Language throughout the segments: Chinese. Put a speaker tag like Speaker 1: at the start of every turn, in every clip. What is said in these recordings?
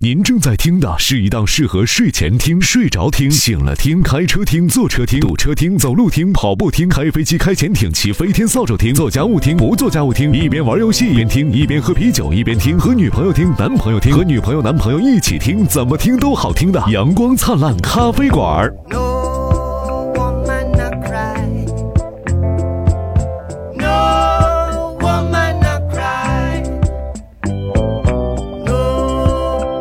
Speaker 1: 您正在听的是一档适合睡前听、睡着听、醒了听、开车听、坐车听、堵车听、走路听、跑步听、开飞机、开潜艇、骑飞天扫帚听、做家务听、不做家务听，一边玩游戏一边听，一边喝啤酒一边听，和女朋友听、男朋友听、和女朋友男朋友一起听，怎么听都好听的阳光灿烂咖啡馆儿。
Speaker 2: No woman a cry. No woman a cry. No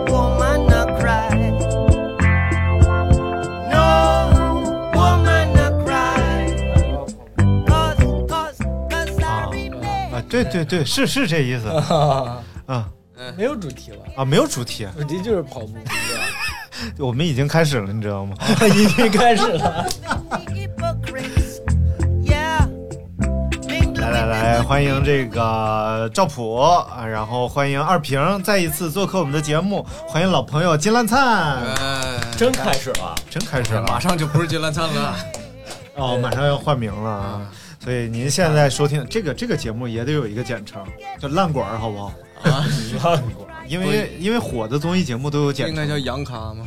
Speaker 2: woman a cry. No woman a cry. Cause, cause, cause I remain.
Speaker 3: 啊，对对对，是是这 意思
Speaker 4: 啊，
Speaker 3: 啊
Speaker 4: 没有主题了，
Speaker 3: 啊，没有主题，
Speaker 4: 主题就是跑步，
Speaker 3: 我们已经开始了，你知道吗？
Speaker 4: 已经开始了。
Speaker 2: Hypocrites. Yeah. Mingle
Speaker 3: 来来
Speaker 2: with
Speaker 3: 来，欢迎这个赵普，啊然后欢迎二平再一次做客我们的节目，欢迎老朋友金烂灿，
Speaker 5: 哎，
Speaker 4: 真开始了，
Speaker 3: 真开始了，
Speaker 5: 马上就不是金兰灿了，
Speaker 3: 哦，马上要换名了啊。所以您现在收听这个这个节目也得有一个简称，叫烂管儿，好不好？因为因为火的综艺节目都有简
Speaker 5: 应该
Speaker 3: 称，
Speaker 5: 叫杨咖吗？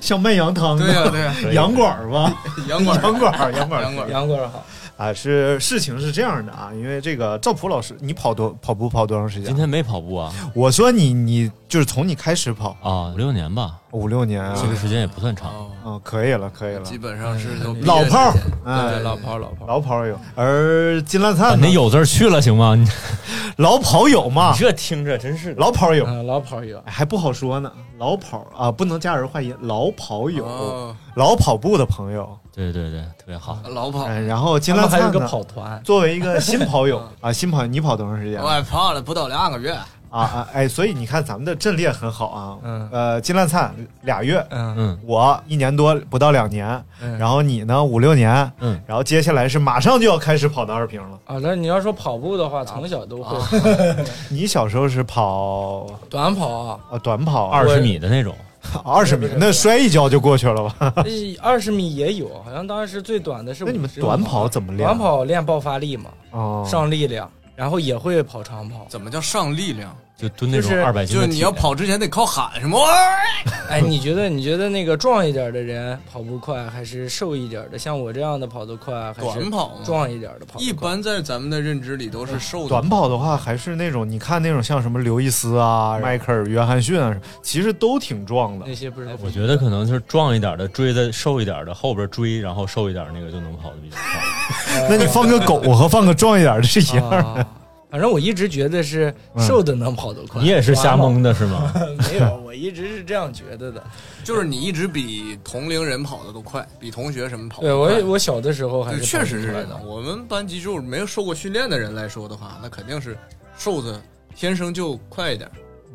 Speaker 3: 像卖羊汤的，
Speaker 5: 对呀对呀
Speaker 3: 羊管儿吧，
Speaker 5: 杨管
Speaker 3: 啊羊管儿，羊管儿
Speaker 5: 杨，管
Speaker 4: 杨哥好，
Speaker 3: 啊，是事情是这样的啊，因为这个赵普老师，你跑多跑步跑多长时间
Speaker 6: 今？天没跑步啊
Speaker 3: 我说你你就是从你开始跑
Speaker 6: 啊，五六年吧，
Speaker 3: 五六年啊
Speaker 6: 这，个时间也不算长。
Speaker 3: 嗯，可以了，可以了，
Speaker 5: 基本上是都
Speaker 3: 老炮儿，
Speaker 5: 对
Speaker 3: 哎
Speaker 5: 对，老啊炮儿老炮儿，
Speaker 3: 老跑友，而金烂
Speaker 6: 把
Speaker 3: 灿呢
Speaker 6: 啊那有字儿去了行吗？你
Speaker 3: 老跑友嘛，
Speaker 6: 这听着真是的。
Speaker 3: 老跑友哎
Speaker 4: 啊，老跑友，
Speaker 3: 还不好说呢，老跑啊，不能加人化音，老跑友
Speaker 5: 哦，
Speaker 3: 老跑步的朋友，
Speaker 6: 对对对，特别好。
Speaker 5: 老跑儿。
Speaker 3: 嗯，然后金
Speaker 4: 他
Speaker 3: 烂
Speaker 4: 们还有
Speaker 3: 灿
Speaker 4: 个
Speaker 3: 呢，
Speaker 4: 跑团，
Speaker 3: 作为一个新跑 友
Speaker 5: 嗯
Speaker 3: 啊，新跑你跑多长时间？
Speaker 5: 我也胖了不到两个月，
Speaker 3: 啊啊哎，所以你看咱们的阵列很好啊，
Speaker 4: 嗯
Speaker 3: 呃，金烂灿俩月，
Speaker 4: 嗯，
Speaker 6: 嗯
Speaker 3: 我一年多不到两年，
Speaker 4: 嗯
Speaker 3: 然后你呢五六年，
Speaker 6: 嗯，
Speaker 3: 然后接下来是马上就要开始跑到二平了。啊
Speaker 4: 啊，那你要说跑步的话，从小都会
Speaker 3: 你小时候是跑
Speaker 4: 短跑，啊
Speaker 3: 呃短跑
Speaker 6: 二十米的那种。
Speaker 3: 二十米，那摔一跤就过去了吧？
Speaker 4: 哎二十米也有，好像当时最短的是
Speaker 3: 那你们
Speaker 4: 50
Speaker 3: 短跑怎么练？啊
Speaker 4: 短跑练爆发力嘛，
Speaker 3: 哦，
Speaker 4: 上力量，然后也会跑 长跑。
Speaker 5: 怎么叫上力量？
Speaker 6: 就蹲那
Speaker 4: 就
Speaker 6: 种
Speaker 4: 是
Speaker 6: 二百斤
Speaker 5: 就
Speaker 6: 的
Speaker 5: 是
Speaker 6: 体
Speaker 5: 你
Speaker 6: 力
Speaker 5: 要跑之前得靠喊什么？哎
Speaker 4: 哎，你觉得你觉得那个壮一点的人跑步快，还是瘦一点的，像我这样的跑得快，还是
Speaker 5: 短跑吗
Speaker 4: 壮一点的跑得快？
Speaker 5: 一般在咱们的认知里都是瘦的。
Speaker 3: 短跑的话，还是那种你看那种像什么刘易斯啊、迈克尔·约翰逊啊，其实都挺壮的
Speaker 4: 那。些不是，
Speaker 6: 哎我觉得可能就是壮一点的追的瘦一点的后边追，然后瘦一点那个就能跑得比较快。
Speaker 3: 那你放个狗和放个壮一点的是一样。
Speaker 4: 啊，反正我一直觉得是瘦的能跑得快。
Speaker 6: 嗯你也是瞎
Speaker 4: 哦
Speaker 6: 蒙的是吗？
Speaker 4: 没有，我一直是这样觉得的。
Speaker 5: 就是你一直比同龄人跑的都快，比同学什么 跑得
Speaker 4: 对我
Speaker 5: 快
Speaker 4: 也，我小的时候还
Speaker 5: 对
Speaker 4: 是
Speaker 5: 确实是这
Speaker 4: 跑得快
Speaker 5: 样。
Speaker 4: 的。
Speaker 5: 我们班级就是没有受过训练的人来说的话，那肯定是瘦子天生就快一点，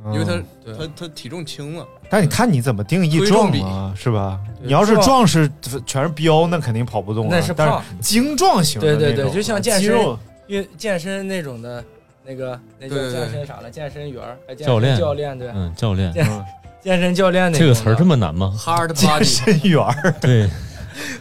Speaker 3: 嗯
Speaker 5: 因为他、
Speaker 4: 对
Speaker 5: 他他体重轻嘛。
Speaker 3: 但你看你怎么定义
Speaker 5: 推
Speaker 3: 壮
Speaker 5: 重比
Speaker 3: 啊，是吧？
Speaker 4: 对
Speaker 3: 你要是
Speaker 4: 壮
Speaker 3: 壮是全是膘，那肯定跑不动了。
Speaker 4: 呃那是
Speaker 3: 但
Speaker 4: 胖
Speaker 3: 精壮型的
Speaker 4: 对对
Speaker 3: 那种呃
Speaker 4: 对就像健身
Speaker 3: 肌肉
Speaker 4: 因为健身那种的，那个那叫
Speaker 5: 对对对
Speaker 4: 健身啥了？健身员儿、哎健身
Speaker 6: 教练
Speaker 4: 教练对，
Speaker 6: 嗯，教练，
Speaker 4: 健身教练那
Speaker 6: 这个
Speaker 4: 种
Speaker 6: 词儿
Speaker 4: 的
Speaker 6: 这么难吗？
Speaker 5: Hard
Speaker 3: 健
Speaker 5: body，
Speaker 3: 身员儿
Speaker 6: 对，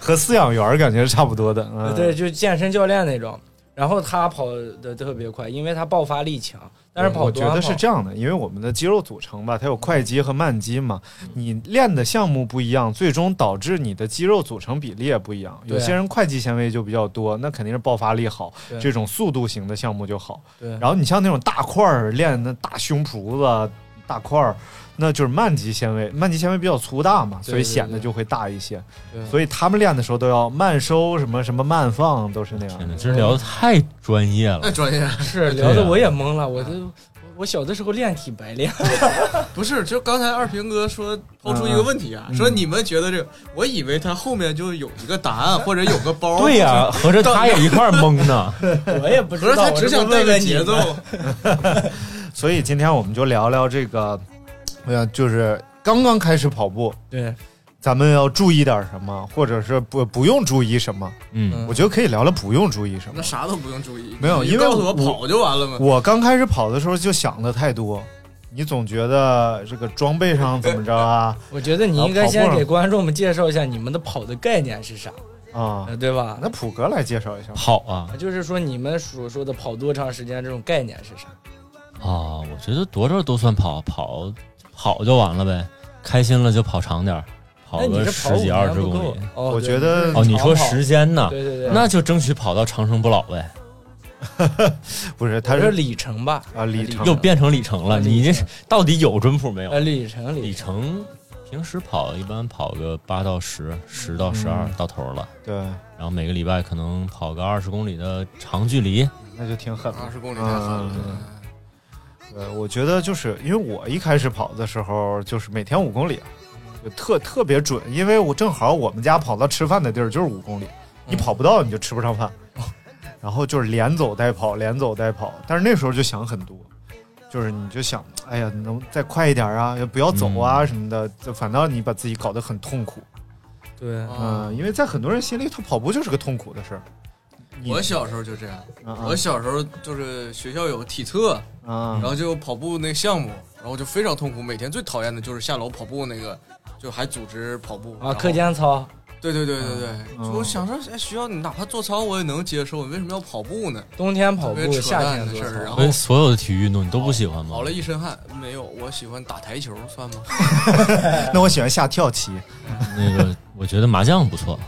Speaker 3: 和饲养员儿感觉是差不多的。嗯、
Speaker 4: 对，就健身教练那种。然后他跑的特别快，因为他爆发力强，但是
Speaker 6: 嗯
Speaker 4: 跑
Speaker 3: 我觉
Speaker 4: 短跑
Speaker 3: 得是这样的，因为我们的肌肉组成吧，它有快肌和慢肌嘛，
Speaker 4: 嗯
Speaker 3: 你练的项目不一样，最终导致你的肌肉组成比例也不一样。有
Speaker 4: 对
Speaker 3: 些人快肌纤维就比较多，那肯定是爆发力好，
Speaker 4: 对
Speaker 3: 这种速度型的项目就好。
Speaker 4: 对
Speaker 3: 然后你像那种大块儿练那大胸脯子、啊大块儿。那就是慢肌纤维，慢肌纤维比较粗大嘛，所以
Speaker 4: 对对
Speaker 3: 显得
Speaker 4: 对
Speaker 3: 就会大一些。
Speaker 4: 对
Speaker 3: 所以他们练的时候都要慢收，什么什么慢放，都是那样
Speaker 6: 天。哪，这聊的太专业
Speaker 5: 那
Speaker 6: 了。
Speaker 5: 专业
Speaker 4: 是聊的我
Speaker 6: 啊
Speaker 4: 也懵了，我
Speaker 6: 嗯
Speaker 4: 都我小的时候练体白练，
Speaker 5: 不是？就刚才二平哥说抛出一个问题啊，
Speaker 3: 嗯
Speaker 5: 说你们觉得这个，我以为他后面就有一个答案或者有个包。
Speaker 6: 对呀、合着他也一块儿蒙呢。
Speaker 4: 我也 不
Speaker 5: 可是
Speaker 4: 知
Speaker 5: 他
Speaker 4: 道，
Speaker 5: 只想带
Speaker 4: 问
Speaker 5: 个
Speaker 4: 问你
Speaker 5: 节
Speaker 4: 们
Speaker 5: 奏，
Speaker 3: 所以今天我们就聊聊这个，呃，就是刚刚开始跑步，
Speaker 4: 对，
Speaker 3: 咱们要注意点什么，或者是不不用注意什么？
Speaker 6: 嗯，
Speaker 3: 我觉得可以聊聊不用注意什
Speaker 5: 那
Speaker 3: 么。
Speaker 5: 啥都不用注意。
Speaker 3: 没有
Speaker 5: 你
Speaker 3: 因为
Speaker 5: 告诉我
Speaker 3: 我
Speaker 5: 跑就完了吗？
Speaker 3: 我刚开始跑的时候就想的太多，你总觉得这个装备上怎么着 啊
Speaker 4: 我觉得你应该先给观众们介绍一下你们的跑的概念是啥，
Speaker 3: 啊、
Speaker 4: 呃对吧？
Speaker 3: 那普哥来介绍一下吧。
Speaker 6: 跑啊
Speaker 4: 就是说你们所说的跑多长时间这种概念是啥？
Speaker 6: 啊！我觉得多少都算跑，跑跑就完了呗，开心了就跑长点儿，跑
Speaker 4: 那哎你
Speaker 6: 个
Speaker 4: 这跑
Speaker 6: 十几
Speaker 4: 五
Speaker 6: 二
Speaker 4: 年
Speaker 6: 十
Speaker 4: 不
Speaker 6: 公
Speaker 4: 够
Speaker 6: 里。
Speaker 4: 哦，
Speaker 3: 我
Speaker 4: 对
Speaker 3: 觉得
Speaker 4: 是
Speaker 6: 哦，你
Speaker 4: 长
Speaker 6: 说
Speaker 4: 跑
Speaker 6: 时间呢？
Speaker 4: 对对对，
Speaker 6: 那就争取跑到长生不老呗，
Speaker 3: 不是，他
Speaker 4: 还是
Speaker 3: 是
Speaker 4: 里程吧？啊
Speaker 3: 啊里程
Speaker 6: 又变成里程了。
Speaker 4: 里程
Speaker 6: 你这到底有准谱没
Speaker 4: 呃，
Speaker 6: 有？
Speaker 4: 里程
Speaker 6: 里
Speaker 4: 里程，
Speaker 6: 程平时跑一般跑个八到十，十到十二
Speaker 3: 嗯
Speaker 6: 到头了，
Speaker 3: 对，
Speaker 6: 然后每个礼拜可能跑个二十公里的长距离。
Speaker 3: 那就挺狠
Speaker 5: 二
Speaker 3: 的。
Speaker 5: 十公里太狠了
Speaker 3: 嗯嗯嗯。对，我觉得就是因为我一开始跑的时候，就是每天五公里，就特特别准，因为我正好我们家跑到吃饭的地儿就是五公里，
Speaker 5: 嗯
Speaker 3: 你跑不到你就吃不上饭，然后就是连走带跑，连走带跑。但是那时候就想很多，就是你就想，哎呀，能再快一点啊，也不要走
Speaker 5: 嗯
Speaker 3: 啊什么的，就反倒你把自己搞得很痛苦。
Speaker 4: 对，
Speaker 5: 啊
Speaker 3: 嗯，因为在很多人心里，他跑步就是个痛苦的事儿。你
Speaker 5: 我小时候就这样，
Speaker 3: 嗯
Speaker 5: 我小时候就是学校有个体测，
Speaker 3: 嗯
Speaker 5: 然后就有跑步那个项目，然后就非常痛苦。每天最讨厌的就是下楼跑步那个，就还组织跑步
Speaker 4: 啊，课。间操，
Speaker 5: 然后对对对对对，
Speaker 3: 嗯
Speaker 5: 就我想说，哎，学校你哪怕做操我也能接受，你为什么要跑步呢？
Speaker 4: 冬天跑
Speaker 5: 特别
Speaker 4: 步，
Speaker 5: 扯
Speaker 4: 夏
Speaker 5: 淡
Speaker 4: 天
Speaker 5: 的
Speaker 4: 做
Speaker 5: 事儿。然
Speaker 6: 所
Speaker 4: 操，
Speaker 5: 后
Speaker 6: 以所有的体育运动你都不喜欢吗？
Speaker 5: 跑了一身汗，没有，我喜欢打台球，算吗？
Speaker 3: 那我喜欢下跳棋，
Speaker 6: 那个，我觉得麻将不错。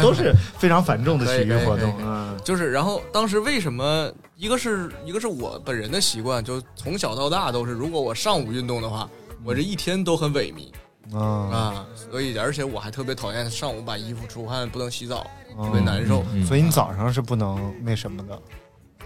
Speaker 3: 都是 非常繁重的
Speaker 5: 可以
Speaker 3: 体育
Speaker 5: 可以
Speaker 3: 活
Speaker 5: 可以
Speaker 3: 动
Speaker 5: 可。以
Speaker 3: 嗯
Speaker 5: 就是，然后当时为什么？一个是一个是我本人的习惯，就从小到大都是，如果我上午运动的话，我这一天都很萎靡
Speaker 6: 嗯
Speaker 3: 啊，
Speaker 5: 啊，所以而且我还特别讨厌上午把衣服出汗不能洗澡，
Speaker 3: 特
Speaker 5: 特别难受。
Speaker 6: 嗯
Speaker 3: 所以你早上是不能那什么的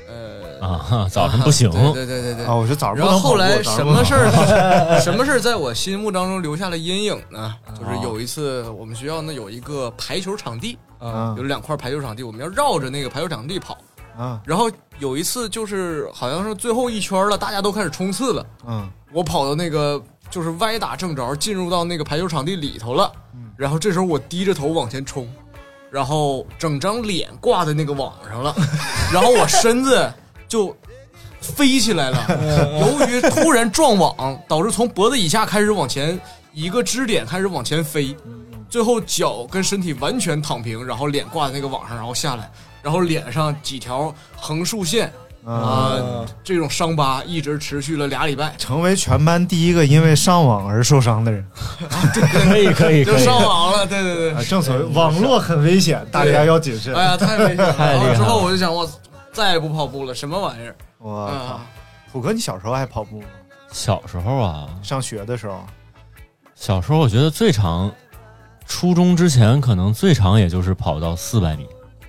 Speaker 5: 呃，
Speaker 6: 啊，早晨不哦行。
Speaker 5: 对对对对对。
Speaker 3: 啊！我说早上不
Speaker 5: 然
Speaker 3: 能
Speaker 5: 后
Speaker 3: 跑
Speaker 5: 后
Speaker 3: 步
Speaker 5: 来
Speaker 3: 早上
Speaker 5: 什
Speaker 3: 不能
Speaker 5: 么事
Speaker 3: 跑步
Speaker 5: 儿，什么事儿在我心目当中留下了阴影呢？就是有一次我们学校那有一个排球场地，
Speaker 3: 啊
Speaker 5: 有两块排球场地，我们要绕着那个排球场地跑。
Speaker 3: 啊
Speaker 5: 然后有一次就是好像是最后一圈了，大家都开始冲刺了，
Speaker 3: 嗯
Speaker 5: 我跑到那个就是歪打正着进入到那个排球场地里头了
Speaker 3: 嗯，
Speaker 5: 然后这时候我低着头往前冲，然后整张脸挂在那个网上了，然后我身子就。飞起来了，由于突然撞网，导致从脖子以下开始往前一个支点开始往前飞，最后脚跟身体完全躺平，然后脸挂在那个网上，然后下来，然后脸上几条横竖线
Speaker 3: 啊，
Speaker 5: 啊、这种伤疤一直持续了俩礼拜，
Speaker 3: 成为全班第一个因为上网而受伤的 人
Speaker 6: 可以可以
Speaker 5: 就上网了，对对
Speaker 3: 啊！
Speaker 5: 对，
Speaker 3: 正所谓网络很危险，大家要谨慎
Speaker 5: 哎。呀，太危险了！
Speaker 6: 太厉害了
Speaker 5: 然后之后我就想，我再也不跑步了，什么玩意儿
Speaker 3: 我
Speaker 4: 嗯
Speaker 3: 靠
Speaker 5: 啊！！
Speaker 3: 虎哥，你小时候还跑步吗？
Speaker 6: 小时候啊，
Speaker 3: 上学的时候
Speaker 6: 小时候我觉得最长，初中之前可能最长也就是跑到四百米，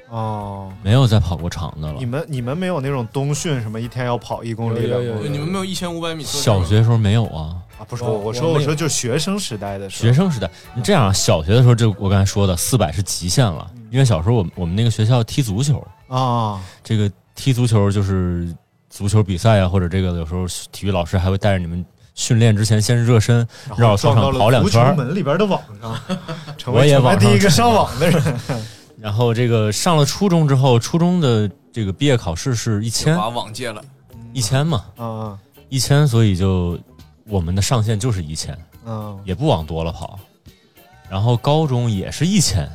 Speaker 3: 哦，
Speaker 6: 没有再跑过长的了
Speaker 3: 你。们你们没有那种冬训什么一天要跑一公里
Speaker 4: 有有
Speaker 3: 两
Speaker 4: 有
Speaker 3: 公
Speaker 5: 对
Speaker 3: 里
Speaker 5: 你们没有一千五百米测试吗
Speaker 6: 小学时候没有啊，
Speaker 3: 啊？不是我，我说我
Speaker 4: 我没有
Speaker 3: 说就是学生时代的时候
Speaker 6: 学生时代。你这样啊，小学的时候，这我刚才说的四百是极限了，因为小时候我们我们那个学校踢足球，
Speaker 3: 啊
Speaker 6: 这个踢足球就是足球比赛啊，或者这个有时候体育老师还会带着你们训练之前先热身，
Speaker 3: 然
Speaker 6: 绕
Speaker 3: 后
Speaker 6: 操
Speaker 3: 撞到
Speaker 6: 场跑
Speaker 3: 了
Speaker 6: 两
Speaker 3: 足
Speaker 6: 圈
Speaker 3: 球
Speaker 6: 儿，
Speaker 3: 门里边的网上， 成
Speaker 6: 我
Speaker 3: 为
Speaker 6: 也
Speaker 3: 全班
Speaker 6: 网上
Speaker 3: 第一个上网的人。
Speaker 6: 然后这个上了初中之后，初中的这个毕业考试是一
Speaker 5: 就
Speaker 6: 千
Speaker 5: 把网戒了，
Speaker 6: 一千嘛，
Speaker 3: 嗯
Speaker 6: 一千，所以就我们的上限就是一千，
Speaker 3: 嗯
Speaker 6: 也不往多了跑。然后高中也是一千，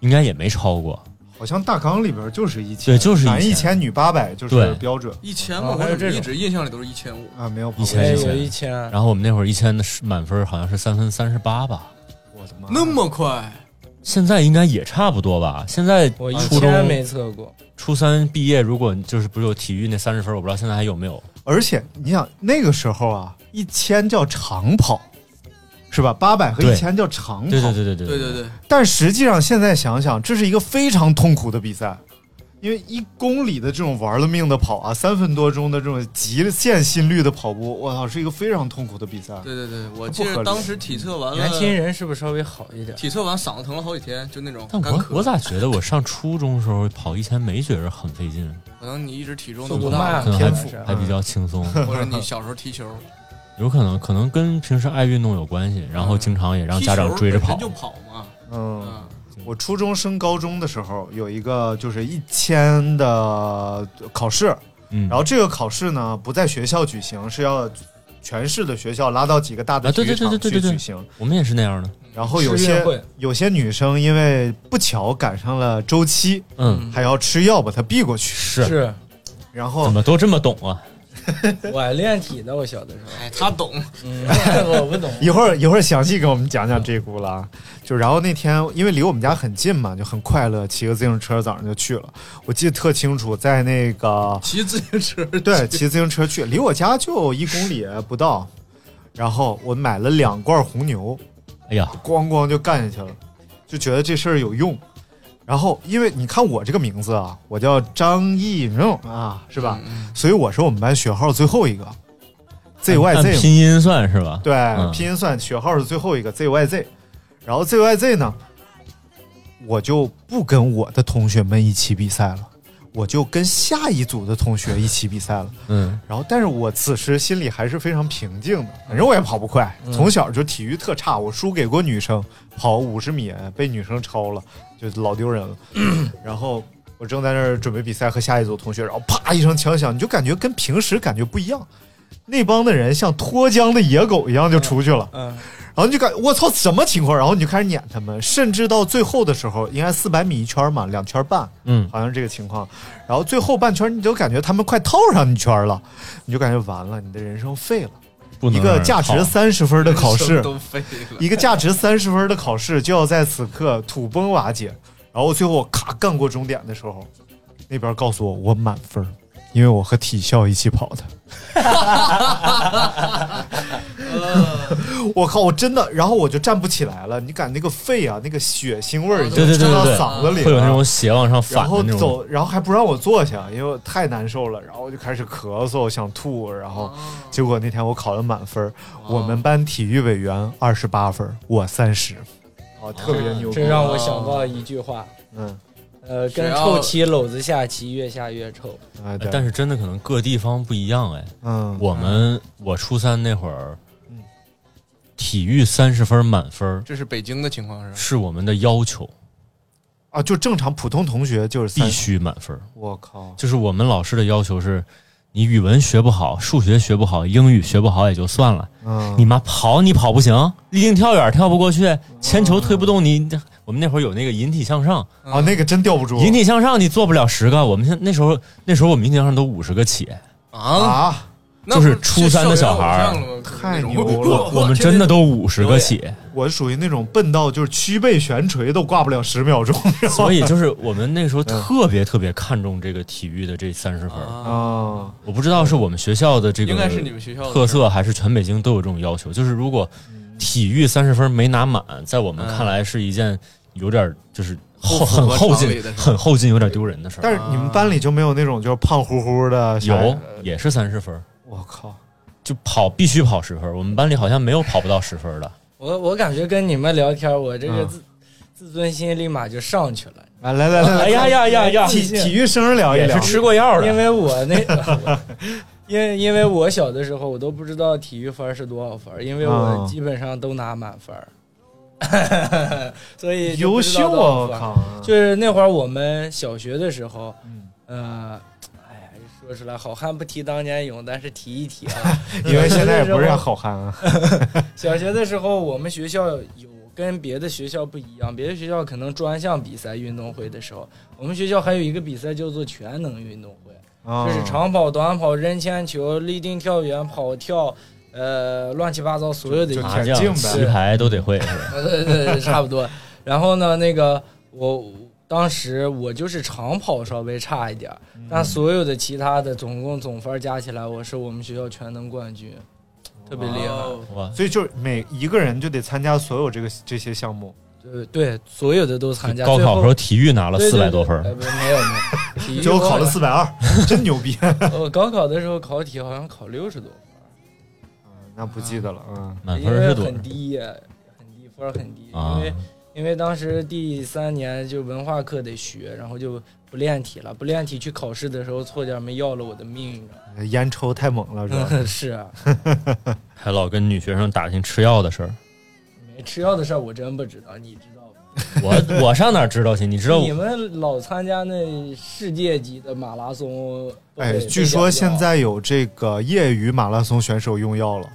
Speaker 6: 应该也没超过。
Speaker 3: 好像大纲里边就是一千，
Speaker 6: 对就是
Speaker 3: 男一
Speaker 6: 一千
Speaker 3: 千女八百就是
Speaker 6: 对
Speaker 3: 标准
Speaker 5: 一千
Speaker 4: 啊
Speaker 5: 嘛，
Speaker 4: 还有
Speaker 5: 我
Speaker 4: 这种
Speaker 5: 一直印象里都是一千五。
Speaker 3: 啊，没有跑
Speaker 6: 一
Speaker 3: 过
Speaker 6: 千
Speaker 4: 哎，
Speaker 6: 以
Speaker 4: 有
Speaker 6: 前
Speaker 4: 一千，
Speaker 6: 然后我们那会儿一千的是满分好像是三分三十八吧，
Speaker 3: 哎我的妈，
Speaker 5: 那么快，
Speaker 6: 现在应该也差不多吧。现在
Speaker 4: 我一
Speaker 6: 初
Speaker 4: 千没
Speaker 6: 中
Speaker 4: 测过，
Speaker 6: 初三毕业，如果就是不是有体育那三十分，我不知道现在还有没有。
Speaker 3: 而且你想那个时候啊，一千叫长跑，是吧？八百和
Speaker 6: 对
Speaker 3: 一千叫长跑，
Speaker 6: 对对对对对
Speaker 5: 对对对，
Speaker 3: 但实际上现在想想，这是一个非常痛苦的比赛，因为一公里的这种玩了命的跑啊，三分多钟的这种极限心率的跑步，我操，是一个非常痛苦的比赛。
Speaker 5: 对对对，我记
Speaker 3: 不合
Speaker 5: 得
Speaker 3: 理
Speaker 5: 当时体测完
Speaker 4: 年轻
Speaker 5: 了，
Speaker 4: 人是不是稍微好一点？
Speaker 5: 体测完嗓子疼了好几天，就那种干
Speaker 6: 但我
Speaker 5: 咳。
Speaker 6: 我咋觉得我上初中的时候跑一千没觉着很费劲，
Speaker 5: 可能你一直体重
Speaker 4: 速
Speaker 5: 都
Speaker 4: 度
Speaker 5: 不
Speaker 4: 慢啊
Speaker 5: 大，
Speaker 6: 可能
Speaker 3: 天
Speaker 6: 还
Speaker 3: 赋
Speaker 6: 还比较轻松。
Speaker 5: 或者你小时候踢球，
Speaker 6: 有可能，可能跟平时爱运动有关系，然后经常也让家长追着
Speaker 5: 踢球
Speaker 6: 跑
Speaker 5: 本身。就跑嘛。
Speaker 3: 嗯，
Speaker 5: 嗯，
Speaker 3: 我初中升高中的时候有一个就是一千的考试，
Speaker 6: 嗯，
Speaker 3: 然后这个考试呢不在学校举行，是要全市的学校拉到几个大的
Speaker 6: 啊
Speaker 3: 体
Speaker 6: 对
Speaker 3: 育
Speaker 6: 对对
Speaker 3: 场
Speaker 6: 对对
Speaker 3: 去
Speaker 6: 对对
Speaker 3: 举行。
Speaker 6: 我们也是那样的。
Speaker 3: 然后有
Speaker 4: 世运
Speaker 3: 些
Speaker 4: 会
Speaker 3: 有些女生因为不巧赶上了周期，
Speaker 6: 嗯，
Speaker 3: 还要吃药把它避过去。
Speaker 6: 是
Speaker 4: 是
Speaker 3: 然
Speaker 6: 怎
Speaker 3: 后
Speaker 6: 么都这么懂啊？
Speaker 4: 我还练体呢，我小的时 候，
Speaker 5: 哎，他懂，
Speaker 4: 嗯，我不懂，
Speaker 3: 一会儿一会儿详细给我们讲讲这轱辘啊，就然后那天因为离我们家很近嘛，就很快乐，骑个自行车早上就去了。我记得特清楚，在那 个
Speaker 5: 骑自行车，
Speaker 3: 对骑自行车去，离我家就一公里不到。然后我买了两罐红牛，
Speaker 6: 哎呀，
Speaker 3: 咣咣就干下去了，就觉得这事儿有用。然后因为你看我这个名字啊，我叫张艺荣啊，是吧？
Speaker 5: 嗯
Speaker 3: 所以我是我们班学号最后一个
Speaker 6: 按
Speaker 3: ，ZYZ 嘛
Speaker 6: 拼音算是吧？
Speaker 3: 对，
Speaker 6: 嗯
Speaker 3: 拼音算学号是最后一个 ZYZ，然后 ZYZ 呢，我就不跟我的同学们一起比赛了，我就跟下一组的同学一起比赛了。
Speaker 6: 嗯，
Speaker 3: 然后，但是我此时心里还是非常平静的，反正我也跑不快，从小就体育特差，我输给过女生，跑五十米被女生超了，就老丢人了。然后我正在那儿准备比赛和下一组同学，然后啪一声枪响，你就感觉跟平时感觉不一样，那帮的人像脱缰的野狗一样就出去了。
Speaker 4: 嗯，
Speaker 3: 然后你就感我操什么情况？然后你就开始撵他们，甚至到最后的时候，应该四百米一圈嘛，两圈半，
Speaker 6: 嗯
Speaker 3: 好像是这个情况。然后最后半圈，你就感觉他们快套上一圈了，你就感觉完了，你的人生废了。
Speaker 6: 不能
Speaker 3: 一个价值三十分的考
Speaker 5: 人
Speaker 3: 试
Speaker 5: 生， 都废了，
Speaker 3: 一个价值三十分的考试就要在此刻土崩瓦解。然后最后我咔干过终点的时候，那边告诉我我满分儿，因为我和体校一起跑的。 我靠！我真的，然后我就站不起来了。你感觉那个肺啊，那个血腥味儿已经
Speaker 6: 对对对
Speaker 3: 冲到
Speaker 6: 对对
Speaker 3: 嗓子里了，
Speaker 6: 会有那种斜往上
Speaker 3: 啊然
Speaker 6: 反
Speaker 3: 后
Speaker 6: 的那种，
Speaker 3: 走，然后还不让我坐下，因为我太难受了，然后我就开始咳嗽，想吐，然后
Speaker 4: 哦
Speaker 3: 结果那天我考了满分儿，我们班体育委员二十八分儿，我三十，
Speaker 6: 哦
Speaker 3: 啊，特别牛逼
Speaker 4: 哦这，让
Speaker 6: 啊
Speaker 4: 我想到一句话，
Speaker 3: 嗯，
Speaker 4: 呃，
Speaker 5: 只
Speaker 4: 跟
Speaker 5: 要
Speaker 4: 臭棋篓子下棋，越下越臭。
Speaker 3: 哎，
Speaker 6: 哎
Speaker 3: 对，
Speaker 6: 但是真的可能各地方不一样哎。
Speaker 3: 嗯，
Speaker 6: 我们我初三那会儿
Speaker 3: 嗯，
Speaker 6: 体育三十分满分
Speaker 5: 这是北京的情况是吧？
Speaker 6: 是我们的要求，
Speaker 3: 啊，就正常普通同学就是
Speaker 6: 必
Speaker 3: 三，
Speaker 6: 须满分。
Speaker 3: 我靠，
Speaker 6: 就是我们老师的要求是，你语文学不好，数学学不好，英语学不好也就算了，
Speaker 3: 嗯，
Speaker 6: 你妈跑你跑不行，立定跳远跳不过去，铅球推不动你。我们那会儿有那个引体向上，
Speaker 3: 啊，那个真吊不住，
Speaker 6: 引体向上你做不了十个，我们现那时候那时候我们引体向上都五十个起，
Speaker 5: 啊，
Speaker 3: 啊，
Speaker 5: 那不
Speaker 6: 就是初三的小孩儿
Speaker 5: 是校园偶像了吗
Speaker 3: 太
Speaker 5: 那种
Speaker 3: 牛了
Speaker 6: 我我们真的都五十个起，
Speaker 3: 我属于那种笨到就是屈背悬垂都挂不了十秒钟， 然后
Speaker 6: 所以就是我们那时候特别特别看重这个体育的这三十分。
Speaker 5: 啊，
Speaker 3: 啊，
Speaker 6: 我不知道是我们学校的这个
Speaker 5: 应该是你们学校的
Speaker 6: 特色，还是全北京都有这种要求。就是如果体育三十分没拿满，在我们看来是一件有点就是后
Speaker 5: 不符
Speaker 6: 很
Speaker 5: 合
Speaker 6: 后
Speaker 5: 常理的、
Speaker 6: 进
Speaker 5: 事儿
Speaker 6: 很后进、有点丢人的事
Speaker 3: 但
Speaker 6: 儿。
Speaker 3: 是你们班里就没有那种就是胖乎乎的啥
Speaker 6: 有
Speaker 3: 呀，
Speaker 6: 也是三十分，
Speaker 3: 我靠。
Speaker 6: 就跑必须跑十分。我们班里好像没有跑不到十分的。
Speaker 4: 我我感觉跟你们聊天，我这个
Speaker 3: 嗯
Speaker 4: 自、自尊心立马就上去了。
Speaker 3: 啊，来来来来，
Speaker 6: 哎呀呀呀呀！
Speaker 3: 体体育生聊一
Speaker 6: 也
Speaker 3: 聊
Speaker 6: 是，吃过药
Speaker 4: 因
Speaker 6: 的，
Speaker 4: 为我 那，因为因为我小的时候我都不知道体育分儿是多少分儿，因为我
Speaker 3: 嗯
Speaker 4: 基本上都拿满分儿， 所以就
Speaker 3: 优
Speaker 4: 不知道
Speaker 3: 秀
Speaker 4: 多少
Speaker 3: 啊！
Speaker 4: 分儿！
Speaker 3: 靠，
Speaker 4: 就是那会儿我们小学的时候，
Speaker 3: 嗯
Speaker 4: 呃，哎呀，说出来好汉不提当年勇，但是提一提啊，
Speaker 3: 因为现在也不是啥好汉 啊，
Speaker 4: 小学的时候我们学校有。跟别的学校不一样，别的学校可能专项比赛、运动会的时候，我们学校还有一个比赛叫做全能运动会。
Speaker 3: 啊
Speaker 4: 就是长跑、短跑、扔铅球、立定跳远、跑跳，呃，乱七八糟所有的
Speaker 3: 就
Speaker 4: 一
Speaker 6: 麻
Speaker 5: 啊
Speaker 4: 切，
Speaker 3: 田
Speaker 6: 将、
Speaker 3: 径呗
Speaker 6: 啊棋牌都得会，是吧？
Speaker 4: 对对对，差不多。然后呢，那个我当时我就是长跑稍微差一点儿，
Speaker 6: 嗯
Speaker 4: 但所有的其他的总共总分加起来，我是我们学校全能冠军，特
Speaker 3: 啊
Speaker 4: 别厉害。
Speaker 5: 哦
Speaker 6: 哇，
Speaker 3: 所以就是每一个人就得参加所有这个这些项目，
Speaker 4: 对对，所有的都参加。
Speaker 6: 高考时
Speaker 4: 最
Speaker 6: 候
Speaker 4: 后
Speaker 6: 体育拿了
Speaker 4: 对对
Speaker 6: 四
Speaker 4: 对
Speaker 6: 百多分儿，
Speaker 4: 呃不没有没有，体育
Speaker 3: 最后考了
Speaker 4: 我
Speaker 3: 四百二， 真牛逼！
Speaker 4: 我高考的时候考体好像考六十多分儿。
Speaker 3: 那不记得了，嗯，
Speaker 6: 满
Speaker 4: 因
Speaker 6: 分
Speaker 4: 为
Speaker 6: 是多少
Speaker 4: 很低，很低，分儿很低，
Speaker 6: 啊
Speaker 4: 因为因为当时第三年就文化课得学，然后就不练体了，不练体去考试的时候错点没要了我的命
Speaker 3: 烟抽太猛了是吧？
Speaker 4: 运，是啊，
Speaker 6: 还老跟女学生打听吃药的 事儿。
Speaker 4: 没吃药的事儿我真不知道，你知道吗？
Speaker 6: 我我上哪儿知道去？你知道
Speaker 4: 你们老参加那世界级的马拉松，都
Speaker 3: 哎，
Speaker 4: 得
Speaker 3: 据说现在有这个业余马拉松选手用药了，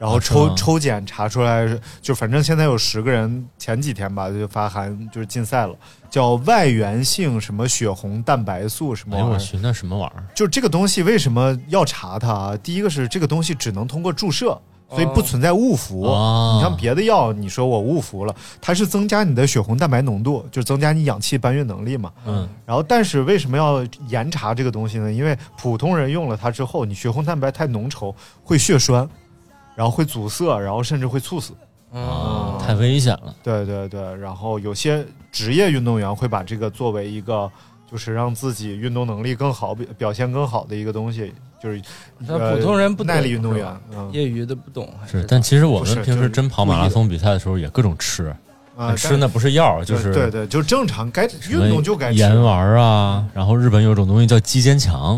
Speaker 3: 然后
Speaker 6: 啊是
Speaker 3: 抽、
Speaker 6: 吗
Speaker 3: 抽检查出来，就反正现在有十个人，前几天吧就发函就是禁赛了，叫外源性什么血红蛋白素什么
Speaker 6: 哎
Speaker 3: 玩
Speaker 6: 呦
Speaker 3: 意儿。
Speaker 6: 我去，那什么玩意儿？
Speaker 3: 就这个东西为什么要查它啊？第一个是这个东西只能通过注射，所以不存在误服。
Speaker 6: 哦
Speaker 3: 你像别的药，你说我误服了，它是增加你的血红蛋白浓度，就增加你氧气搬运能力嘛。
Speaker 6: 嗯，
Speaker 3: 然后，但是为什么要严查这个东西呢？因为普通人用了它之后，你血红蛋白太浓稠会血栓，然后会阻塞，然后甚至会猝死。
Speaker 6: 啊，太危险了。
Speaker 3: 对对对，然后有些职业运动员会把这个作为一个，就是让自己运动能力更好、表表现更好的一个东西，就是
Speaker 4: 那
Speaker 3: 呃
Speaker 4: 普通人不懂
Speaker 3: 耐力运动
Speaker 4: 是
Speaker 3: 员
Speaker 4: 吧，
Speaker 3: 嗯
Speaker 4: 业余的不懂还
Speaker 6: 是，但其实我
Speaker 3: 不是
Speaker 6: 们平
Speaker 3: 就是
Speaker 6: 时真跑马拉松比赛的时候也各种吃，
Speaker 3: 啊，
Speaker 6: 吃那不是药，
Speaker 3: 但
Speaker 6: 就是
Speaker 3: 对对，就正常该
Speaker 6: 什么
Speaker 3: 运动就该吃
Speaker 6: 盐丸啊。然后日本有种东西叫肌间强，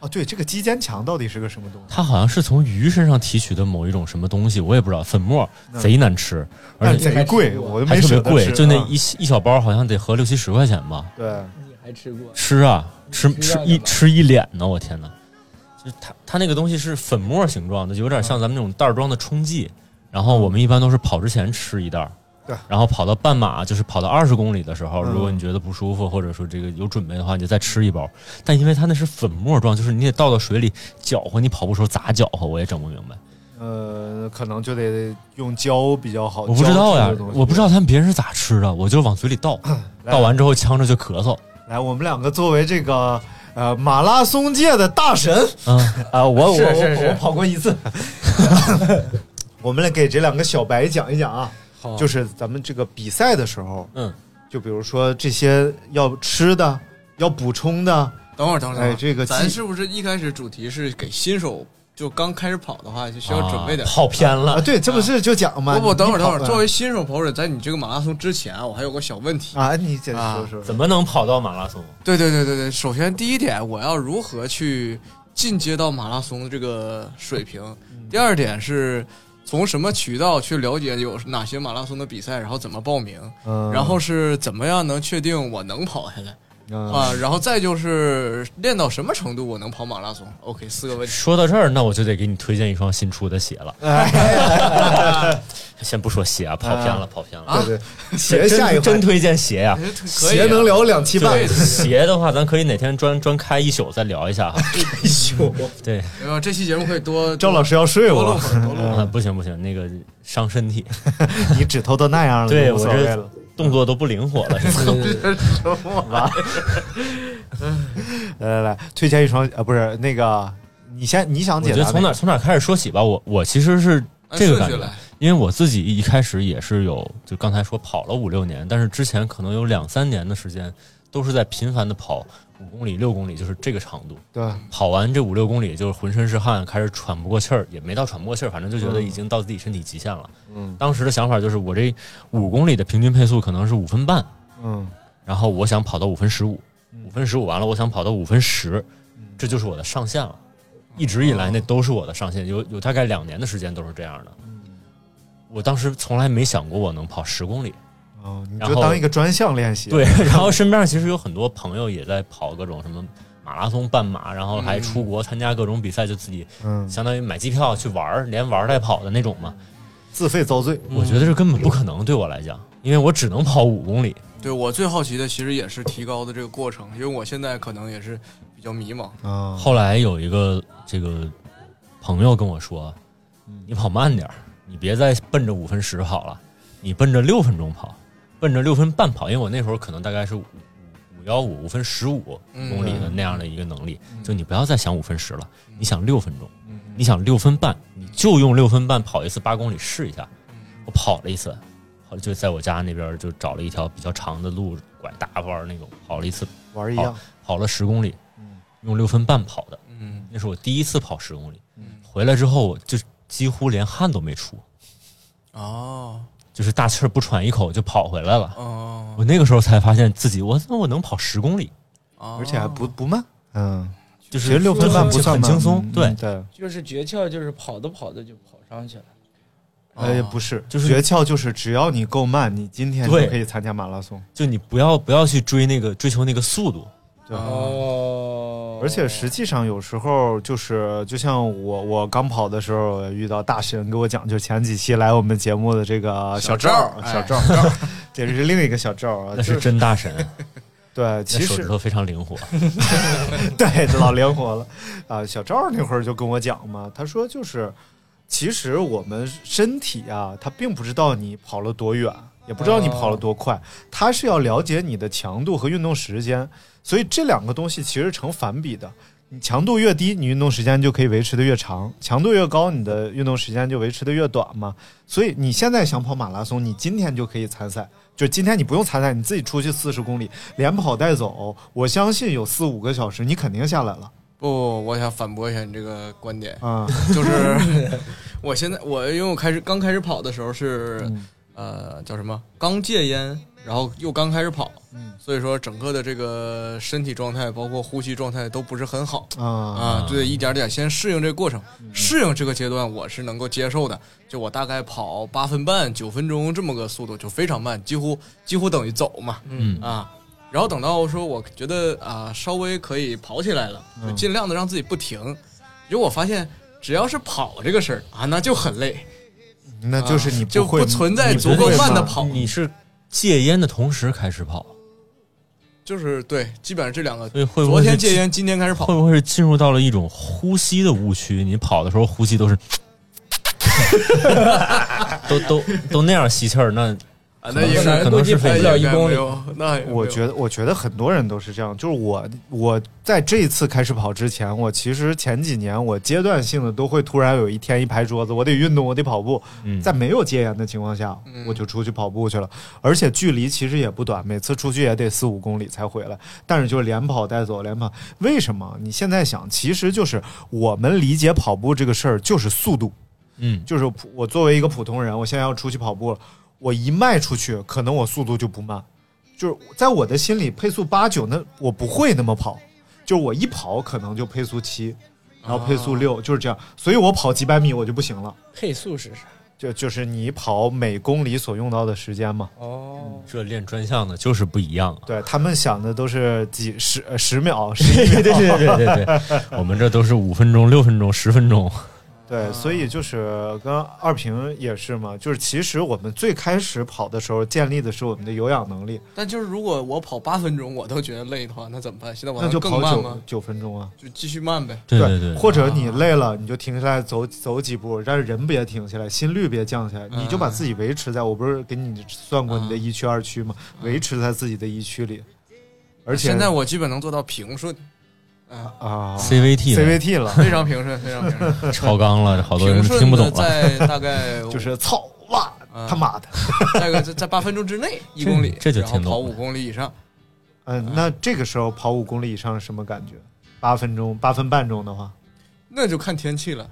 Speaker 3: 啊。对，这个肌间强到底是个什么东西？
Speaker 6: 它好像是从鱼身上提取的某一种什么东西，我也不知道，粉末
Speaker 3: 嗯
Speaker 6: 贼难吃，而
Speaker 3: 但
Speaker 6: 且
Speaker 3: 贼贵，我都
Speaker 6: 还
Speaker 3: 没
Speaker 6: 特别
Speaker 3: 舍得
Speaker 6: 贵，
Speaker 3: 吃
Speaker 6: 就那
Speaker 3: 啊
Speaker 6: 一一小包好像得合六七十块钱吧。
Speaker 3: 对。
Speaker 4: 你还吃过？
Speaker 6: 吃啊，吃
Speaker 4: 吃
Speaker 6: 吃
Speaker 4: 啊
Speaker 6: 一
Speaker 4: 干嘛
Speaker 6: 吃一脸呢，我天哪！就是它它那个东西是粉末形状的，就有点像咱们那种袋儿装的冲剂。然后我们一般都是跑之前吃一袋儿，
Speaker 3: 对
Speaker 6: 然后跑到半马，就是跑到二十公里的时候，
Speaker 3: 嗯
Speaker 6: 如果你觉得不舒服，或者说这个有准备的话，你就再吃一包。但因为它那是粉末状，就是你得倒到水里搅和，你跑步时候咋搅和我也整不明白。
Speaker 3: 呃，可能就得用胶比较好。
Speaker 6: 我不知道
Speaker 3: 胶
Speaker 6: 呀
Speaker 3: 质的东，西
Speaker 6: 我不知道他们别人是咋吃的，我就往嘴里倒，
Speaker 3: 来
Speaker 6: 倒完之后呛着就咳嗽。
Speaker 3: 来，我们两个作为这个呃马拉松界的大神
Speaker 6: 嗯，
Speaker 3: 啊，我
Speaker 4: 是
Speaker 3: 我
Speaker 4: 是
Speaker 3: 我
Speaker 4: 是
Speaker 3: 我跑过一 次， 我们来给这两个小白讲一讲啊，
Speaker 4: 好，
Speaker 3: 就是咱们这个比赛的时候，
Speaker 6: 嗯，
Speaker 3: 就比如说这些要吃的、要补充的，
Speaker 5: 等会儿，等会
Speaker 3: 哎
Speaker 5: 儿，等会儿
Speaker 3: 这个
Speaker 5: 咱
Speaker 3: 技
Speaker 5: 是不是一开始主题是给新手，就刚开始跑的话，就需要准备点
Speaker 6: 啊。跑偏
Speaker 3: 啊，
Speaker 6: 了，
Speaker 3: 对，这不是就讲吗？
Speaker 5: 不不，
Speaker 3: 你
Speaker 5: 等会儿，等会儿，
Speaker 3: 跑啊
Speaker 5: 作为新手跑者，在你这个马拉松之前啊，我还有个小问题。
Speaker 3: 啊，你解
Speaker 5: 啊
Speaker 3: 说说
Speaker 6: 怎么能跑到马拉松？
Speaker 5: 对对对对对，首先第一点，我要如何去进阶到马拉松的这个水平？
Speaker 3: 嗯
Speaker 5: 第二点是从什么渠道去了解有哪些马拉松的比赛，然后怎么报名，
Speaker 3: 嗯
Speaker 5: 然后是怎么样能确定我能跑下来
Speaker 3: 嗯
Speaker 5: 啊？然后再就是练到什么程度我能跑马拉松？OK，四个问 题。
Speaker 6: 说到这儿，那我就得给你推荐一双新出的鞋了。先不说鞋啊，跑偏了，跑偏了。
Speaker 3: 对对，鞋下一哎
Speaker 6: 真真
Speaker 3: 回
Speaker 6: 推荐鞋呀、
Speaker 5: 可以啊
Speaker 3: 鞋能聊两期半
Speaker 6: 对，鞋的话，咱可以哪天专专开一宿再聊一下哈。
Speaker 3: 宿，
Speaker 6: 对，
Speaker 5: 没有，这期节目可以 多
Speaker 3: 赵老师要睡
Speaker 5: 多
Speaker 3: 我
Speaker 5: 录
Speaker 3: 了
Speaker 5: 会。儿，多 录会儿。
Speaker 6: 啊，不行不行，那个伤身体，
Speaker 3: 你指头都那样了，
Speaker 6: 对
Speaker 3: 嗯就无
Speaker 6: 我
Speaker 3: 所谓了嗯
Speaker 6: 这。动作都不灵活了。
Speaker 4: 对对对
Speaker 3: 来来来，推荐一双呃，不是那个，你先你想
Speaker 6: 我
Speaker 3: 解
Speaker 6: 觉
Speaker 3: 答
Speaker 6: 得从哪从哪开始说起吧。我我其实是
Speaker 5: 按
Speaker 6: 这个
Speaker 5: 哎顺
Speaker 6: 感
Speaker 5: 序
Speaker 6: 觉
Speaker 5: 来，
Speaker 6: 因为我自己一开始也是有，就刚才说跑了五六年，但是之前可能有两三年的时间都是在频繁的跑五公里、六公里，就是这个长度。
Speaker 3: 对，
Speaker 6: 跑完这五六公里，就是浑身是汗，开始喘不过气儿，也没到喘不过气儿，反正就觉得已经到自己身体极限了。
Speaker 3: 嗯
Speaker 6: 当时的想法就是，我这五公里的平均配速可能是五分半，
Speaker 3: 嗯
Speaker 6: 然后我想跑到五分十五，五分十五完了，我想跑到五分十，这就是我的上限了。一直以来那都是我的上限，有有大概两年的时间都是这样的。我当时从来没想过我能跑十公里，
Speaker 3: 哦，你
Speaker 6: 然
Speaker 3: 就
Speaker 6: 后
Speaker 3: 当一个专项练习。
Speaker 6: 对，然后身边其实有很多朋友也在跑各种什么马拉松、半马，然后还出国参加各种比赛，就自己
Speaker 3: 嗯，
Speaker 6: 相当于买机票去玩儿，连玩儿带跑的那种嘛。
Speaker 3: 自费遭罪。
Speaker 6: 我觉得这根本不可能，对我来讲，因为我只能跑五公里。
Speaker 5: 对我最好奇的其实也是提高的这个过程，因为我现在可能也是比较迷茫。
Speaker 3: 啊，
Speaker 6: 后来有一个这个朋友跟我说：“你跑慢点儿，你别再奔着五分十跑了，你奔着六分钟跑，奔着六分半跑。”因为我那时候可能大概是五五幺五五分十五
Speaker 5: 嗯
Speaker 6: 公里的那样的一个能力，就你不要再想五分十了，你想六分钟，
Speaker 5: 嗯
Speaker 6: 你想六分半，你就用六分半跑一次八公里试一下。
Speaker 5: 嗯
Speaker 6: 我跑了一次，后来就在我家那边儿就找了一条比较长的路拐大弯儿那种，跑了一次，
Speaker 3: 玩一样，
Speaker 6: 跑了十公里，
Speaker 3: 嗯
Speaker 6: 用六分半跑的。
Speaker 5: 嗯，
Speaker 6: 那是我第一次跑十公里
Speaker 5: 嗯，
Speaker 6: 回来之后我就几乎连汗都没出，
Speaker 5: 哦，
Speaker 6: 就是大气儿不喘一口就跑回来了。
Speaker 5: 哦，
Speaker 6: 我那个时候才发现自己，我那我能跑十公里，
Speaker 5: 而
Speaker 3: 而且还不不慢。嗯，
Speaker 6: 哦就
Speaker 3: 其
Speaker 6: 是
Speaker 3: 实六分半不算
Speaker 6: 很
Speaker 3: 慢
Speaker 6: 轻松
Speaker 3: 嗯。
Speaker 6: 对，
Speaker 3: 对，
Speaker 4: 就是诀窍就是跑着跑着就跑上去了。
Speaker 3: 呃，也不是，
Speaker 6: 哦就是
Speaker 3: 诀窍就是只要你够慢，你今天就
Speaker 6: 对
Speaker 3: 可以参加马拉松。
Speaker 6: 就你不要不要去追那个追求那个速度，
Speaker 3: 对，
Speaker 5: 哦
Speaker 4: 哦，哦，
Speaker 3: 而且实际上有时候就是，就像我我刚跑的时候遇到大神给我讲，就前几期来我们节目的这个
Speaker 5: 小
Speaker 3: 赵
Speaker 5: 赵，
Speaker 3: 小
Speaker 5: 哎
Speaker 3: 赵， 这是另一个小赵啊，
Speaker 6: 那
Speaker 3: 就是
Speaker 6: 真 大神，
Speaker 3: 对，
Speaker 6: 那
Speaker 3: 其
Speaker 6: 手指
Speaker 3: 实
Speaker 6: 头非常灵活。
Speaker 3: 对老灵活了啊。小赵那会儿就跟我讲嘛，他说就是，其实我们身体啊，它并不知道你跑了多远，也不知道你跑了多快，它是要了解你的强度和运动时间，所以这两个东西其实成反比的。你强度越低，你运动时间就可以维持的越长；强度越高，你的运动时间就维持的越短嘛。所以你现在想跑马拉松，你今天就可以参赛，就今天你不用参赛，你自己出去四十公里连跑带走，我相信有四五个小时，你肯定下来了
Speaker 5: 不不，我想反驳一下你这个观点，
Speaker 3: 啊。
Speaker 5: 就是我现在我因为我开始刚开始跑的时候是、
Speaker 3: 嗯
Speaker 5: 呃叫什么刚戒烟，然后又刚开始跑，
Speaker 3: 嗯
Speaker 5: 所以说整个的这个身体状态包括呼吸状态都不是很好。
Speaker 3: 啊
Speaker 5: 啊，对，一点点先适应这个过程，
Speaker 6: 嗯
Speaker 5: 适应这个阶段我是能够接受的。就我大概跑八分半、九分钟这么个速度，就非常慢，几乎几乎等于走嘛
Speaker 6: 嗯，
Speaker 5: 啊。然后等到说我觉得啊稍微可以跑起来了，就
Speaker 6: 嗯
Speaker 5: 尽量的让自己不停。结果我发现，只要是跑这个事儿啊，那就很累，
Speaker 3: 那就是你
Speaker 5: 啊就
Speaker 3: 会
Speaker 5: 不存在
Speaker 3: 你
Speaker 5: 足
Speaker 3: 不
Speaker 5: 够
Speaker 3: 会
Speaker 5: 慢的
Speaker 3: 吗
Speaker 5: 跑，
Speaker 6: 你是戒烟的同时开始跑，
Speaker 5: 就是对，基本上这两个。
Speaker 6: 所以会不
Speaker 5: 昨
Speaker 6: 会是
Speaker 5: 天戒烟，今天开始跑
Speaker 6: 会，不会是进入到了一种呼吸的误区？你跑的时候呼 吸都是，都都都那样吸气儿，那
Speaker 5: 啊
Speaker 6: 可能
Speaker 5: 应
Speaker 6: 是
Speaker 5: 该
Speaker 6: 可能是
Speaker 5: 哎
Speaker 6: 跑
Speaker 4: 不了一
Speaker 5: 应该
Speaker 4: 公里
Speaker 5: 没有那
Speaker 3: 我
Speaker 5: 得
Speaker 3: 觉得，我觉得很多人都是这样。就是我，我在这一次开始跑之前，我其实前几年我阶段性的都会突然有一天一拍桌子，我得运动，我得跑步。
Speaker 6: 嗯，
Speaker 3: 在没有戒烟的情况下，
Speaker 5: 嗯
Speaker 3: 我就出去跑步去了，而且距离其实也不短，每次出去也得四五公里才回来，但是就是连跑带走，连跑。为什么？你现在想，其实就是我们理解跑步这个事儿就是速度，
Speaker 6: 嗯
Speaker 3: 就是普我作为一个普通人，我现在要出去跑步了，我一迈出去，可能我速度就不慢，就是在我的心里，配速八九那我不会那么跑，就是我一跑可能就配速七，然后配速六，就是这样，所以我跑几百米我就不行了。
Speaker 4: 配速是啥？
Speaker 3: 就就是你跑每公里所用到的时间嘛。
Speaker 4: 哦，
Speaker 6: 这练专项的就是不一样啊。
Speaker 3: 对他们想的都是几十呃十秒、十一秒，
Speaker 6: 对对对对对， 我们这都是五分钟、六分钟、十分钟。
Speaker 3: 对，所以就是跟二平也是嘛，就是其实我们最开始跑的时候建立的是我们的有氧能力，
Speaker 5: 但就是如果我跑八分钟我都觉得累的话，那怎么办？现在我
Speaker 3: 那就
Speaker 5: 能更
Speaker 3: 跑
Speaker 5: 慢
Speaker 3: 九
Speaker 5: 吗？
Speaker 3: 九分钟啊。
Speaker 5: 就继续慢呗。
Speaker 6: 对对对，
Speaker 3: 或者你累了，你就停下来走走几步，但是人别停下来，心率别降下来，
Speaker 5: 嗯
Speaker 3: 你就把自己维持在我不是给你算过你的一区二区吗？维持在自己的一区里，而且
Speaker 5: 嗯现在我基本能做到平顺，啊，
Speaker 3: 啊
Speaker 6: CVT 呢
Speaker 3: CVT 了，
Speaker 5: 非常平顺，非常平顺。
Speaker 6: 超纲了， 好多
Speaker 5: 平
Speaker 6: 人
Speaker 5: 顺
Speaker 6: 听不
Speaker 5: 的
Speaker 6: 懂啊了。
Speaker 5: 在 大概
Speaker 3: 就是操哇
Speaker 5: 啊
Speaker 3: 他妈的。
Speaker 5: 大概在在八分钟之内，一公里，
Speaker 6: 这就
Speaker 5: 然后
Speaker 6: 听懂
Speaker 5: 跑
Speaker 6: 了
Speaker 5: 五公里以上，
Speaker 3: 嗯，那这个时候跑五公里以上是什么感觉？八分钟、八分半钟的话，
Speaker 5: 那就看天气了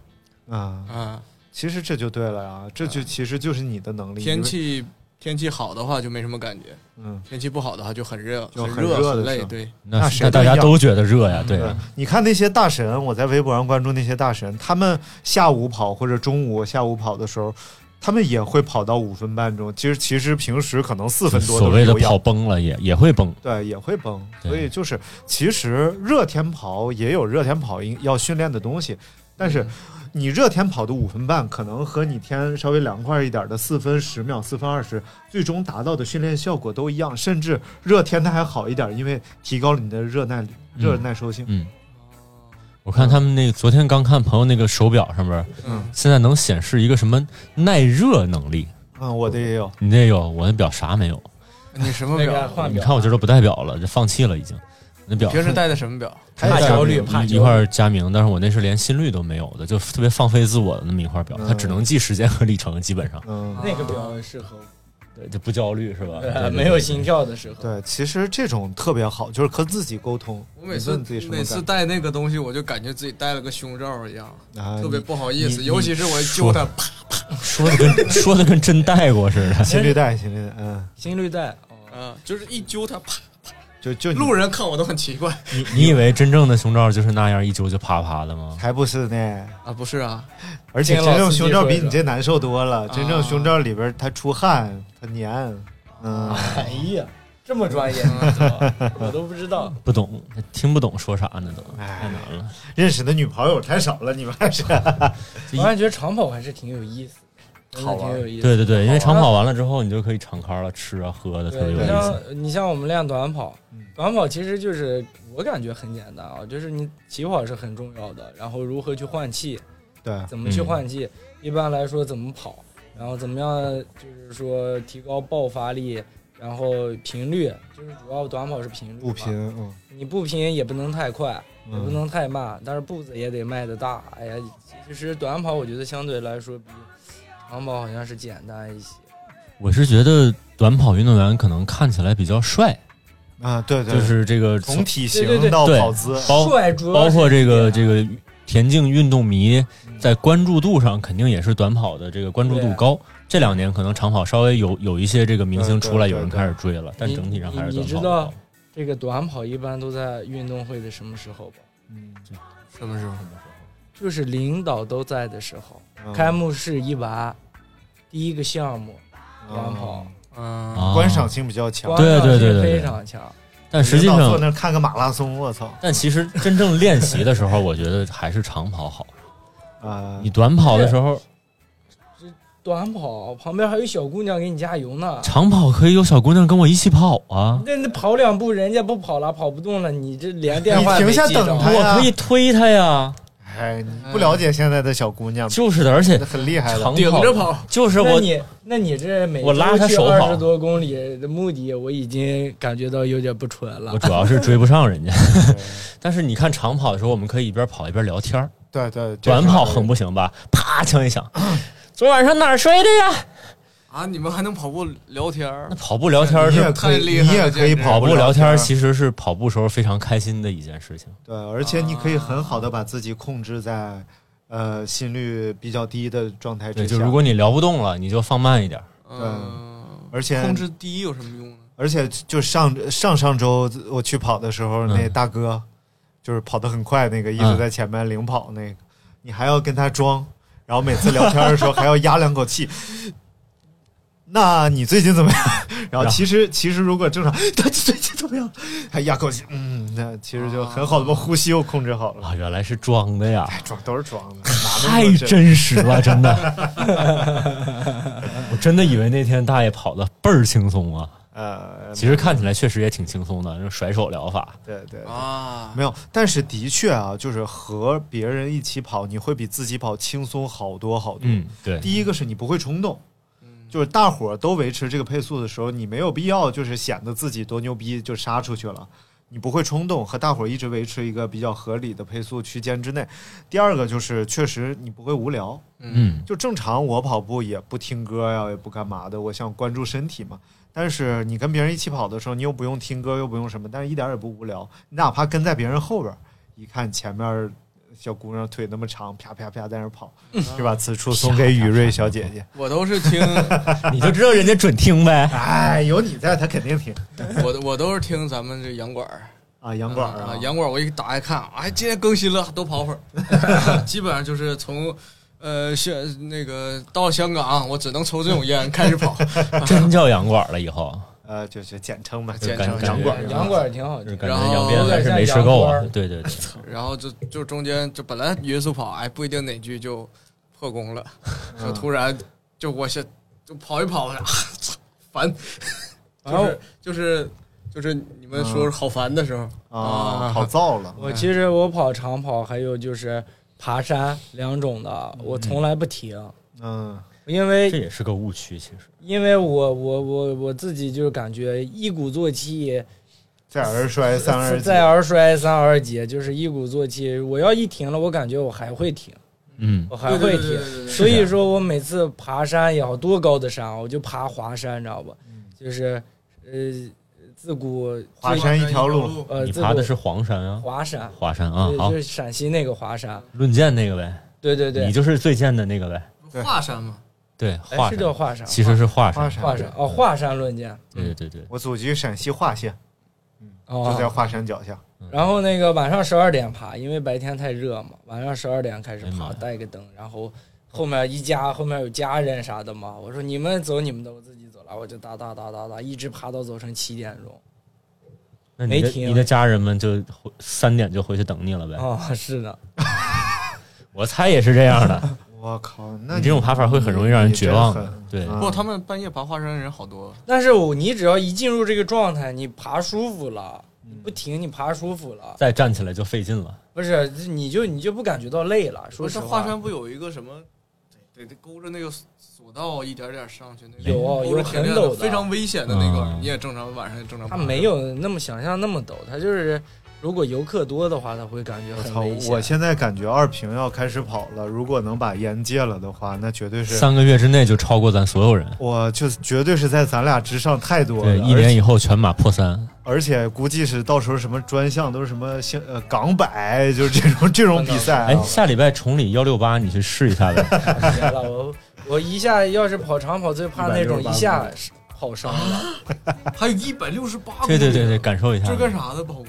Speaker 3: 啊、
Speaker 5: 啊。
Speaker 3: 其实这就对了呀，这就其实就是你的能力。
Speaker 5: 嗯天，气天气好的话就没什么感觉，
Speaker 3: 嗯，
Speaker 5: 天气不好的话就很热，
Speaker 3: 就很
Speaker 5: 热
Speaker 3: 热的
Speaker 5: 很
Speaker 3: 时
Speaker 5: 累。
Speaker 3: 候
Speaker 5: 对，
Speaker 6: 那
Speaker 3: 那谁
Speaker 6: 那大
Speaker 3: 都一
Speaker 6: 家
Speaker 3: 样嗯
Speaker 6: 都觉得热呀，对啊
Speaker 3: 对
Speaker 6: 呀，，
Speaker 3: 你看那些大神，我在微博上关注那些大神，他们下午跑或者中午下午跑的时候，他们也会跑到五分半钟。其实其实平时可能四分多都
Speaker 6: 所
Speaker 3: 是
Speaker 6: 谓的
Speaker 3: 有氧
Speaker 6: 跑崩了也也会崩。
Speaker 3: 对，也会崩。
Speaker 6: 对
Speaker 3: 所以就是，其实热天跑也有热天跑应要训练的东西，但
Speaker 6: 嗯
Speaker 3: 是你热天跑的五分半，可能和你天稍微凉快一点的四分十秒、四分二十，最终达到的训练效果都一样，甚至热天它还好一点，因为提高了你的热耐力热耐受性。
Speaker 6: 嗯，我看他们那昨天刚看朋友那个手表上面，
Speaker 5: 嗯，
Speaker 6: 现在能显示一个什么耐热能力。
Speaker 3: 嗯，我的也有。
Speaker 6: 你那有，我那表啥没有。
Speaker 5: 你什么
Speaker 4: 那个
Speaker 5: 表？
Speaker 4: 换
Speaker 6: 你
Speaker 4: 表，
Speaker 6: 看我这都不戴表了，这放弃了已经。那表
Speaker 5: 平时戴的什 么表？
Speaker 4: 怕焦虑，怕
Speaker 6: 一
Speaker 4: 焦虑。
Speaker 6: 块佳明，但是我那是连心率都没有的，就特别放飞自我的那么一块表，
Speaker 3: 嗯
Speaker 6: 它只能记时间和里程，基本上
Speaker 3: 嗯，
Speaker 4: 那个
Speaker 5: 啊
Speaker 4: 表适合
Speaker 6: 对就不焦虑 是吧？
Speaker 4: 我，没有心跳的时候。
Speaker 3: 对，其实这种特别好，就是和自己沟通。
Speaker 5: 我每
Speaker 3: 你
Speaker 5: 次
Speaker 3: 问自己什么
Speaker 5: 每次
Speaker 3: 感
Speaker 5: 戴那个东西，我就感觉自己戴了个胸罩一样，
Speaker 3: 觉啊
Speaker 5: 特别
Speaker 3: 你
Speaker 5: 不好意思。
Speaker 6: 你
Speaker 5: 尤其是我一揪它，啪
Speaker 6: 说的跟说的跟真戴过似的。
Speaker 3: 心率带，心率带，嗯，
Speaker 4: 心率带，哦
Speaker 5: 啊，就是一揪它，啪，
Speaker 3: 就就你
Speaker 5: 路人看我都很奇怪
Speaker 6: 你你以为真正的胸罩就是那样一揪就啪啪的吗？
Speaker 3: 才不是呢。
Speaker 5: 啊，不是啊，
Speaker 3: 而且真正胸罩比你这难受多了，
Speaker 5: 啊
Speaker 3: 真正胸罩里边它出汗，它粘，嗯，
Speaker 4: 哎呀，这么 专业，你
Speaker 3: 嗯
Speaker 4: 们知道吗我都不知道。
Speaker 6: 不懂，听不懂说啥呢都，太难了。
Speaker 3: 哎认识的女朋友太少了，你们还是
Speaker 4: 我还是觉得长跑还是挺有意思，真
Speaker 3: 好
Speaker 4: 的
Speaker 3: 玩
Speaker 4: 挺有意思。
Speaker 6: 对对对，因为长跑完了之后，你就可以敞开了吃啊喝的，特别有
Speaker 4: 你
Speaker 6: 意思。
Speaker 4: 像你像我们练短跑
Speaker 3: 嗯，
Speaker 4: 短跑其实就是我感觉很简单啊，就是你起跑是很重要的，然后如何去换气，
Speaker 3: 对
Speaker 4: 怎么去
Speaker 6: 嗯
Speaker 4: 换气，一般来说怎么跑，然后怎么样就是说提高爆发力，然后频率，就是主要短跑是频率，
Speaker 3: 不拼，，嗯，
Speaker 4: 你不拼也不能太快，也不
Speaker 3: 嗯
Speaker 4: 能太慢，但是步子也得迈得大。哎呀，其实短跑我觉得相对来说比长跑好像是简单一些。
Speaker 6: 我是觉得短跑运动员可能看起来比较帅，
Speaker 3: 啊，对对，
Speaker 6: 就是这个
Speaker 3: 从体
Speaker 4: 对
Speaker 3: 型
Speaker 4: 对对
Speaker 3: 到
Speaker 6: 对
Speaker 3: 跑姿，
Speaker 6: 包
Speaker 4: 帅主要
Speaker 6: 包
Speaker 4: 是
Speaker 6: 括这个这
Speaker 4: 点
Speaker 6: 个田径运动迷在关注度上，肯定也是短跑的这个关注度高。这两年可能长跑稍微有有一些这个明星出来，
Speaker 3: 对对对
Speaker 6: 有人开始追了，但整体上还是
Speaker 4: 你
Speaker 6: 短
Speaker 4: 你知
Speaker 6: 跑
Speaker 4: 道
Speaker 6: 高。
Speaker 4: 这个短跑一般都在运动会的什么时候吧？
Speaker 3: 嗯
Speaker 5: 什么时候？
Speaker 4: 就是领导都在的时候，
Speaker 6: 嗯
Speaker 4: 开
Speaker 3: 嗯
Speaker 4: 幕式一完，第一个项目短跑，，
Speaker 5: 嗯，
Speaker 6: 啊
Speaker 3: 观赏性比较强
Speaker 4: 观。
Speaker 6: 对对对
Speaker 4: 赏性
Speaker 6: 对对
Speaker 4: 非常强。
Speaker 6: 但实际
Speaker 3: 领导坐
Speaker 6: 上，
Speaker 3: 那儿看个马拉松，我操
Speaker 6: 但其实真正练习的时候，我觉得还是长跑好。
Speaker 3: 啊
Speaker 6: 你！短跑的时候，
Speaker 4: 短跑旁边还有小姑娘给你加油呢，
Speaker 6: 长跑可以有小姑娘跟我一起跑啊，
Speaker 4: 那那跑两步人家不跑了，跑不动了，你这连电
Speaker 3: 你
Speaker 4: 话
Speaker 3: 停
Speaker 4: 没
Speaker 3: 下
Speaker 4: 记
Speaker 3: 等
Speaker 4: 着
Speaker 3: 她哎呀
Speaker 6: 我可以推她呀。
Speaker 3: 哎，你不了解现在的小姑娘，
Speaker 6: 就是的，而且
Speaker 3: 很厉害的。
Speaker 6: 长
Speaker 5: 顶着跑，
Speaker 6: 就是
Speaker 4: 那
Speaker 6: 我
Speaker 4: 你那你这每
Speaker 6: 我拉他手跑
Speaker 4: 二十多公里的目的，我已经感觉到有点不纯了
Speaker 6: 我。主要是追不上人家。 但是你看长跑的时候，我们可以一边跑一边聊天儿。
Speaker 3: 对对，这
Speaker 6: 短
Speaker 3: 是
Speaker 6: 跑很不行吧？啪，枪一响，昨晚上哪儿摔的呀？
Speaker 5: 啊！你们还能跑步聊天儿
Speaker 6: 那？跑步聊天儿
Speaker 3: 你也
Speaker 6: 是
Speaker 3: 可以，
Speaker 5: 太厉害了
Speaker 3: 你也可以
Speaker 5: 简直
Speaker 3: 啊跑
Speaker 6: 跑步聊
Speaker 3: 天
Speaker 6: 天
Speaker 3: 儿
Speaker 6: 儿，其实是跑步时候非常开心的一件事情。
Speaker 3: 对，而且你可以很好的把自己控制在呃心率比较低的状态
Speaker 6: 对，
Speaker 3: 之
Speaker 6: 就
Speaker 3: 下。
Speaker 6: 如果你聊不动了，你就放慢一点儿。
Speaker 5: 嗯，
Speaker 3: 而且
Speaker 5: 控制第一有什么用呢？
Speaker 3: 而且就上上上周我去跑的时候，
Speaker 6: 嗯
Speaker 3: 那大哥就是跑得很快，那个一直在前面领跑那个，你还要跟他装，然后每次聊天的时候还要压两口 气。那你最近怎么样？然后其实其实如果正常， 他最近怎么样？还压口气，嗯，那其实就很好的把呼吸又控制好了。
Speaker 6: 啊，原来是装的呀！
Speaker 3: 哎，装都是装的，哪那
Speaker 6: 太
Speaker 3: 么真？
Speaker 6: 真实了，真的。 我真的以为那天大爷跑的倍儿轻松啊，
Speaker 3: 呃，
Speaker 6: 其实看起来确实也挺轻松的，就是甩手疗法。
Speaker 3: 对对对
Speaker 5: 啊
Speaker 3: 没，有，但是的确啊，就是和别人一起跑，你会比自己跑轻松好多好多。
Speaker 6: 嗯，对，
Speaker 3: 第一个是你不会冲动，
Speaker 5: 嗯
Speaker 3: 就是大伙儿都维持这个配速的时候，你没有必要就是显得自己多牛逼就杀出去了。你不会冲动，和大伙儿一直维持一个比较合理的配速区间之内。第二个就是，确实你不会无聊，
Speaker 6: 嗯，
Speaker 3: 就正常我跑步也不听歌呀、也不干嘛的，我想关注身体嘛。但是你跟别人一起跑的时候，你又不用听歌，又不用什么，但是一点儿也不无聊。你哪怕跟在别人后边儿，一看前面儿小姑娘腿那么长，啪啪啪在那儿跑，是吧？此处送给雨瑞小姐姐。
Speaker 5: 我都是听
Speaker 6: 你就知道人家准听 呗。
Speaker 3: 哎，有你在，她肯定听
Speaker 5: 我都我都是听咱们这洋馆儿
Speaker 3: 啊。杨管儿
Speaker 5: 啊
Speaker 3: 啊，，
Speaker 5: 洋馆儿我一打开看，哎，今天更新了，多跑会儿。基本上就是从呃香那个到香港，我只能抽这种烟开始跑。
Speaker 6: 真叫洋馆了，以后
Speaker 3: 呃，就是简称吧，
Speaker 5: 简
Speaker 3: 简
Speaker 5: 称
Speaker 3: 称杨
Speaker 6: 感
Speaker 3: 管
Speaker 6: 感
Speaker 3: 儿。
Speaker 5: 啊
Speaker 4: 杨管儿挺好
Speaker 6: 就
Speaker 4: 听
Speaker 6: 是感
Speaker 5: 然后
Speaker 6: 觉杨边还是没吃够啊。对对对，
Speaker 5: 然后就就中间就本来匀速跑，哎，不一定哪句就破功了，
Speaker 6: 嗯
Speaker 5: 就突然就我先就跑一跑，啊，操 烦，
Speaker 4: 然后嗯
Speaker 5: 就是就是就是你们说好烦的时候
Speaker 3: 啊，跑燥了。
Speaker 4: 我其实我跑长跑，还有就是爬山两种的，我从来不停，
Speaker 3: 嗯，
Speaker 4: 因为
Speaker 6: 嗯这也是个误区，其实。
Speaker 4: 因为我我我我自己就是感觉一鼓作气，
Speaker 3: 再而衰，三而竭
Speaker 4: 再而衰，三而竭，就是一鼓作气。我要一停了，我感觉我还会停，
Speaker 6: 嗯，
Speaker 4: 我
Speaker 5: 对
Speaker 4: 还啊会
Speaker 5: 对
Speaker 4: 停。
Speaker 5: 对对对，
Speaker 4: 所
Speaker 6: 啊
Speaker 4: 以说我每次爬山也好，多高的山啊，我就爬华山，你知道吧？就是呃，自古
Speaker 3: 嗯华山一条路，
Speaker 4: 呃，
Speaker 6: 你
Speaker 4: 自
Speaker 6: 爬的
Speaker 4: 古
Speaker 6: 是黄山啊，
Speaker 4: 华山，
Speaker 6: 华山啊，
Speaker 4: 对，
Speaker 6: 好
Speaker 4: 就，是陕西那个华山，
Speaker 6: 论剑那个呗，
Speaker 4: 对对对
Speaker 6: 你，就是最贱的那个呗，
Speaker 5: 华山嘛，
Speaker 6: 对，
Speaker 4: 哎
Speaker 6: 华
Speaker 4: 是
Speaker 6: 山
Speaker 4: 叫华山，
Speaker 6: 其实是华
Speaker 3: 华
Speaker 6: 山，
Speaker 3: 山嗯
Speaker 4: 华山哦，华山论剑
Speaker 6: 对对对对，
Speaker 3: 我祖居陕西华县，就在
Speaker 4: 哦。
Speaker 3: 华山脚下。
Speaker 4: 然后那个晚上十二点爬，因为白天太热嘛，晚上十二点开始
Speaker 6: 哎呀妈
Speaker 4: 爬，
Speaker 6: 呀
Speaker 4: 带个灯，然后后面一家后面有家人啥的嘛。我说你们走你们的，我自己走了。我就哒哒哒哒哒，一直爬到早晨七点
Speaker 6: 哎
Speaker 4: 钟。
Speaker 6: 那你的
Speaker 4: 没
Speaker 3: 啊
Speaker 4: 停
Speaker 6: 你的家人们就回三点就回去等你了呗？
Speaker 3: 哦
Speaker 4: 啊、是的，
Speaker 6: 我猜也是这 样的。
Speaker 3: 我靠，那
Speaker 6: 你这种爬法会很容易让人绝望的。对，
Speaker 4: 嗯
Speaker 5: 不，他们半夜爬华山的人好多，
Speaker 4: 但是我你只要一进入这个状态，你爬舒服了，
Speaker 6: 嗯
Speaker 4: 你不停，你爬舒服了，
Speaker 6: 再站起来就费劲了。
Speaker 4: 不是你就你就不感觉到累了。说
Speaker 5: 不
Speaker 4: 实
Speaker 5: 是
Speaker 4: 话，
Speaker 5: 华山不有一个什么，得得勾着那个索道一点点上去，那个
Speaker 4: 有
Speaker 5: 勾
Speaker 4: 啊有
Speaker 5: 着
Speaker 4: 很
Speaker 5: 铁链
Speaker 4: 陡
Speaker 5: 子
Speaker 4: 的
Speaker 5: 非常危险的那个
Speaker 6: 嗯，
Speaker 5: 你也正常晚上也正常爬。
Speaker 4: 它没有那么想象那么陡，它就是如果游客多的话，它会感觉
Speaker 3: 我
Speaker 4: 很
Speaker 3: 操
Speaker 4: 危！险。
Speaker 3: 我现在感觉二平要开始跑了，如果能把盐戒了的话，那绝对是，
Speaker 6: 三个月之内就超过咱所有人，
Speaker 3: 我就绝对是在咱俩之上太多了。
Speaker 6: 对，一
Speaker 3: 而且
Speaker 6: 年以后全马破三。
Speaker 3: 而且估计是到时候什么专项都是什么星呃港百，就是这种这种比赛
Speaker 6: 哎
Speaker 3: 啊，。
Speaker 6: 下礼拜崇礼幺六八，你去试一下 呗。
Speaker 4: 别了， 我我一下要是跑长跑，最怕那种一下跑伤
Speaker 5: 啊
Speaker 4: 了。
Speaker 5: 还有一百六十八。
Speaker 6: 对对对对，，感
Speaker 3: 嗯
Speaker 6: 受一下
Speaker 5: 这。是干啥的？跑步？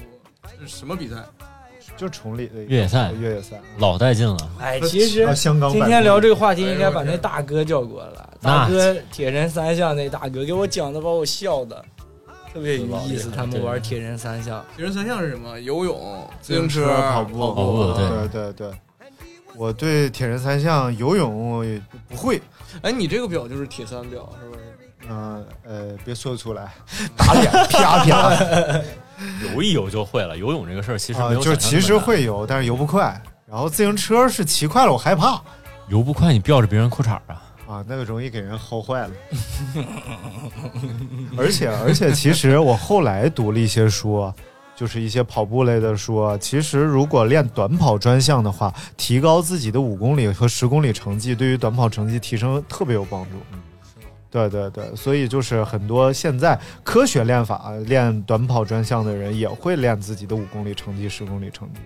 Speaker 5: 这是什么比赛？
Speaker 3: 就崇礼的
Speaker 6: 越野赛
Speaker 3: 越野赛啊。
Speaker 6: 老带劲了，
Speaker 4: 哎，其实
Speaker 3: 啊香港
Speaker 4: 今
Speaker 3: 百
Speaker 4: 天聊
Speaker 3: 公
Speaker 4: 这
Speaker 3: 里
Speaker 4: 个话题，
Speaker 5: 哎
Speaker 4: 应该把那大哥叫过来。大哥铁人三项那大哥给我讲的，把我笑的。特别有意思，他们玩铁人三项，
Speaker 5: 铁人三项是什么？游泳、
Speaker 3: 自
Speaker 5: 自
Speaker 3: 行
Speaker 5: 行
Speaker 3: 车
Speaker 5: 车、
Speaker 3: 跑
Speaker 5: 跑
Speaker 3: 步
Speaker 6: 跑步对
Speaker 3: 对对对，我对铁人三项游泳也不会，
Speaker 5: 哎，你这个表就是铁三表，是不是？
Speaker 3: 嗯呃，别说出来， 啊打脸啪 啪。
Speaker 6: 游一游就会了。游泳这个事儿其实
Speaker 3: 啊
Speaker 6: 没，有
Speaker 3: 就是
Speaker 6: 想象那么
Speaker 3: 其实
Speaker 6: 难
Speaker 3: 会游，但是游不快。然后自行车是骑快了我害怕
Speaker 6: 游不快，你吊着别人裤衩啊。
Speaker 3: 啊，那个容易给人薅坏了。 而且而且，其实我后来读了一些书，啊就是一些跑步类的书。啊其实如果练短跑专项的话，提高自己的五公里和十公里成绩，对于短跑成绩提升特别有帮助。对对对，所以就是很多现在科学练法练短跑专项的人，也会练自己的五公里成绩、十公里成绩。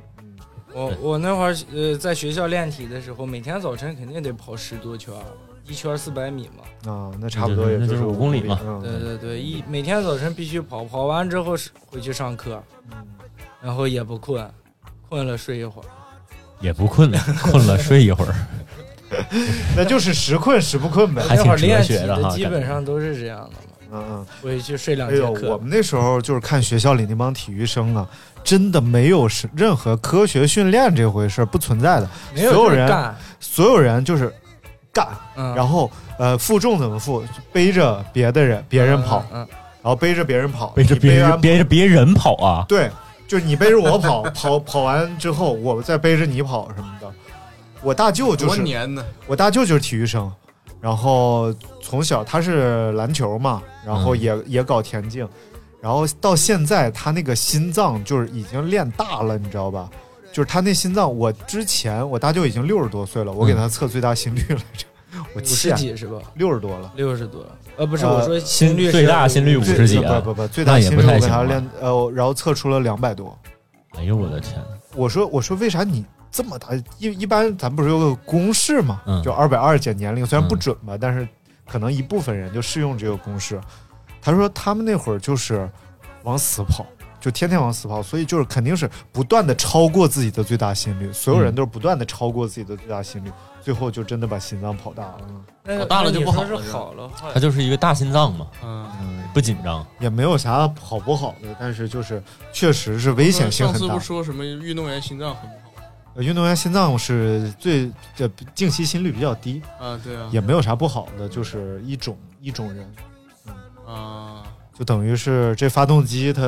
Speaker 4: 我我那会儿呃在学校练体的时候，每天早晨肯定得跑十多圈儿，一圈四百米嘛。
Speaker 3: 啊，那差不多也
Speaker 6: 那就是是
Speaker 3: 五
Speaker 6: 五公里嘛
Speaker 3: 嗯
Speaker 4: 对对对，一每天早晨必须跑，跑完之后是回去上课，
Speaker 3: 嗯
Speaker 4: 然后也不困，困了睡一会儿。
Speaker 6: 也不困了， 困了睡一会儿。
Speaker 3: 那就是时困时不困呗。
Speaker 6: 还
Speaker 4: 那
Speaker 6: 挺
Speaker 4: 会儿
Speaker 6: 哲
Speaker 4: 练
Speaker 6: 学
Speaker 4: 体
Speaker 6: 的哈
Speaker 4: 基
Speaker 6: 感
Speaker 4: 本
Speaker 6: 觉
Speaker 4: 上都是这样的嘛，
Speaker 3: 嗯嗯，
Speaker 4: 回去睡两
Speaker 3: 哎
Speaker 4: 节
Speaker 3: 呦，我
Speaker 4: 课。
Speaker 3: 们那时候就是看学校里那帮体育生啊，真的没有是任何科学训练这回事儿，不存在的。
Speaker 4: 没有
Speaker 3: 所有
Speaker 4: 就是
Speaker 3: 人
Speaker 4: 干，
Speaker 3: 所有人就是干，
Speaker 4: 嗯，
Speaker 3: 然后呃负重怎么负，背着别的人别人跑，
Speaker 4: 嗯，
Speaker 3: 然后背着别人跑，
Speaker 6: 背着
Speaker 3: 你
Speaker 6: 别
Speaker 3: 完
Speaker 6: 人背着别人跑啊，
Speaker 3: 对，就是你背着我跑，跑跑完之后，我再背着你跑什么的。我大舅就
Speaker 5: 多
Speaker 3: 是
Speaker 5: 年呢？
Speaker 3: 我大舅就是体育生，然后从小他是篮球嘛，然
Speaker 6: 嗯
Speaker 3: 后也、也搞田径，然后到现在他那个心脏就是已经练大了，你知道吧？就是他那心脏，我之前我大舅已经六十多岁了，我
Speaker 6: 嗯
Speaker 3: 给他测最大心率来着，我
Speaker 4: 五十
Speaker 3: 欠
Speaker 4: 几是吧？
Speaker 3: 六十多了。
Speaker 4: 六十多，呃，不是，
Speaker 3: 呃
Speaker 4: 我说心率
Speaker 6: 心最大
Speaker 4: 是
Speaker 6: 心率五
Speaker 4: 50
Speaker 6: 十几啊
Speaker 3: 不不不，最
Speaker 6: 那
Speaker 3: 大
Speaker 6: 也
Speaker 3: 心
Speaker 6: 不
Speaker 3: 率我
Speaker 6: 太
Speaker 3: 给他
Speaker 6: 行
Speaker 3: 练，呃，然后测出了两百多。
Speaker 6: 哎呦我的天，
Speaker 3: 我说我说为啥你这么大？一一般咱不是有个公式嘛，
Speaker 6: 嗯
Speaker 3: 就二百二减年龄，虽然
Speaker 6: 嗯
Speaker 3: 不准吧，但是可能一部分人就适用这个公式。他说他们那会儿就是往死跑，就天天往死跑，所以就是肯定是不断的超过自己的最大心率，所有人
Speaker 6: 嗯
Speaker 3: 都是不断的超过自己的最大心率，最后就真的把心脏跑大了。
Speaker 4: 那
Speaker 5: 我大了
Speaker 4: 那
Speaker 5: 就
Speaker 4: 你
Speaker 5: 不
Speaker 4: 说
Speaker 5: 好了
Speaker 4: 是
Speaker 5: 就
Speaker 4: 好了坏
Speaker 6: 他
Speaker 4: 了，
Speaker 6: 就是一个大心脏嘛，
Speaker 5: 嗯，
Speaker 3: 嗯，
Speaker 6: 不紧张。
Speaker 3: 也没有啥好不好的，但是就是确实是危险性
Speaker 5: 上
Speaker 3: 很
Speaker 5: 次
Speaker 3: 大
Speaker 5: 不。说什么运动员心脏很不好
Speaker 3: 呃运动员心脏是最呃静息心率比较低，
Speaker 5: 啊？对啊，
Speaker 3: 嗯也没有啥不好的，就是一种一种人，
Speaker 5: 啊，
Speaker 3: 就等于是这发动机它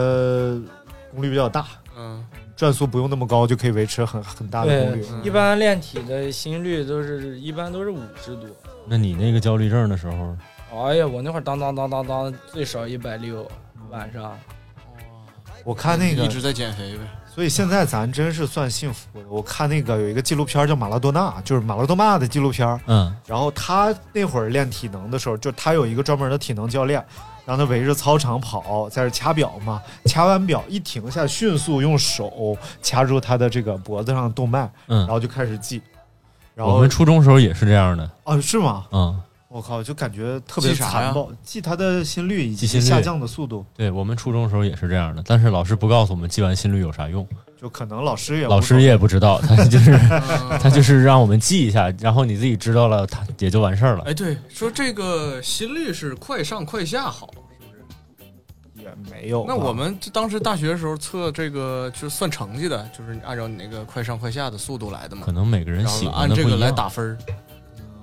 Speaker 3: 功率比较大，
Speaker 5: 嗯，
Speaker 3: 转速不用那么高就可以维持很很大的功率
Speaker 4: 对。，一般练体的心率都是一般都是五十多。
Speaker 6: 那你那个焦虑症的时候，
Speaker 4: 哎呀，我那会儿当当当当当，最少一百六，晚上。
Speaker 3: 我看那
Speaker 5: 一
Speaker 3: 个，
Speaker 5: 直在减肥呗。
Speaker 3: 所以现在咱真是算幸福的。我看那个有一个纪录片叫《马拉多纳》，就是马拉多纳的纪录片。
Speaker 6: 嗯，
Speaker 3: 然后他那会儿练体能的时候，就他有一个专门的体能教练，让他围着操场跑，在这掐表嘛，掐完表一停下，迅速用手掐住他的这个脖子上的动脉，
Speaker 6: 嗯
Speaker 3: 然后就开始记。然
Speaker 6: 我
Speaker 3: 后
Speaker 6: 们初中时候也是这样的，
Speaker 3: 啊，是吗？
Speaker 6: 嗯，
Speaker 3: 我靠，就感觉特别
Speaker 5: 记啥呀
Speaker 3: 残暴，记他的心率以及
Speaker 6: 记心率
Speaker 3: 下降的速度，
Speaker 6: 对我们初中的时候也是这样的，但是老师不告诉我们记完心率有啥用，
Speaker 3: 就可能老师也
Speaker 6: 老
Speaker 3: 不
Speaker 6: 师
Speaker 3: 懂
Speaker 6: 也不知道，他就是
Speaker 5: 嗯
Speaker 6: 他就是让我们记一下，然后你自己知道了，他也就完事儿了。
Speaker 5: 哎，对，说这个心率是快上快下好。
Speaker 3: 也没有吧。
Speaker 5: 那我们当时大学的时候测这个就是算成绩的，就是按照你那个快上快下的速度来的嘛
Speaker 6: 可，能每个人
Speaker 5: 然
Speaker 6: 喜
Speaker 5: 后
Speaker 6: 欢
Speaker 5: 按
Speaker 6: 的
Speaker 5: 这
Speaker 6: 不
Speaker 5: 个
Speaker 6: 一
Speaker 5: 来
Speaker 6: 样。
Speaker 5: 打分儿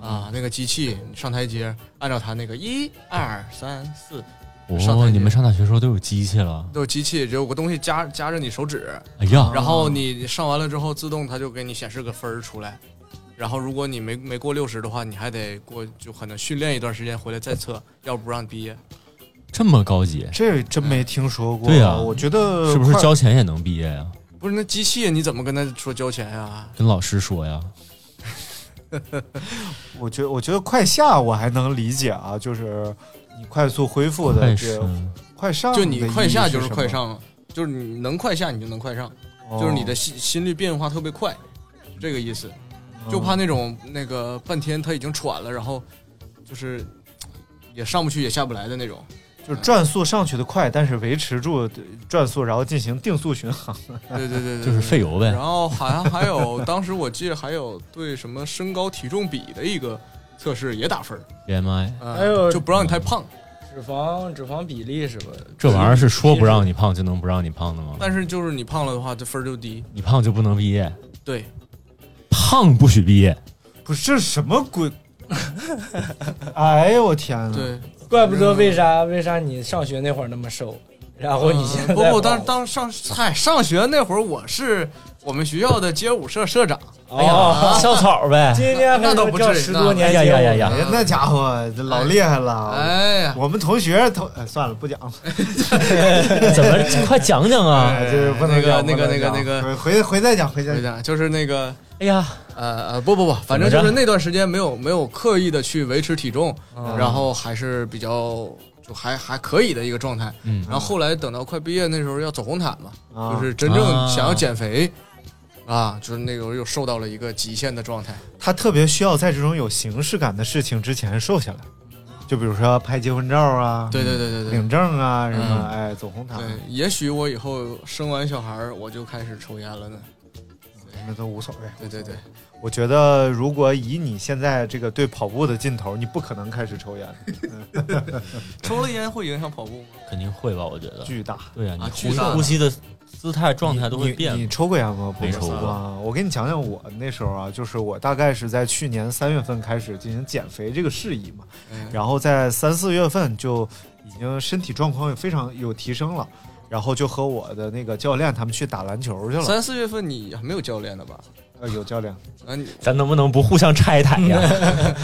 Speaker 5: 啊。那个机器你上台阶，按照它那个一二三四上台
Speaker 6: 哦，
Speaker 5: 阶
Speaker 6: 你们上大学的时候都有机器了？
Speaker 5: 都有机器，有个东西夹夹着你手指，
Speaker 6: 哎呀，
Speaker 5: 然后你上完了之后，自动它就给你显示个分儿出来。然后如果你没没过六十的话，你还得过就可能训练一段时间回来再测，要不不让你毕业。
Speaker 6: 这么高级，
Speaker 3: 这真没听说过。
Speaker 6: 对呀
Speaker 3: 我觉得
Speaker 6: 是不是
Speaker 3: 呃快
Speaker 6: 交钱也能毕业呀？
Speaker 5: 不是那机器你怎么跟他说交钱啊呀、
Speaker 6: 跟老师说呀？
Speaker 3: 我觉我觉得快下我还能理解啊，就是你快速恢复的
Speaker 6: 快
Speaker 3: 这
Speaker 6: 是
Speaker 3: 个快上，
Speaker 5: 就你快下就是快，上，就是你能快下你就能快上，
Speaker 3: 哦
Speaker 5: 就是你的心心率变化特别快，这个意思。
Speaker 3: 哦
Speaker 5: 就
Speaker 3: 嗯
Speaker 5: 怕那种那个半天他已经喘了，然后就是也上不去也下不来的那种。
Speaker 3: 就是转速上去的快，但是维持住转速，然后进行定速巡航。
Speaker 5: 对对对对，
Speaker 6: 就是费
Speaker 5: 油。
Speaker 6: 油呗
Speaker 5: 然。后好像还有当时我记得还有对什么身高体重比的一个测试也打分儿，
Speaker 6: BMI
Speaker 5: 嗯
Speaker 4: 还有
Speaker 5: 就不让你太胖。
Speaker 4: 脂肪脂肪比例是吧？
Speaker 6: 这玩意儿是说不让你胖就能不让你胖的吗？
Speaker 5: 但是就是你胖了的话，这分儿就低。
Speaker 6: 你胖就不能毕业，
Speaker 5: 对，
Speaker 6: 胖不许毕业。
Speaker 3: 不是这是什么 鬼？哎呦我天呐！
Speaker 5: 对，
Speaker 4: 怪不得为啥为啥你上学那会儿那么瘦，然后你现
Speaker 5: 嗯
Speaker 4: 在
Speaker 5: 不过
Speaker 4: 当
Speaker 3: 哦
Speaker 5: 当当上嗨上学那会儿，我是我们学校的街舞社社长，
Speaker 4: 哦，
Speaker 6: 校草呗。
Speaker 4: 今天
Speaker 5: 哎那倒不至于
Speaker 4: 叫十多年
Speaker 6: 那
Speaker 4: 前
Speaker 6: 哎呀呀呀
Speaker 3: 哎呀，那家伙这老厉害了！
Speaker 5: 哎呀，
Speaker 3: 我们同学同、哎、算了，不讲了，
Speaker 6: 怎么快讲讲啊？
Speaker 3: 哎这不能讲
Speaker 5: 那个
Speaker 3: 不能讲
Speaker 5: 那个那个
Speaker 3: 回回回再讲，回再
Speaker 5: 对
Speaker 3: 讲。
Speaker 5: 的，就是那个
Speaker 6: 哎呀，
Speaker 5: 呃呃不不不，反正就是那段时间没有没有刻意的去维持体重，然后还是比较就还还可以的一个状态。
Speaker 6: 嗯
Speaker 5: 然后后来等到快毕业那时候要走红毯嘛，
Speaker 3: 啊
Speaker 5: 就是真正想要减肥啊，就是那个又瘦到了一个极限的状态。
Speaker 3: 他特别需要在这种有形式感的事情之前瘦下来，就比如说拍结婚照啊，
Speaker 5: 对对对对对
Speaker 3: 领证啊什么，
Speaker 5: 嗯
Speaker 3: 哎，走红毯，
Speaker 5: 对，也许我以后生完小孩儿我就开始抽烟了呢。
Speaker 3: 那都无所谓。
Speaker 5: 对对对，
Speaker 3: 我觉得如果以你现在这个对跑步的劲头，你不可能开始抽烟的，
Speaker 5: 抽了烟会影响跑步吗？
Speaker 6: 肯定会吧？我觉得。
Speaker 3: 巨大。
Speaker 6: 对呀，
Speaker 5: 啊
Speaker 6: 你
Speaker 5: 巨
Speaker 6: 呼
Speaker 5: 大的
Speaker 6: 呼吸的姿态、状态都会变
Speaker 3: 你。你
Speaker 6: 嘛。
Speaker 3: 抽过烟吗？
Speaker 6: 没抽过
Speaker 3: 啊！我给你讲讲我那时候啊，就是我大概是在去年三月份开始进行减肥这个事宜嘛，
Speaker 5: 嗯，
Speaker 3: 然后在三四月份就已经身体状况也非常有提升了，然后就和我的那个教练他们去打篮球去了。
Speaker 5: 三四月份你还没有教练的吧？
Speaker 3: 呃，有教练，
Speaker 5: 啊，你
Speaker 6: 咱能不能不互相拆台呀？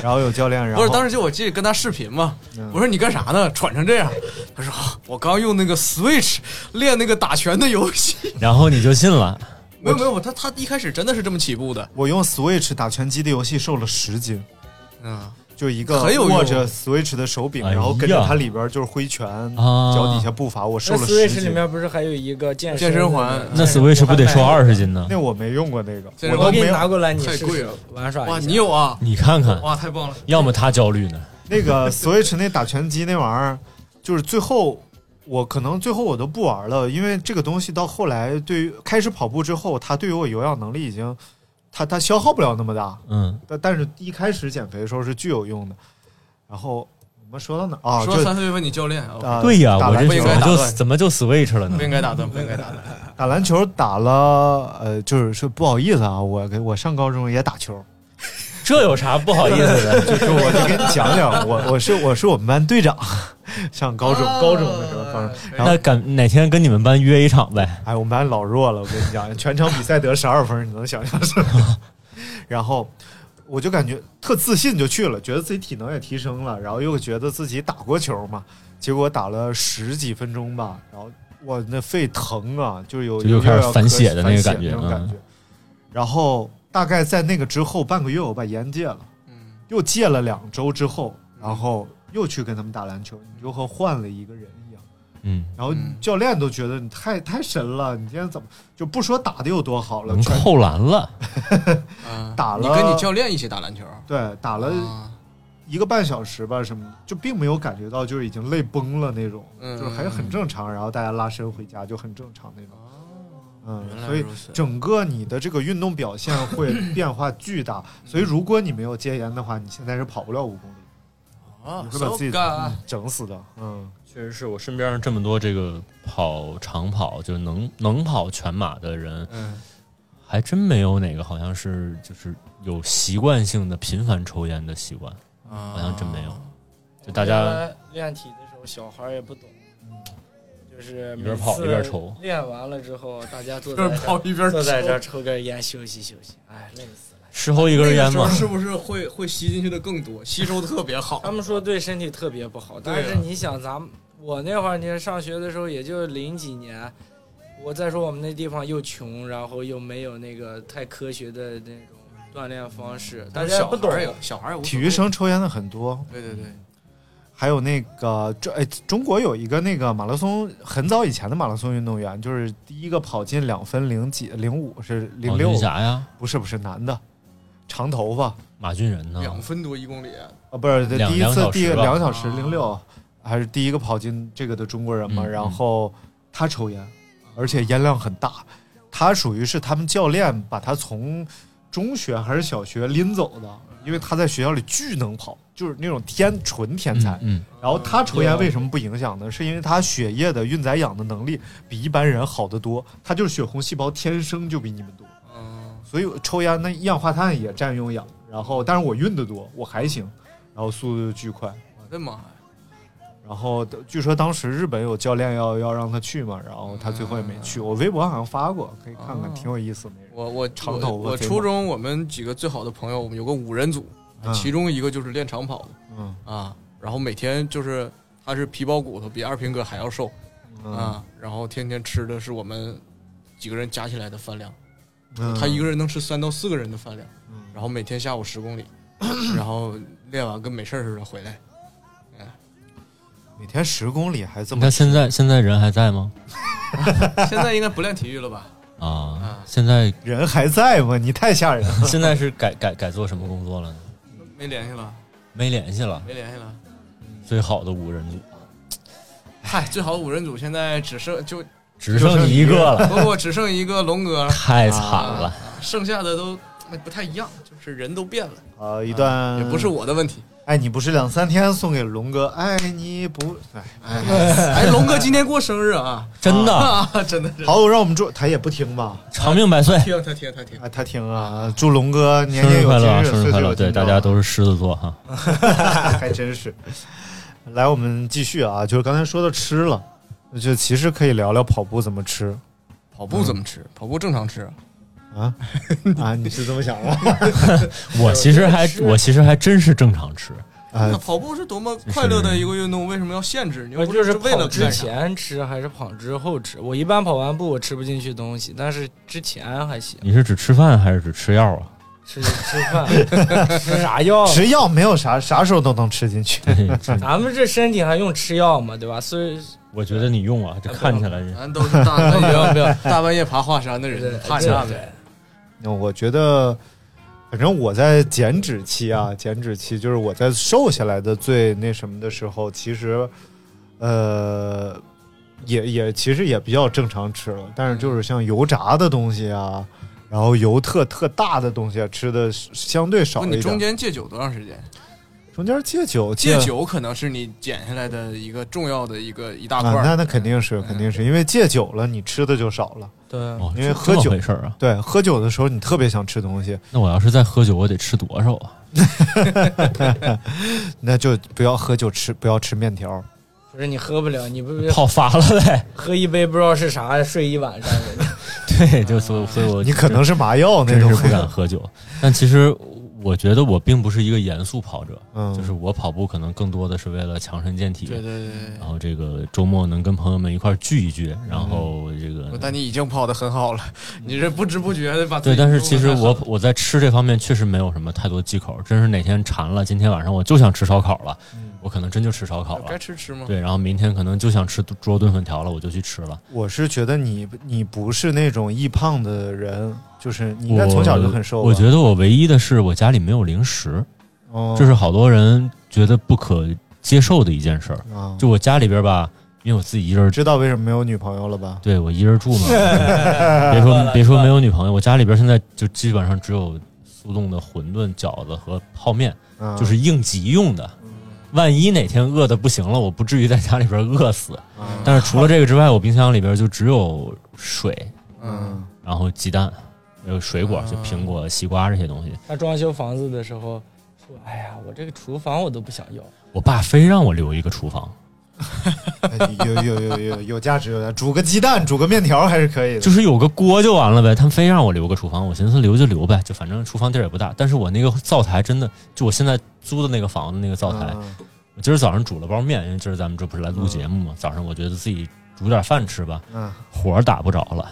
Speaker 3: 然后有教练，然
Speaker 5: 不
Speaker 3: 后
Speaker 5: 是当时就我记得跟他视频嘛，
Speaker 3: 嗯
Speaker 5: 我说你干啥呢？喘成这样。他说啊我刚用那个 Switch 练那个打拳的 游戏。
Speaker 6: 然后你就信了，
Speaker 5: 没有没有，他他一开始真的是这么起步的。
Speaker 3: 我用 Switch 打拳击的游戏瘦了十斤，
Speaker 5: 嗯，
Speaker 3: 就一个
Speaker 5: 很有用
Speaker 3: 握着 Switch 的手柄，
Speaker 6: 哎呀
Speaker 3: 然后跟着它里边就是挥拳，
Speaker 6: 啊
Speaker 3: 脚底下步伐，我瘦
Speaker 4: 那
Speaker 3: 了十
Speaker 4: Switch
Speaker 3: 斤。
Speaker 4: 里面不是还有一个健
Speaker 5: 健身
Speaker 4: 身
Speaker 5: 环
Speaker 4: 的
Speaker 6: 那 Switch 不得瘦二十斤呢？
Speaker 3: 那我没用过那个，
Speaker 5: 这
Speaker 3: 我
Speaker 5: 是
Speaker 4: 我
Speaker 3: 都
Speaker 4: 给
Speaker 3: 没有
Speaker 4: 你拿过来，你
Speaker 5: 太
Speaker 4: 试
Speaker 5: 贵
Speaker 4: 试
Speaker 5: 了
Speaker 4: 玩耍一下。
Speaker 5: 哇，你有啊？
Speaker 6: 你看看，
Speaker 5: 哇，太棒了！
Speaker 6: 要么他焦虑呢。
Speaker 3: 那个 Switch 那打拳击那玩意儿，就是最后我可能最后我都不玩了，因为这个东西到后来对于开始跑步之后，它对于我有氧能力已经，它它消耗不了那么大，
Speaker 6: 嗯，
Speaker 3: 但但是一开始减肥的时候是巨有用的。然后我们说到哪儿啊？
Speaker 5: 说
Speaker 3: 就
Speaker 5: 三四月份你教练啊，
Speaker 3: 啊
Speaker 6: 对呀，
Speaker 3: 打
Speaker 6: 我
Speaker 3: 篮
Speaker 6: 这
Speaker 5: 不
Speaker 6: 怎
Speaker 5: 应该
Speaker 6: 么
Speaker 5: 打
Speaker 6: 就
Speaker 5: 断
Speaker 6: 怎么就 Switch 了呢
Speaker 5: 不？应该打断，不应该打断。
Speaker 3: 打篮球打了，呃，就是说不好意思啊，我给我上高中也打 球，
Speaker 6: 这有啥不好意思的？
Speaker 3: 就是我得跟你讲讲，我我是我是我们班队长，上高中
Speaker 5: 啊
Speaker 3: 高中的时候，高中，然后
Speaker 6: 那敢哪天跟你们班约一场呗？
Speaker 3: 哎，我们班老弱了，我跟你讲，全场比赛得十二分，你能想象什么？ 然后我就感觉特自信就去了，觉得自己体能也提升了，然后又觉得自己打过球嘛，结果打了十几分钟吧，然后哇，那肺疼啊，就有
Speaker 6: 就又开始
Speaker 3: 要
Speaker 6: 反血
Speaker 3: 咳
Speaker 6: 的
Speaker 3: 反
Speaker 6: 那个
Speaker 3: 血
Speaker 6: 感觉
Speaker 3: 那种
Speaker 6: 嗯
Speaker 3: 感觉。然后大概在那个之后半个月，我把盐戒了，
Speaker 5: 嗯
Speaker 3: 又戒了两周之后，然后又去跟他们打篮球，你就和换了一个人一样。
Speaker 6: 嗯，
Speaker 3: 然后
Speaker 5: 嗯
Speaker 3: 教练都觉得你太太神了，你今天怎么就不说打的有多好了，
Speaker 6: 能
Speaker 3: 全
Speaker 6: 扣篮了。
Speaker 5: 啊
Speaker 3: 打了
Speaker 5: 你跟你教练一起打篮球
Speaker 3: 对打了
Speaker 5: 啊？
Speaker 3: 一个半小时吧，什么就并没有感觉到就是已经累崩了那种，
Speaker 5: 嗯
Speaker 3: 就是还很正常。然后大家拉伸回家就很正常那种，
Speaker 5: 原
Speaker 3: 嗯，
Speaker 5: 来
Speaker 3: 所以
Speaker 5: 如此
Speaker 3: 整个你的这个运动表现会变化巨 大。所以如果你没有戒烟的话，你现在是跑不了五公里，
Speaker 5: 啊
Speaker 3: 你会把自己
Speaker 5: ，so
Speaker 3: 整死的。嗯，
Speaker 6: 确实是我身边这么多这个跑长跑就能能跑全马的人
Speaker 5: good，，嗯，
Speaker 6: 还真没有哪个好像是就是有习惯性的频繁抽烟的习惯，
Speaker 5: 好
Speaker 6: 好像真没有。就大家
Speaker 4: 练体的时候，小孩儿也不懂，就是
Speaker 6: 一边跑一边抽。
Speaker 4: 练完了之后，大家坐
Speaker 5: 一
Speaker 4: 在
Speaker 5: 边
Speaker 4: 这
Speaker 5: 跑
Speaker 4: 儿
Speaker 5: 一边
Speaker 4: 坐在
Speaker 5: 抽
Speaker 4: 这儿抽根烟休息休息，哎，累死了。
Speaker 6: 事后一根烟哦
Speaker 5: 那
Speaker 6: 嘛
Speaker 5: 个时候，是不是会会吸进去的更多，吸收的特别好
Speaker 3: 嗯
Speaker 4: 他？们说对身体特别不好，
Speaker 5: 对啊
Speaker 4: 但是你想，咱们我那会儿，你看上学的时候，也就零几年。我再说我们那地方又穷，然后又没有那个太科学的那种锻炼方式，大家也不懂
Speaker 5: 嗯小孩。儿也小孩儿也无所谓
Speaker 3: 体育，生抽烟的很多，
Speaker 5: 对对对，
Speaker 3: 还有那个中哎，中国有一个那个马拉松，很早以前的马拉松运动员，就是第一个跑进两分零几零五是零
Speaker 6: 王
Speaker 3: 六
Speaker 6: 军，霞呀，
Speaker 3: 不是不是男的，长头发啊，
Speaker 6: 马俊仁呢，
Speaker 5: 两分多一公里，
Speaker 3: 不是
Speaker 6: 两
Speaker 3: 第一
Speaker 6: 两
Speaker 3: 次
Speaker 6: 小时
Speaker 3: 第
Speaker 6: 吧
Speaker 3: 两个小时
Speaker 5: 啊
Speaker 3: 零六，还是第一个跑进这个的中国人嘛。
Speaker 6: 嗯嗯
Speaker 3: 然后他抽烟，而且烟量很大，他属于是他们教练把他从中学还是小学拎走的，因为他在学校里巨能跑，就是那种天纯天才。
Speaker 6: 嗯，
Speaker 3: 然后他抽烟为
Speaker 5: 嗯
Speaker 3: 嗯什么不影响呢？是因为他血液的运载氧的能力比一般人好得多，他就是血红细胞天生就比你们多，
Speaker 5: 嗯，
Speaker 3: 所以抽烟那一氧化碳也占用氧，然后但是我运得多，我还行，然后速度就巨快。
Speaker 5: 我的妈呀，
Speaker 3: 然后据说当时日本有教练要要让他去嘛，然后他最后也没去。我微博好像发过，可以看看，
Speaker 5: 哦
Speaker 3: 挺有意思的那人。
Speaker 5: 我我
Speaker 3: 长头发
Speaker 5: 我我
Speaker 3: 贼
Speaker 5: 初
Speaker 3: 猛
Speaker 5: 中我们几个最好的朋友，我们有个五人组，
Speaker 3: 嗯
Speaker 5: 其中一个就是练长跑的
Speaker 3: 嗯
Speaker 5: 啊，然后每天就是他是皮包骨头，比二平哥还要瘦
Speaker 3: 嗯，
Speaker 5: 啊，然后天天吃的是我们几个人加起来的饭量，
Speaker 3: 嗯
Speaker 5: 他一个人能吃三到四个人的饭量，
Speaker 3: 嗯
Speaker 5: 然后每天下午十公里，然后练完跟没事儿似的回来。
Speaker 3: 每天十公里还这
Speaker 6: 你
Speaker 3: 么
Speaker 6: 看现在现在人还在吗？
Speaker 5: 现在应该不练体育了吧？
Speaker 6: 啊
Speaker 5: 啊，
Speaker 6: 现在
Speaker 3: 人还在吗？你太吓人 了。
Speaker 6: 现在是改改改做什么工作了呢？
Speaker 5: 没联系了，
Speaker 6: 没联系了，
Speaker 5: 没联系了。
Speaker 6: 最好的五人组
Speaker 5: 嗨，最好的五人组现在只剩就
Speaker 6: 只剩你一个了，
Speaker 5: 不过只剩一个龙哥，
Speaker 6: 太惨了。
Speaker 5: 剩下的都哎不太一样，就是人都变了。
Speaker 3: 呃，一段
Speaker 5: 啊
Speaker 4: 嗯
Speaker 5: 也不是我的 问题。
Speaker 3: 哎，你不是两三天送给龙哥？ 哎，你不哎，
Speaker 5: 哎，龙哥今天过生日啊！
Speaker 6: 真的，
Speaker 5: 啊， 真的是
Speaker 3: 好，让我们祝他也不听吧？
Speaker 6: 长命百岁，
Speaker 5: 听他听他听，
Speaker 3: 啊，他听啊，祝龙哥年
Speaker 6: 生
Speaker 3: 年
Speaker 6: 日
Speaker 3: 有
Speaker 6: 快乐
Speaker 3: 今
Speaker 6: 啊，
Speaker 3: 日，
Speaker 6: 生日
Speaker 3: 岁
Speaker 6: 快
Speaker 3: 岁有
Speaker 6: 乐！对，
Speaker 3: 今朝
Speaker 6: 大家都是狮子座哈。
Speaker 3: 还真是。来，我们继续啊，就是刚才说到吃了，就其实可以聊聊跑步怎么 吃
Speaker 5: 跑步怎么
Speaker 4: 嗯
Speaker 5: 吃？跑步正常吃。
Speaker 3: 啊啊，你是这么想 的
Speaker 6: 我其实还我其实还真是正常吃，
Speaker 5: 那
Speaker 3: 啊？
Speaker 5: 跑步是多么快乐的一个运动，为什么要限制？你又
Speaker 4: 我
Speaker 5: 不
Speaker 4: 哎就是
Speaker 5: 为
Speaker 4: 跑
Speaker 5: 了
Speaker 4: 之
Speaker 5: 干啥？
Speaker 4: 前吃还是跑之后吃？我一般跑完步我吃不进去东西，但是之前还行，
Speaker 6: 你是只吃饭还是只吃药啊？
Speaker 4: 吃吃 饭吃啥药？
Speaker 3: 吃药没有啥，啥时候都能吃进去。
Speaker 6: 对这
Speaker 4: 咱们这身体还用吃药吗？对吧？所以
Speaker 6: 我觉得你用啊，这看起来
Speaker 5: 咱都是 大半
Speaker 4: 不要不要
Speaker 5: 夜大半夜爬华山的
Speaker 4: 对
Speaker 5: 人，怕啥
Speaker 4: 对
Speaker 5: 的？
Speaker 4: 对
Speaker 3: 那我觉得，反正我在减脂期啊，减脂期就是我在瘦下来的最那什么的时候，其实，呃，也也其实也比较正常吃了，但是就是像油炸的东西啊，然后油特特大的东西啊，吃的相对少
Speaker 5: 不，
Speaker 3: 一
Speaker 5: 你
Speaker 3: 点。
Speaker 5: 中间戒酒多长时间？
Speaker 3: 中间戒酒，
Speaker 5: 戒酒可能是你减下来的一个重要的一个一大
Speaker 3: 啊
Speaker 5: 块，儿。
Speaker 3: 那那肯定是
Speaker 5: 嗯
Speaker 3: 肯定是因为戒酒了，你吃的就少了。
Speaker 4: 对
Speaker 6: 哦，
Speaker 3: 因为
Speaker 6: 这
Speaker 3: 喝
Speaker 6: 这么
Speaker 3: 酒
Speaker 6: 回事儿啊。
Speaker 3: 对，喝酒的时候你特别想吃东西，
Speaker 6: 那我要是再喝酒，我得吃多少啊？
Speaker 3: 那就不要喝酒吃，不要吃面条。
Speaker 4: 不是你喝不了，你不是
Speaker 6: 泡发了呗？
Speaker 4: 喝一杯不知道是啥，睡一晚上。
Speaker 6: 对，就所以所以我
Speaker 3: 你可能是麻药那
Speaker 6: 真
Speaker 3: 种
Speaker 6: 是。不敢喝酒。但其实我觉得我并不是一个严肃跑者，
Speaker 3: 嗯，
Speaker 6: 就是我跑步可能更多的是为了强身健体。
Speaker 5: 对对对对
Speaker 6: 然，后这个周末能跟朋友们一块儿聚一聚，然后这
Speaker 5: 对
Speaker 6: 个
Speaker 5: 但你已经跑得很好了，你这不知不觉的把自
Speaker 6: 对，
Speaker 5: 己
Speaker 6: 但是
Speaker 5: 弄得
Speaker 6: 其实
Speaker 5: 太好
Speaker 6: 我
Speaker 5: 了
Speaker 6: 我在吃这方面确实没有什么太多忌口，真是哪天馋了，今天晚上我就想吃烧烤了，我可能真就吃烧烤
Speaker 5: 该
Speaker 6: 了。
Speaker 5: 吃吃吗？
Speaker 6: 对，然后明天可能就想吃猪肉炖粉条了，我就去吃了。
Speaker 3: 我是觉得你你不是那种易胖的人，就是你应该从小就很瘦吧
Speaker 6: 我。我觉得我唯一的是我家里没有零食，
Speaker 3: 嗯哦，
Speaker 6: 这是好多人觉得不可接受的一件事儿。
Speaker 3: 啊，
Speaker 6: 就我家里边吧，因为我自己一个人
Speaker 3: 知道为什么没有女朋友了吧？
Speaker 6: 对我一人住 嘛，别说别说没有女朋友，我家里边现在就基本上只有速冻的馄饨、饺子和泡面，
Speaker 3: 啊、
Speaker 6: 就是应急用的。万一哪天饿的不行了，我不至于在家里边饿死。
Speaker 3: 啊
Speaker 6: 但是除了这个之外，我冰箱里边就只有水，
Speaker 5: 嗯，
Speaker 6: 然后鸡蛋，还有水果，
Speaker 5: 啊
Speaker 6: 就苹果、西瓜这些东西。
Speaker 4: 他装修房子的时候说：“哎呀，我这个厨房我都不想要。
Speaker 6: 我爸非让我留一个厨房，
Speaker 3: 哎有有有有有价值，有价值煮个鸡蛋，煮个面条还是可以的。
Speaker 6: 就是有个锅就完了呗。他们非让我留个厨房，我寻思留就留呗，就反正厨房地儿也不大。但是我那个灶台真的，就我现在租的那个房子那个灶台，
Speaker 3: 嗯
Speaker 6: 我今儿早上煮了包面，因为今儿咱们这不是来录节目嘛，早上我觉得自己煮点饭吃吧，
Speaker 3: 嗯
Speaker 6: 火儿打不着了，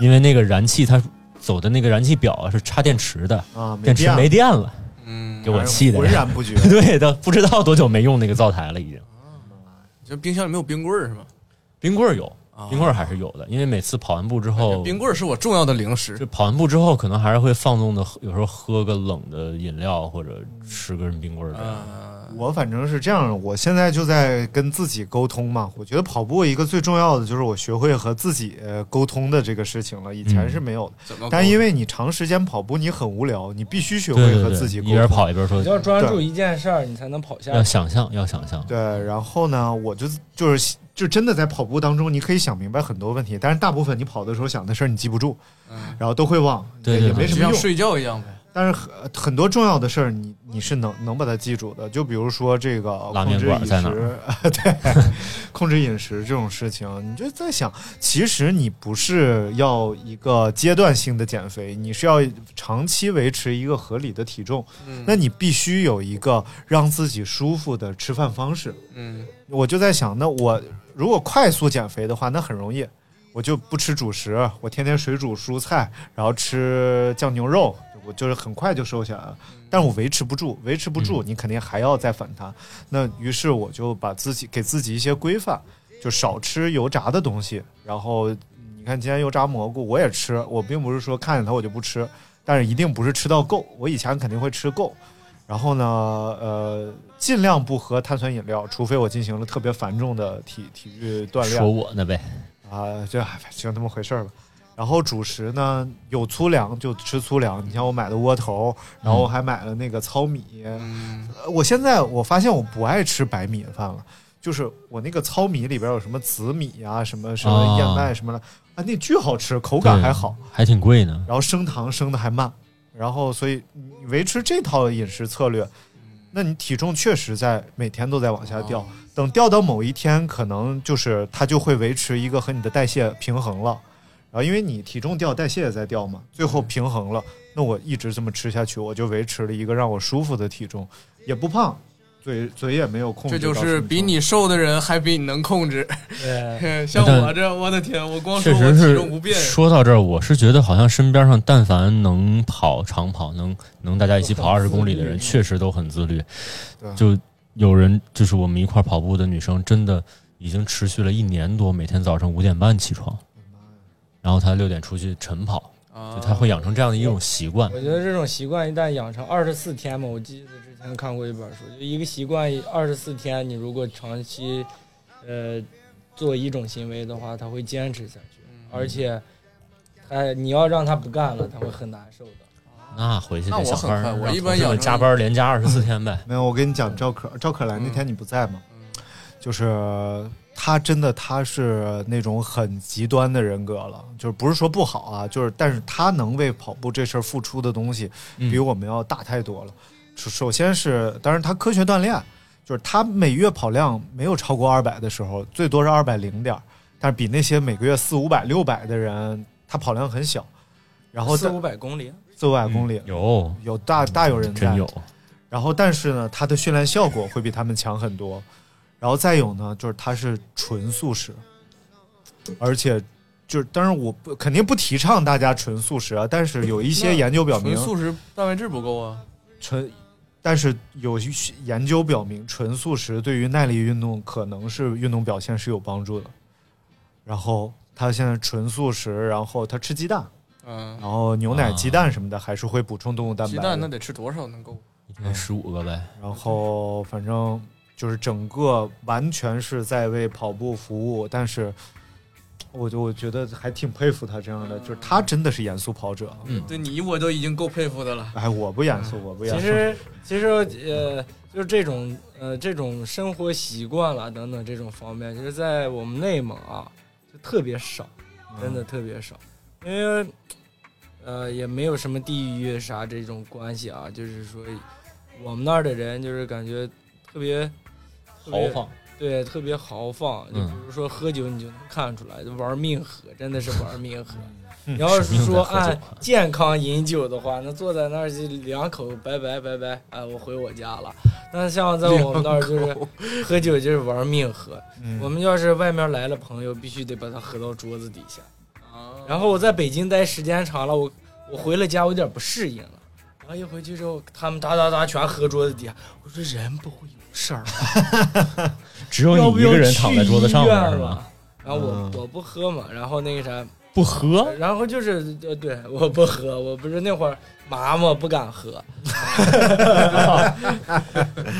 Speaker 6: 因为那个燃气它走的那个燃气表啊是插电池的，
Speaker 3: 啊，没
Speaker 6: 电池
Speaker 3: 电
Speaker 6: 没电了，
Speaker 5: 嗯
Speaker 6: 给我气的。
Speaker 3: 浑然不觉
Speaker 6: 对的，不知道多久没用那个灶台了，已经。
Speaker 5: 就冰箱里没有冰棍儿是吗？
Speaker 6: 冰棍儿有，
Speaker 5: 啊
Speaker 6: 冰棍儿还是有的，因为每次跑完步之
Speaker 3: 哎
Speaker 6: 后，
Speaker 5: 冰棍儿是我重要的零食
Speaker 6: 就。跑完步之后，可能还是会放纵的，有时候喝个冷的饮料或者吃根冰棍儿这样。
Speaker 3: 啊
Speaker 5: 嗯，
Speaker 3: 我反正是这样，我现在就在跟自己沟通嘛。我觉得跑步一个最重要的就是我学会和自己呃沟通的这个事情了，以前是没有的。
Speaker 5: 怎么
Speaker 3: 但因
Speaker 5: 为
Speaker 3: 为你长时间跑步，你很无聊，你必须学
Speaker 6: 对
Speaker 3: 会
Speaker 6: 对
Speaker 3: 和
Speaker 6: 对，
Speaker 3: 自己沟
Speaker 6: 一
Speaker 3: 通。
Speaker 6: 边跑一边说
Speaker 3: 嗯
Speaker 4: 你，要专注一件事儿，你才能跑下
Speaker 6: 要
Speaker 4: 去。
Speaker 6: 想象，要想象。
Speaker 3: 对，然后呢，我就就是就真的在跑步当中，你可以想明白很多问题，但是大部分你跑的时候想的事儿你记不住，
Speaker 5: 嗯，
Speaker 3: 然后都会忘，
Speaker 6: 对
Speaker 3: 也
Speaker 6: 对
Speaker 3: 也没
Speaker 6: 对
Speaker 3: 什
Speaker 5: 就
Speaker 3: 么
Speaker 5: 像
Speaker 3: 用。
Speaker 5: 睡觉一样呗。
Speaker 3: 但是很很多重要的事儿，你你是能能把它记住的。就比如说这个
Speaker 6: 拉
Speaker 3: 控
Speaker 6: 面
Speaker 3: 制
Speaker 6: 馆
Speaker 3: 饮
Speaker 6: 在哪
Speaker 3: 食， 对，控制饮食这种事情，你就在想，其实你不是要一个阶段性的减肥，你是要长期维持一个合理的体重。
Speaker 5: 嗯
Speaker 3: 那你必须有一个让自己舒服的吃饭方式。
Speaker 5: 嗯
Speaker 3: 我就在想，那我如果快速减肥的话，那很容易，我就不吃主食，我天天水煮蔬菜，然后吃酱牛肉，我就是很快就瘦下来了。但我维持不住，维持不住，你肯定还要再反弹。那于是我就把自己给自己一些规范，就少吃油炸的东西。然后你看，今天油炸蘑菇我也吃，我并不是说看见它我就不吃，但是一定不是吃到够。我以前肯定会吃够，然后呢，呃，尽量不喝碳酸饮料，除非我进行了特别繁重的体体育锻
Speaker 6: 说
Speaker 3: 炼
Speaker 6: 我呢呗，
Speaker 3: 啊，这哎就那么回事儿吧。然后主食呢，有粗粮就吃粗粮。你像我买的窝头，然
Speaker 6: 嗯
Speaker 3: 后我还买了那个糙米。
Speaker 5: 嗯
Speaker 3: 呃我现在我发现我不爱吃白米饭了，就是我那个糙米里边有什么紫米啊，什么什么
Speaker 6: 啊
Speaker 3: 燕麦什么的，啊，那巨好吃，口感
Speaker 6: 对
Speaker 3: 还好。
Speaker 6: 还挺贵呢。
Speaker 3: 然后升糖升的还慢，然后所以你维持这套饮食策略，那你体重确实在每天都在往下掉
Speaker 5: 嗯哦，
Speaker 3: 等掉到某一天，可能就是它就会维持一个和你的代谢平衡了，然后因为你体重掉，代谢也在掉嘛，最后平衡了，那我一直这么吃下去，我就维持了一个让我舒服的体重，也不胖，嘴嘴也没有控制
Speaker 5: 这
Speaker 3: 到什么
Speaker 5: 就
Speaker 3: 程度，
Speaker 5: 是比你瘦的人还比你能控 制。
Speaker 4: 对，
Speaker 5: 像
Speaker 6: 但
Speaker 5: 我这，我的天，我光说
Speaker 6: 确
Speaker 5: 我
Speaker 6: 实
Speaker 5: 体重不
Speaker 6: 是，
Speaker 5: 变，
Speaker 6: 说到这儿，我是觉得好像身边上但凡能跑长跑，能能大家一起跑二十公里的人，确实都很自律。
Speaker 3: 对
Speaker 6: 就有人就是我们一块儿跑步的女生，真的已经持续了一年多，每天早上五点半起床，然后她六点出去晨跑，
Speaker 5: 啊
Speaker 6: 就她会养成这样的一种习惯。
Speaker 4: 我觉得这种习惯一旦养成二十四天嘛，我记得之前看过一本书，就一个习惯二十四天，你如果长期呃做一种行为的话，他会坚持下
Speaker 5: 嗯
Speaker 4: 去，
Speaker 3: 嗯
Speaker 4: 而且他你要让他不干了，他会很难受的。
Speaker 6: 那回去
Speaker 5: 那
Speaker 6: 得
Speaker 5: 我
Speaker 6: 想
Speaker 5: 很
Speaker 6: 法儿
Speaker 5: 快
Speaker 6: 让
Speaker 5: 我一般
Speaker 6: 同事们
Speaker 5: 养成
Speaker 6: 加班连加二十四天呗。
Speaker 3: 没有，我跟你讲，赵可赵可来
Speaker 5: 嗯
Speaker 3: 那天你不在嘛，就是他真的他是那种很极端的人格了，就是不是说不好啊，就是但是他能为跑步这事儿付出的东西，
Speaker 6: 嗯
Speaker 3: 比我们要大太多了。首首先是，当然他科学锻炼，就是他每月跑量没有超过二百的时候，最多是二百零点儿，但是比那些每个月四五百、六百的人，他跑量很小，然后
Speaker 4: 四五百公里，
Speaker 3: 四五百公里。
Speaker 6: 嗯有，
Speaker 3: 有大大有人在，
Speaker 6: 真有。
Speaker 3: 然后，但是呢，它的训练效果会比他们强很多。然后再有呢，就是它是纯素食，而且就是，当然我不肯定不提倡大家纯素食啊，但是有一些
Speaker 5: 那
Speaker 3: 研究表明
Speaker 5: 纯，素食蛋白质不够啊。
Speaker 3: 纯，但是有一些研究表明，纯素食对于耐力运动可能是运动表现是有帮助的。然后他现在纯素食，然后他吃鸡蛋，
Speaker 5: 嗯，
Speaker 3: 然后牛奶、
Speaker 6: 啊
Speaker 3: 啊鸡蛋什么的，还是会补充动物蛋白
Speaker 5: 鸡
Speaker 3: 的。
Speaker 5: 蛋那得吃多少能够？
Speaker 6: 就十五个呗。
Speaker 3: 然后反正就是整个完全是在为跑步服务，但是我就我觉得还挺佩服他这样的，就是他真的是严肃跑者。
Speaker 6: 嗯
Speaker 5: 对你我都已经够佩服的了。
Speaker 3: 哎，我不严肃，我不严
Speaker 4: 嗯其
Speaker 3: 肃。
Speaker 4: 实其实呃，就是这种呃这种生活习惯啦等等这种方面，就是在我们内蒙啊，就特别少，
Speaker 3: 嗯
Speaker 4: 真的特别少，因为呃也没有什么地域啥这种关系啊，就是说我们那儿的人就是感觉特别
Speaker 6: 豪，放，
Speaker 4: 对，特别豪放。就
Speaker 6: 嗯
Speaker 4: 比如说喝酒，你就能看出来，就玩命喝，真的是玩命喝。
Speaker 3: 嗯
Speaker 4: 你要
Speaker 6: 使
Speaker 4: 是
Speaker 6: 命在
Speaker 4: 说
Speaker 6: 喝酒
Speaker 4: 按
Speaker 6: 啊
Speaker 4: 健康饮酒的话，那坐在那儿就两口，拜拜拜拜，哎，我回我家了。但像在我们那儿就是喝酒就是玩命喝，
Speaker 3: 嗯
Speaker 4: 我们要是外面来了朋友，必须得把他喝到桌子底下。
Speaker 6: 哦
Speaker 4: 然后我在北京待时间长了，我我回了家，我有点不适应了。然后一回去之后，他们哒哒哒全喝桌子底下，我说人不会有事儿吧。
Speaker 6: 只有
Speaker 4: 要不
Speaker 6: 你一
Speaker 4: 要
Speaker 6: 个
Speaker 4: 去
Speaker 6: 人躺在桌子上
Speaker 4: 医
Speaker 6: 面
Speaker 4: 院
Speaker 6: 是
Speaker 4: 了
Speaker 6: 吧？
Speaker 4: 然后我
Speaker 3: 嗯
Speaker 4: 我不喝嘛，然后那个啥，
Speaker 6: 不喝，
Speaker 4: 然后就是呃，对，我不喝，我不是那会儿麻嘛，不敢喝。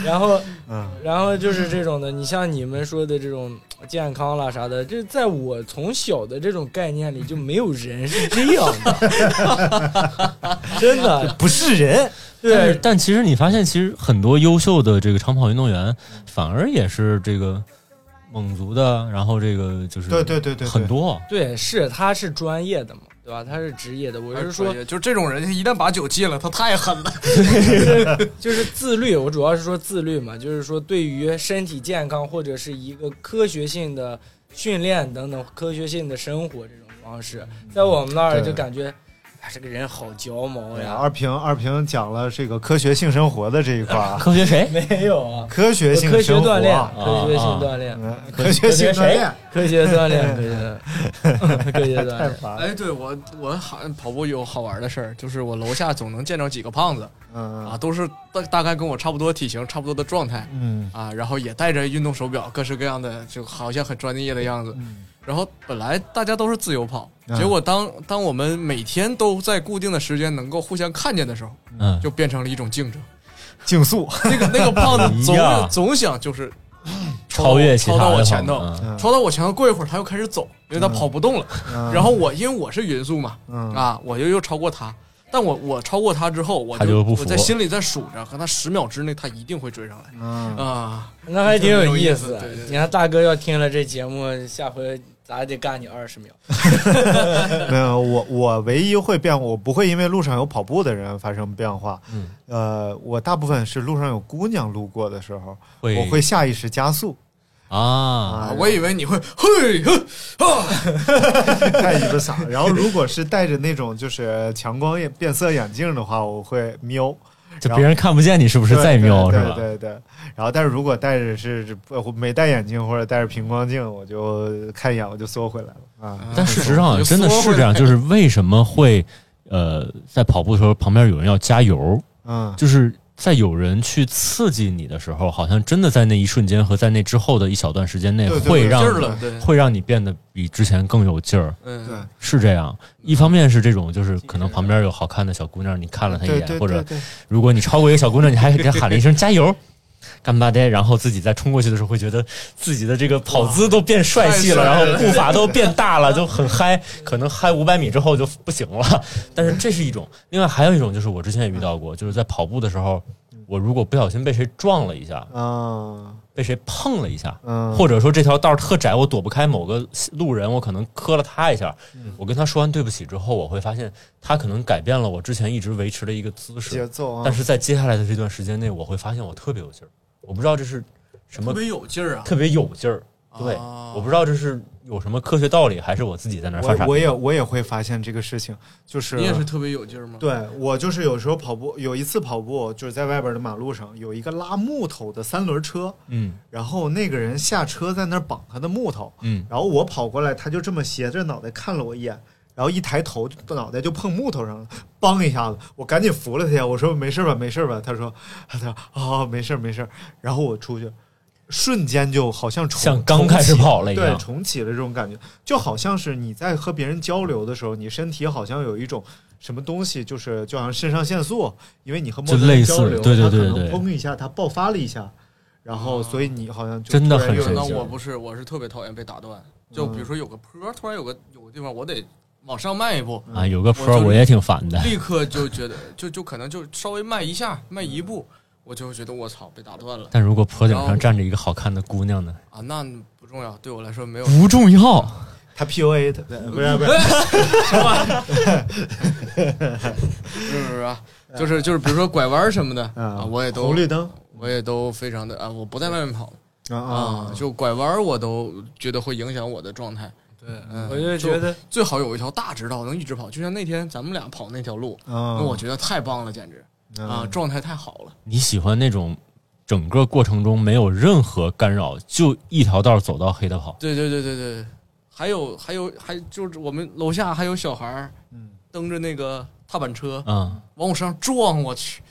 Speaker 4: 然后
Speaker 3: 嗯，
Speaker 4: 然后就是这种的，你像你们说的这种健康啦啥的，这在我从小的这种概念里就没有人是这样的，真的
Speaker 3: 不是人，
Speaker 6: 但是
Speaker 4: 对。
Speaker 6: 但其实你发现，其实很多优秀的这个长跑运动员，反而也是这个蒙族的，然后这个就是
Speaker 3: 对对对对对
Speaker 6: 很多
Speaker 4: 对，是他是专业的嘛，对吧？他是职业的。我是说，
Speaker 5: 就这种人，一旦把酒戒了，他太狠了。
Speaker 4: 就是自律，我主要是说自律嘛，就是说对于身体健康或者是一个科学性的训练等等科学性的生活这种方式，在我们那儿
Speaker 3: 对
Speaker 4: 就感觉，哎，这个人好焦毛
Speaker 3: 对
Speaker 4: 哎
Speaker 3: 啊
Speaker 4: 呀，
Speaker 3: 二平二平讲了这个科学性生活的这一块 啊，
Speaker 6: 科学谁？
Speaker 4: 没有啊，
Speaker 3: 科学性
Speaker 4: 科学
Speaker 3: 生活
Speaker 4: 锻炼，啊
Speaker 3: 啊，
Speaker 4: 科学性锻炼，
Speaker 3: 嗯科学性
Speaker 6: 科学
Speaker 3: 锻炼，
Speaker 4: 科学锻炼，科学锻炼，科学 锻
Speaker 3: 太
Speaker 4: 炼，
Speaker 3: 烦了。
Speaker 5: 哎，对我我好像跑步有好玩的事儿，就是我楼下总能见着几个胖子
Speaker 3: 嗯
Speaker 4: 哎
Speaker 5: 啊，都是大大概跟我差不多体型、差不多的状态
Speaker 3: 嗯
Speaker 5: 啊，然后也戴着运动手表，各式各样的，就好像很专业的样子。
Speaker 3: 嗯
Speaker 5: 然后本来大家都是自由跑，
Speaker 3: 嗯
Speaker 5: 结果当当我们每天都在固定的时间能够互相看见的时候，
Speaker 6: 嗯，
Speaker 5: 就变成了一种竞争。
Speaker 3: 竞速，
Speaker 5: 那个 那个胖子总
Speaker 6: 哎呀
Speaker 5: 是总想就是
Speaker 6: 超越其
Speaker 5: 超到
Speaker 6: 他
Speaker 5: 我
Speaker 6: 的
Speaker 5: 前头，
Speaker 6: 方面，
Speaker 3: 嗯
Speaker 5: 超到我前头，过一会儿他又开始走，因为他跑不动了。
Speaker 3: 嗯
Speaker 5: 然后我因为我是匀速嘛，
Speaker 3: 嗯
Speaker 5: 啊，我就又超过他。但我我超过他之后，我
Speaker 6: 他就不服
Speaker 5: 我在心里在数着，和他十秒之内他一定会追上来
Speaker 3: 嗯
Speaker 5: 啊！
Speaker 4: 那还挺有意思
Speaker 5: 对对对。
Speaker 4: 你看大哥要听了这节目，下回咋得干你二十秒。
Speaker 3: 没有，我我唯一会变，我不会因为路上有跑步的人发生变化。
Speaker 6: 嗯，
Speaker 3: 呃，我大部分是路上有姑娘路过的时候，
Speaker 6: 会
Speaker 3: 我会下意识加速
Speaker 6: 啊，
Speaker 5: 啊我以为你会嘿嘿啊，
Speaker 3: 带一个傻。然后如果是戴着那种就是强光眼变色眼镜的话，我会瞄。
Speaker 6: 就别人看不见你是不
Speaker 3: 不
Speaker 6: 是在瞄是
Speaker 3: 对
Speaker 6: 吧？
Speaker 3: 对对对。然后，但是如果戴着是呃没戴眼镜或者戴着平光镜，我就看一眼我就缩回来了啊。
Speaker 6: 但事实上真的是这样，就是为什么会呃在跑步的时候旁边有人要加油，
Speaker 3: 嗯
Speaker 6: 就是在有人去刺激你的时候，好像真的在那一瞬间和在那之后的一小段时间内，
Speaker 3: 对对
Speaker 6: 会
Speaker 3: 对
Speaker 5: 劲
Speaker 6: 让
Speaker 5: 儿了，对，
Speaker 6: 会让你变得比之前更有劲儿。
Speaker 3: 对
Speaker 5: 嗯，
Speaker 6: 是这样，一方面是这种，就是可能旁边有好看的小姑娘，你看了她一
Speaker 3: 对
Speaker 6: 眼，
Speaker 3: 对
Speaker 6: 或
Speaker 3: 对
Speaker 6: 者
Speaker 3: 对，
Speaker 6: 如果你超过一个小姑娘，你还给她喊了一声加油。干巴爹，然后自己再冲过去的时候，会觉得自己的这个跑姿都变帅气了，
Speaker 5: 哇
Speaker 6: 然
Speaker 5: 太帅了
Speaker 6: 后步伐都变大了，就很嗨。可能嗨五百米之后就不行了，但是这是一种。另外还有一种就是我之前也遇到过，就是在跑步的时候，我如果不小心被谁撞了一下，
Speaker 3: 嗯
Speaker 6: 被谁碰了一下，
Speaker 3: 嗯，
Speaker 6: 或者说这条道儿特窄，我躲不开某个路人，我可能磕了他一下。我跟他说完对不起之后，我会发现他可能改变了我之前一直维持的一个姿
Speaker 3: 节
Speaker 6: 势，
Speaker 3: 奏啊，
Speaker 6: 但是在接下来的这段时间内，我会发现我特别有劲儿。我不知道这是什
Speaker 5: 特
Speaker 6: 么
Speaker 5: 别有劲儿啊！
Speaker 6: 特别有劲儿，对，
Speaker 5: 啊
Speaker 6: 我不知道这是有什么科学道理，还是我自己在那儿发
Speaker 3: 我
Speaker 6: 傻逼。
Speaker 3: 我也我也会发现这个事情，就是
Speaker 5: 你也是特别有劲儿吗？
Speaker 3: 对我就是有时候跑步，有一次跑步就是在外边的马路上有一个拉木头的三轮车，
Speaker 6: 嗯
Speaker 3: 然后那个人下车在那儿绑他的木头，
Speaker 6: 嗯，
Speaker 3: 然后我跑过来，他就这么斜着脑袋看了我一眼。然后一抬头，脑袋就碰木头上了，梆一下子，我赶紧 哦扶了他一下，我说没事吧，没事吧。他说，他说啊、没事没事。然后我出去，瞬间就好像重
Speaker 6: 像刚开始跑了一
Speaker 3: 对，
Speaker 6: 样。
Speaker 3: 重启了这种感觉，就好像是你在和别人交流的时候，你身体好像有一种什么东西，就是就好像肾上腺素，因为你和陌
Speaker 6: 就
Speaker 3: 生人
Speaker 6: 类似
Speaker 3: 交流，
Speaker 6: 对对对
Speaker 3: 它可
Speaker 6: 对
Speaker 3: 能
Speaker 6: 对
Speaker 3: 砰一下，它爆发了一下，然后所以你好像就
Speaker 6: 真的
Speaker 3: 突然
Speaker 6: 很
Speaker 3: 有
Speaker 6: 神
Speaker 5: 哎那
Speaker 6: 奇
Speaker 5: 我不是，我是特别讨厌被打断。就
Speaker 6: 嗯
Speaker 5: 比如说有个坡，突然有个有个地方，我得往上迈一步，
Speaker 6: 啊，有个坡
Speaker 5: 我
Speaker 6: 儿
Speaker 5: 就
Speaker 6: 我也挺烦 的，
Speaker 5: 立刻就觉得就就可能就稍微迈一下，迈一步，我就会觉得我操被打断了
Speaker 6: 但如果坡顶
Speaker 5: 然后
Speaker 6: 上站着一个好看的姑娘呢？
Speaker 5: 啊！那不重要，对我来说没有
Speaker 6: 不重要，
Speaker 3: 他 PUA 他，不是不是，
Speaker 5: 是不是 啊？就是就是，比如说拐弯什么的
Speaker 3: 啊
Speaker 5: 啊，我也都
Speaker 3: 红绿灯
Speaker 5: 我也都非常的啊，我不在外面跑
Speaker 3: 啊
Speaker 5: 啊，就拐弯我都觉得会影响我的状态。
Speaker 4: 对，
Speaker 5: 嗯
Speaker 4: 我就觉得
Speaker 5: 最好有一条大直道能一直跑，就像那天咱们俩跑那条路，
Speaker 3: 啊
Speaker 5: 那我觉得太棒了，简直
Speaker 3: 嗯
Speaker 5: 啊，状态太好了。
Speaker 6: 你喜欢那种整个过程中没有任何干扰，就一条道走到黑的跑。
Speaker 5: 对对对对对，还有还有还就是我们楼下还有小孩儿
Speaker 3: 嗯
Speaker 5: 蹬着那个踏板车
Speaker 6: 嗯，
Speaker 5: 往我身上撞，我去！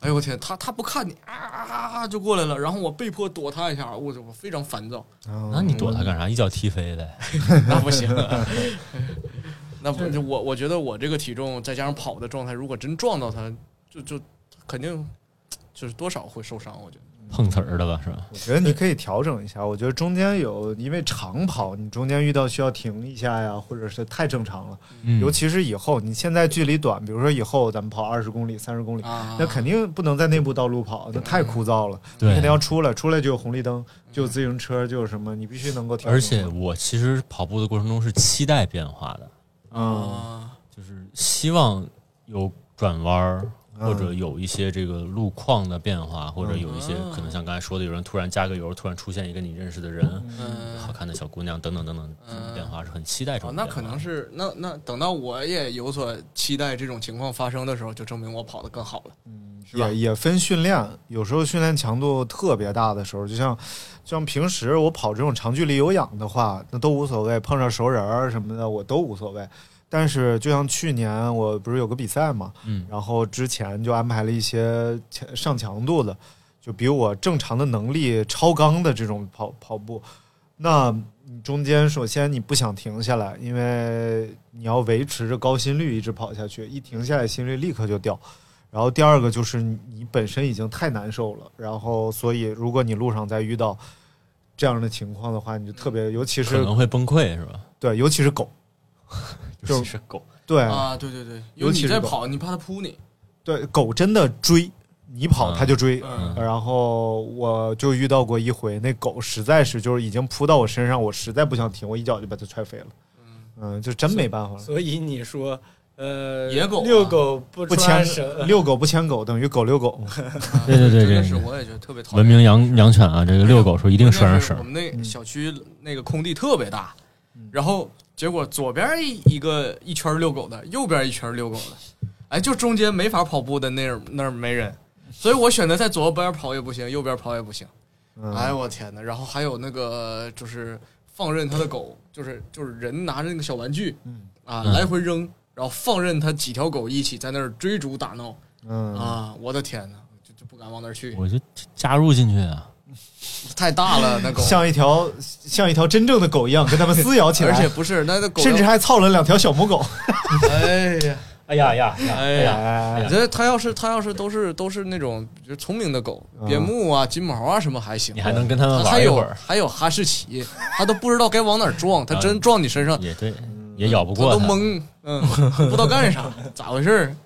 Speaker 5: 哎呦我天，他他不看你啊啊啊啊就过来了，然后我被迫躲他一下，我就我非常烦躁，
Speaker 3: 嗯
Speaker 6: 那你躲他干啥？一脚踢飞呗。
Speaker 5: 那不行， 那不就我我觉得我这个体重再加上跑的状态，如果真撞到他，就就肯定就是多少会受伤，我觉得。
Speaker 6: 碰瓷儿的吧，是吧？
Speaker 3: 我觉得你可以调整一下。我觉得中间有，因为长跑，你中间遇到需要停一下呀，或者是太正常了。
Speaker 6: 嗯，
Speaker 3: 尤其是以后，你现在距离短，比如说以后咱们跑二十公里、三十公里，
Speaker 5: 啊，
Speaker 3: 那肯定不能在内部道路跑，那太枯燥了。你
Speaker 6: 对
Speaker 3: 肯定要出来，出来就有红绿灯，就有自行车，就有什么，你必须能够调整。
Speaker 6: 而且，我其实跑步的过程中是期待变化的，
Speaker 3: 嗯，
Speaker 5: 啊，
Speaker 6: 就是希望有转弯儿，
Speaker 3: 嗯
Speaker 6: 或者有一些这个路况的变化，或者有一些
Speaker 5: 嗯
Speaker 6: 可能像刚才说的，有人突然加个油，突然出现一个你认识的人，
Speaker 5: 嗯
Speaker 6: 好看的小姑娘等等等等，这种变化是很期待这
Speaker 5: 哦
Speaker 6: 种，
Speaker 5: 那
Speaker 6: 变化。
Speaker 5: 可能是那那等到我也有所期待这种情况发生的时候，就证明我跑得更好了。吧
Speaker 3: 也也分训练，有时候训练强度特别大的时候，就像就像平时我跑这种长距离有氧的话，那都无所谓，碰上熟人儿什么的我都无所谓。但是就像去年我不是有个比赛嘛，
Speaker 6: 嗯
Speaker 3: 然后之前就安排了一些强上强度的，就比我正常的能力超纲的这种跑跑步。那你中间首先你不想停下来，因为你要维持着高心率一直跑下去，一停下来心率立刻就掉。然后第二个就是你本身已经太难受了，然后所以如果你路上再遇到这样的情况的话，你就特别，尤其
Speaker 6: 嗯可
Speaker 3: 是
Speaker 6: 能会崩溃，是吧？
Speaker 3: 对，尤其是 狗，就
Speaker 6: 尤其是狗，
Speaker 3: 对
Speaker 5: 啊，对对对，因
Speaker 3: 尤
Speaker 5: 为
Speaker 3: 其
Speaker 5: 你
Speaker 3: 是
Speaker 5: 在
Speaker 3: 狗
Speaker 5: 跑，你怕它扑你。
Speaker 3: 对，狗真的追你跑，
Speaker 6: 嗯
Speaker 3: 它就追。
Speaker 5: 嗯
Speaker 3: 然后我就遇到过一回，那狗实在是就是已经扑到我身上，我实在不想停，我一脚就把它踹飞了。嗯，就真没办法了。
Speaker 4: 所以你说，呃，
Speaker 5: 啊野狗啊
Speaker 4: 遛狗不
Speaker 3: 不牵
Speaker 4: 牵绳，
Speaker 3: 遛狗不牵狗，等于狗遛狗。
Speaker 5: 啊
Speaker 6: 对对
Speaker 5: 真的
Speaker 6: 对对
Speaker 5: 是
Speaker 6: 对
Speaker 5: 我也觉得特别讨厌。
Speaker 6: 文明养养犬啊，这个遛狗时候一定拴上
Speaker 5: 关键是我
Speaker 6: 绳。
Speaker 5: 们那小区那个空地特别大，然后结果左边一个一圈遛狗的，右边一圈遛狗的，哎，就中间没法跑步的那儿那儿没人，所以我选择在左边跑也不行，右边跑也不行。
Speaker 3: 嗯
Speaker 5: 哎，我天哪！然后还有那个就是放任他的狗，就是就是人拿着那个小玩具，啊，
Speaker 6: 嗯
Speaker 5: 来回扔，然后放任他几条狗一起在那儿追逐打闹
Speaker 3: 嗯，
Speaker 5: 啊！我的天哪，就就不敢往那儿去，
Speaker 6: 我就加入进去啊，
Speaker 5: 太大了那狗，
Speaker 3: 像一条像一条真正的狗一样，跟它们撕咬起来，
Speaker 5: 而且不是那那狗，
Speaker 3: 甚至还操了两条小母狗。
Speaker 5: 哎呀，
Speaker 6: 哎呀呀，
Speaker 5: 哎呀！
Speaker 3: 哎
Speaker 5: 我觉得他要是他要是都是都是那种就是聪明的狗，
Speaker 3: 嗯
Speaker 5: 边牧啊、金毛啊什么还行，
Speaker 6: 你还能跟他们
Speaker 5: 它还
Speaker 6: 玩一
Speaker 5: 有
Speaker 6: 会儿，
Speaker 5: 还有哈士奇，它都不知道该往哪儿撞，它真撞你身上，
Speaker 6: 也对，也嗯咬不
Speaker 5: 它
Speaker 6: 过
Speaker 5: 都
Speaker 6: 它
Speaker 5: 懵，嗯，不知道干啥，咋回事儿？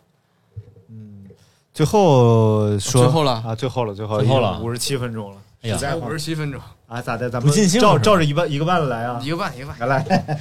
Speaker 3: 最后说
Speaker 5: 最后了
Speaker 3: 啊，最后了，最后
Speaker 6: 最后了
Speaker 3: 五十七分钟了。
Speaker 6: 哎呀，
Speaker 5: 五十七分钟，
Speaker 3: 啊，咋的？咱
Speaker 6: 不
Speaker 3: 们
Speaker 6: 尽兴
Speaker 3: 照
Speaker 6: 是吧
Speaker 3: 照着一万一个半来啊，
Speaker 5: 一个半，一个半，
Speaker 3: 来来，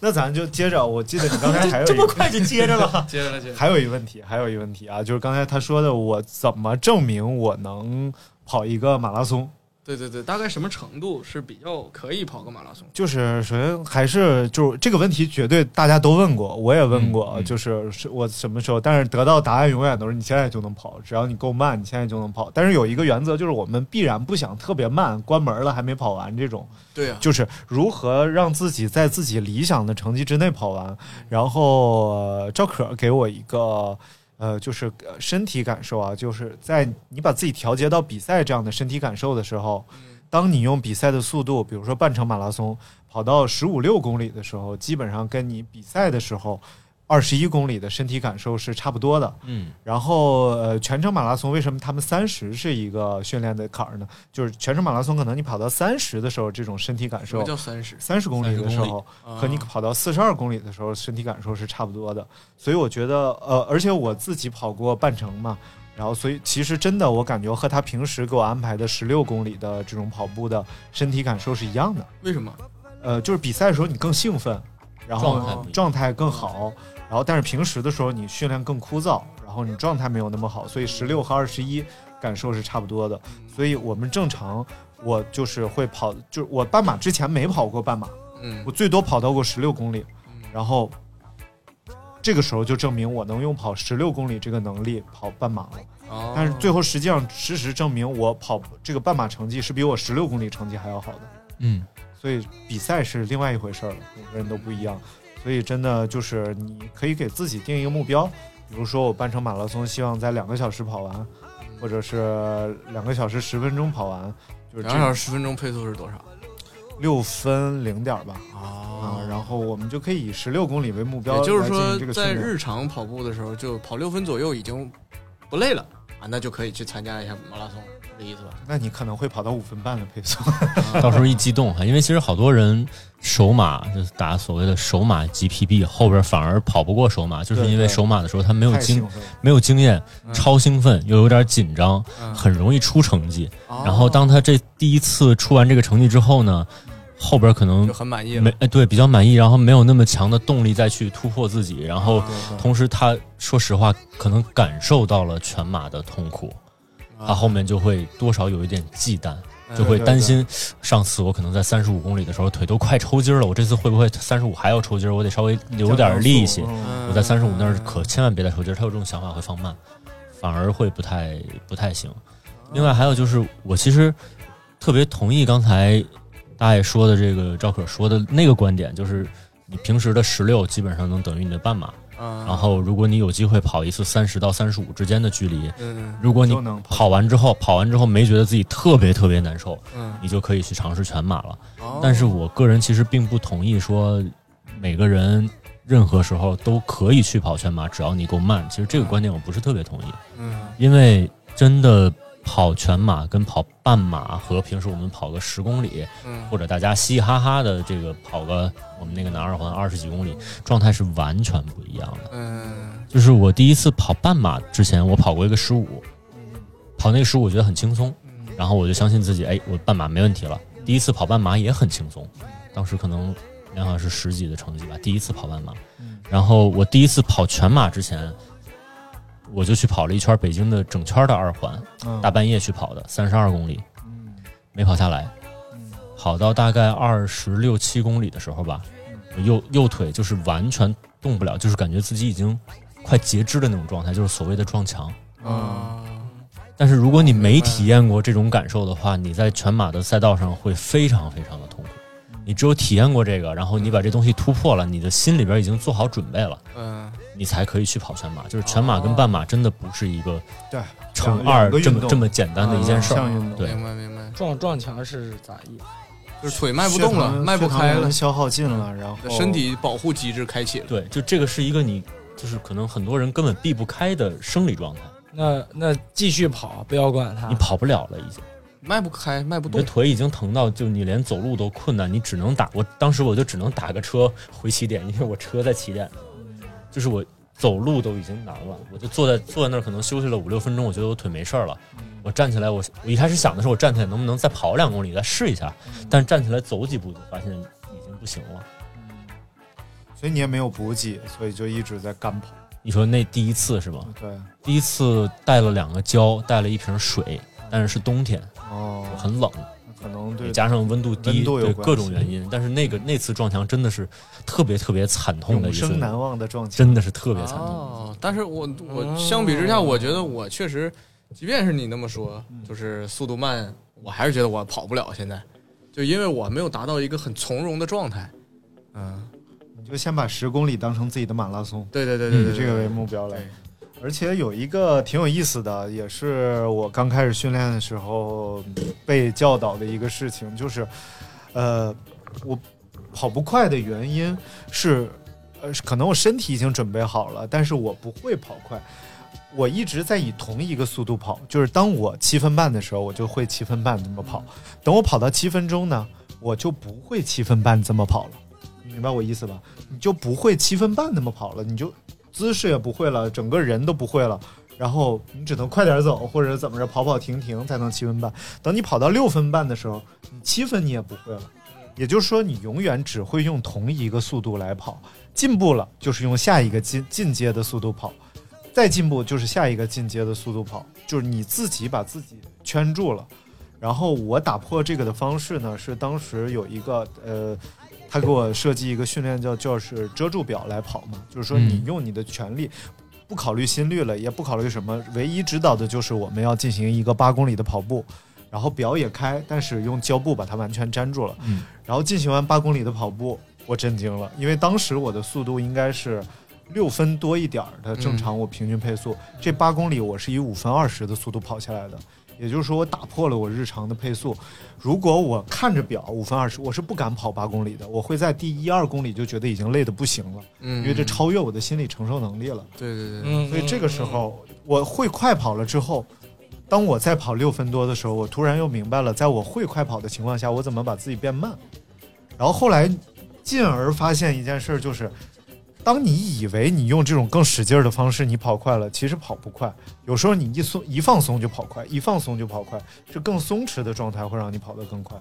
Speaker 3: 那咱就接着。我记得你刚 才还有这么快就 接着了，
Speaker 5: 接着来，接着来。
Speaker 3: 还有一个问题，还有一个问题啊，就是刚才他说的，我怎么证明我能跑一个马拉松？
Speaker 5: 对对对，大概什么程度是比较可以跑个马拉松？
Speaker 3: 就是首先还是就是这个问题，绝对大家都问过，我也问过，
Speaker 6: 嗯嗯
Speaker 3: 就是是我什么时候，但是得到答案永远都是你现在就能跑，只要你够慢，你现在就能跑。但是有一个原则，就是我们必然不想特别慢，关门了还没跑完这种。
Speaker 5: 对啊呀、
Speaker 3: 就是如何让自己在自己理想的成绩之内跑完。然后、呃赵可给我一个呃，就是呃身体感受啊，就是在你把自己调节到比赛这样的身体感受的时候，当你用比赛的速度，比如说半程马拉松跑到十五六公里的时候，基本上跟你比赛的时候二十一公里的身体感受是差不多的。
Speaker 6: 嗯，
Speaker 3: 然后呃，全程马拉松为什么他们三十是一个训练的坎儿呢？就是全程马拉松可能你跑到三十的时候，这种身体感
Speaker 5: 什么
Speaker 3: 受，
Speaker 5: 叫三十？
Speaker 3: 三十公里的时候和你
Speaker 5: 啊
Speaker 3: 跑到四十二公里的时候，身体感受是差不多的。所以我觉得，呃，而且我自己跑过半程嘛，然后所以其实真的我感觉和他平时给我安排的十六公里的这种跑步的身体感受是一样的。
Speaker 5: 为什么？
Speaker 3: 呃，就是比赛的时候你更兴奋，然后
Speaker 6: 状态不一样。
Speaker 3: 状态更好，然后但是平时的时候你训练更枯燥，然后你状态没有那么好，所以十六和二十一感受是差不多的。所以我们正常，我就是会跑，就是我半马之前没跑过半马，
Speaker 5: 嗯
Speaker 3: 我，最多跑到过十六公里，
Speaker 5: 嗯
Speaker 3: 然后这个时候就证明我能用跑十六公里这个能力跑半马了。
Speaker 5: 哦
Speaker 3: 但是最后实际上事实证明，我跑这个半马成绩是比我十六公里成绩还要好的。
Speaker 6: 嗯，
Speaker 3: 所以比赛是另外一回事儿了，每个人都不一样。所以真的就是你可以给自己定一个目标，比如说我半程马拉松希望在两个小时跑完，或者是两个小时十分钟跑完，就是
Speaker 5: 两个小
Speaker 3: 这
Speaker 5: 时十分钟配速是多少？
Speaker 3: 六分零点儿吧。啊
Speaker 5: 啊，
Speaker 3: 然后我们就可以以十六公里为目标，
Speaker 5: 也就
Speaker 3: 来进
Speaker 5: 是说
Speaker 3: 行这，个
Speaker 5: 在
Speaker 3: 训练
Speaker 5: 日常跑步的时候，就跑六分左右已经不累了啊，那就可以去参加一下马拉松，是这意思吧？
Speaker 3: 那你可能会跑到五分半的配速。
Speaker 6: 嗯到时候一激动哈，因为其实好多人首马就是打所谓的首马 GPB，后边反而跑不过首马，就是
Speaker 3: 对
Speaker 6: 因为
Speaker 3: 对
Speaker 6: 首马的时候他没有
Speaker 3: 太
Speaker 6: 经
Speaker 3: 兴奋了，
Speaker 6: 没有经验，
Speaker 5: 嗯
Speaker 6: 超兴奋又有点紧张，
Speaker 5: 嗯
Speaker 6: 很容易出成绩。
Speaker 5: 哦
Speaker 6: 然后当他这第一次出完这个成绩之后呢，后边可能
Speaker 5: 就很满意了
Speaker 6: 没，哎对比较满意，然后没有那么强的动力再去突破自己，然后
Speaker 5: 啊
Speaker 6: 同时他说实话可能感受到了全马的痛苦，
Speaker 5: 啊
Speaker 6: 他后面就会多少有一点忌惮。
Speaker 5: 哎嗯
Speaker 6: 就会担心，上次我可能在三十五公里的时候腿都快抽筋儿了，我这次会不会三十五还要抽筋儿？我得稍微留点儿力气。
Speaker 3: 嗯
Speaker 6: 我在三十五那儿可千万别再抽筋儿，他有这种想法会放慢，反而会不太不太行。另外还有就是，我其实特别同意刚才大爷说的这个赵可说的那个观点，就是你平时的十六基本上能等于你的半马，然
Speaker 5: 然
Speaker 6: 后如果你有机会跑一次三十到三十五之间的距离，
Speaker 5: 嗯
Speaker 6: 如果你
Speaker 3: 都能跑
Speaker 6: 跑完之后跑完之后没觉得自己特别特别难受，
Speaker 5: 嗯，
Speaker 6: 你就可以去尝试全马了。
Speaker 5: 哦
Speaker 6: 但是我个人其实并不同意说每个人任何时候都可以去跑全马，只要你够慢。其实这个观点我不是特别同意，
Speaker 5: 嗯
Speaker 6: 因为真的跑全马跟跑半马和平时我们跑个十公里
Speaker 5: 嗯
Speaker 6: 或者大家嘻嘻哈哈的这个跑个我们那个南二环二十几公里，状态是完全不一样的。
Speaker 5: 嗯
Speaker 6: 就是我第一次跑半马之前，我跑过一个十五，跑那个十五我觉得很轻松，
Speaker 5: 嗯
Speaker 6: 然后我就相信自己，哎，我半马没问题了。第一次跑半马也很轻松，当时可能两小时十几的成绩吧，第一次跑半马。然后我第一次跑全马之前，我就去跑了一圈北京的整圈的二环，
Speaker 3: 嗯
Speaker 6: 大半夜去跑的，三十二公里，
Speaker 3: 嗯
Speaker 6: 没跑下来。
Speaker 3: 嗯
Speaker 6: 跑到大概二十六七公里的时候吧，我右右腿就是完全动不了，就是感觉自己已经快截肢的那种状态，就是所谓的撞墙。
Speaker 3: 嗯
Speaker 5: 啊
Speaker 6: 但是如果你没体验过这种感受的话，你在全马的赛道上会非常非常的痛苦。你只有体验过这个，然后你把这东西突破了，你的心里边已经做好准备了，
Speaker 5: 嗯
Speaker 6: 你才可以去跑全马。就是全马跟半马真的不是一个
Speaker 3: 对
Speaker 6: 乘
Speaker 3: 两
Speaker 6: 二
Speaker 3: 两个
Speaker 6: 这
Speaker 3: 运
Speaker 6: 么
Speaker 3: 动
Speaker 6: 这么简单的一件事
Speaker 3: 两
Speaker 6: 儿。
Speaker 3: 项运动
Speaker 6: 嗯对
Speaker 5: 嗯明白明白，
Speaker 4: 撞撞墙是咋意思？
Speaker 5: 就是腿迈不动了，
Speaker 3: 血糖
Speaker 5: 迈不开
Speaker 3: 血
Speaker 5: 了
Speaker 3: 糖，消耗尽了，然后
Speaker 5: 身体保护机制开启
Speaker 3: 嗯
Speaker 5: 了。
Speaker 6: 对，就这个是一个你就是可能很多人根本避不开的生理状态，
Speaker 4: 那那继续跑，不要管
Speaker 3: 嗯
Speaker 4: 它
Speaker 6: 你。跑不了了已经。
Speaker 5: 迈不开，迈不
Speaker 6: 你的
Speaker 5: 动，
Speaker 6: 腿已经疼到，就你连走路都困难，你只能打。我当时我就只能打个车回起点，因为我车在起点，
Speaker 5: 嗯
Speaker 6: 就是我走路都已经难了，我就坐在坐在那儿，可能休息了五六分钟，我觉得我腿没事儿了，
Speaker 5: 嗯
Speaker 6: 我站起来，我我一开始想的是我站起来能不能再跑两公里再试一下，
Speaker 5: 嗯
Speaker 6: 但是站起来走几步就发现已经不行了。
Speaker 3: 所以你也没有补给，所以就一直在干跑。
Speaker 6: 你说那第一次是吗？
Speaker 5: 嗯
Speaker 3: 对，
Speaker 6: 第一次带了两个胶，带了一瓶水，但是是冬天，
Speaker 3: 哦，
Speaker 6: 很冷。
Speaker 3: 可能
Speaker 6: 也
Speaker 3: 对，
Speaker 6: 加上温度低，
Speaker 3: 温度有
Speaker 6: 对
Speaker 3: 关系
Speaker 6: 各种原因。但是那个那次撞墙真的是特别特别惨痛的
Speaker 3: 永
Speaker 6: 一次
Speaker 3: 生，难忘的撞墙。
Speaker 6: 真的是特别惨痛。
Speaker 5: 哦，但是我我相比之下，我觉得我确实，即便是你那么说，就是速度慢，我还是觉得我跑不了现在，就因为我没有达到一个很从容的状态。嗯，
Speaker 3: 你就先把十公里当成自己的马拉松，
Speaker 5: 对对对对
Speaker 3: 以
Speaker 5: 嗯对，
Speaker 3: 这个为目标来。而且有一个挺有意思的，也是我刚开始训练的时候被教导的一个事情，就是，呃，我跑不快的原因是，呃，是可能我身体已经准备好了，但是我不会跑快。我一直在以同一个速度跑，就是当我七分半的时候，我就会七分半这么跑；等我跑到七分钟呢，我就不会七分半这么跑了。你明白我意思吧？你就不会七分半那么跑了，你就姿势也不会了，整个人都不会了，然后你只能快点走，或者怎么着跑跑停停才能七分半。等你跑到六分半的时候，你七分你也不会了，也就是说你永远只会用同一个速度来跑，进步了就是用下一个进进阶的速度跑，再进步就是下一个进阶的速度跑，就是你自己把自己圈住了。然后我打破这个的方式呢，是当时有一个呃他给我设计一个训练叫就是遮住表来跑嘛，就是说你
Speaker 6: 嗯
Speaker 3: 用你的全力，不考虑心率了，也不考虑什么，唯一指导的就是我们要进行一个八公里的跑步，然后表也开，但是用胶布把它完全粘住了，
Speaker 6: 嗯
Speaker 3: 然后进行完八公里的跑步，我震惊了，因为当时我的速度应该是。六分多一点儿的正常，我平均配速，这八公里我是以五分二十的速度跑下来的，也就是说我打破了我日常的配速，如果我看着表五分二十，我是不敢跑八公里的，我会在第一二公里就觉得已经累得不行了，
Speaker 5: 嗯，
Speaker 3: 因为这超越我的心理承受能力了。
Speaker 5: 对对对，
Speaker 4: 嗯，
Speaker 3: 所以这个时候我会快跑了之后，当我再跑六分多的时候，我突然又明白了，在我会快跑的情况下，我怎么把自己变慢。然后后来，进而发现一件事儿，就是当你以为你用这种更使劲儿的方式你跑快了，其实跑不快。有时候你一松一放松就跑快，一放松就跑快，这更松弛的状态会让你跑得更快。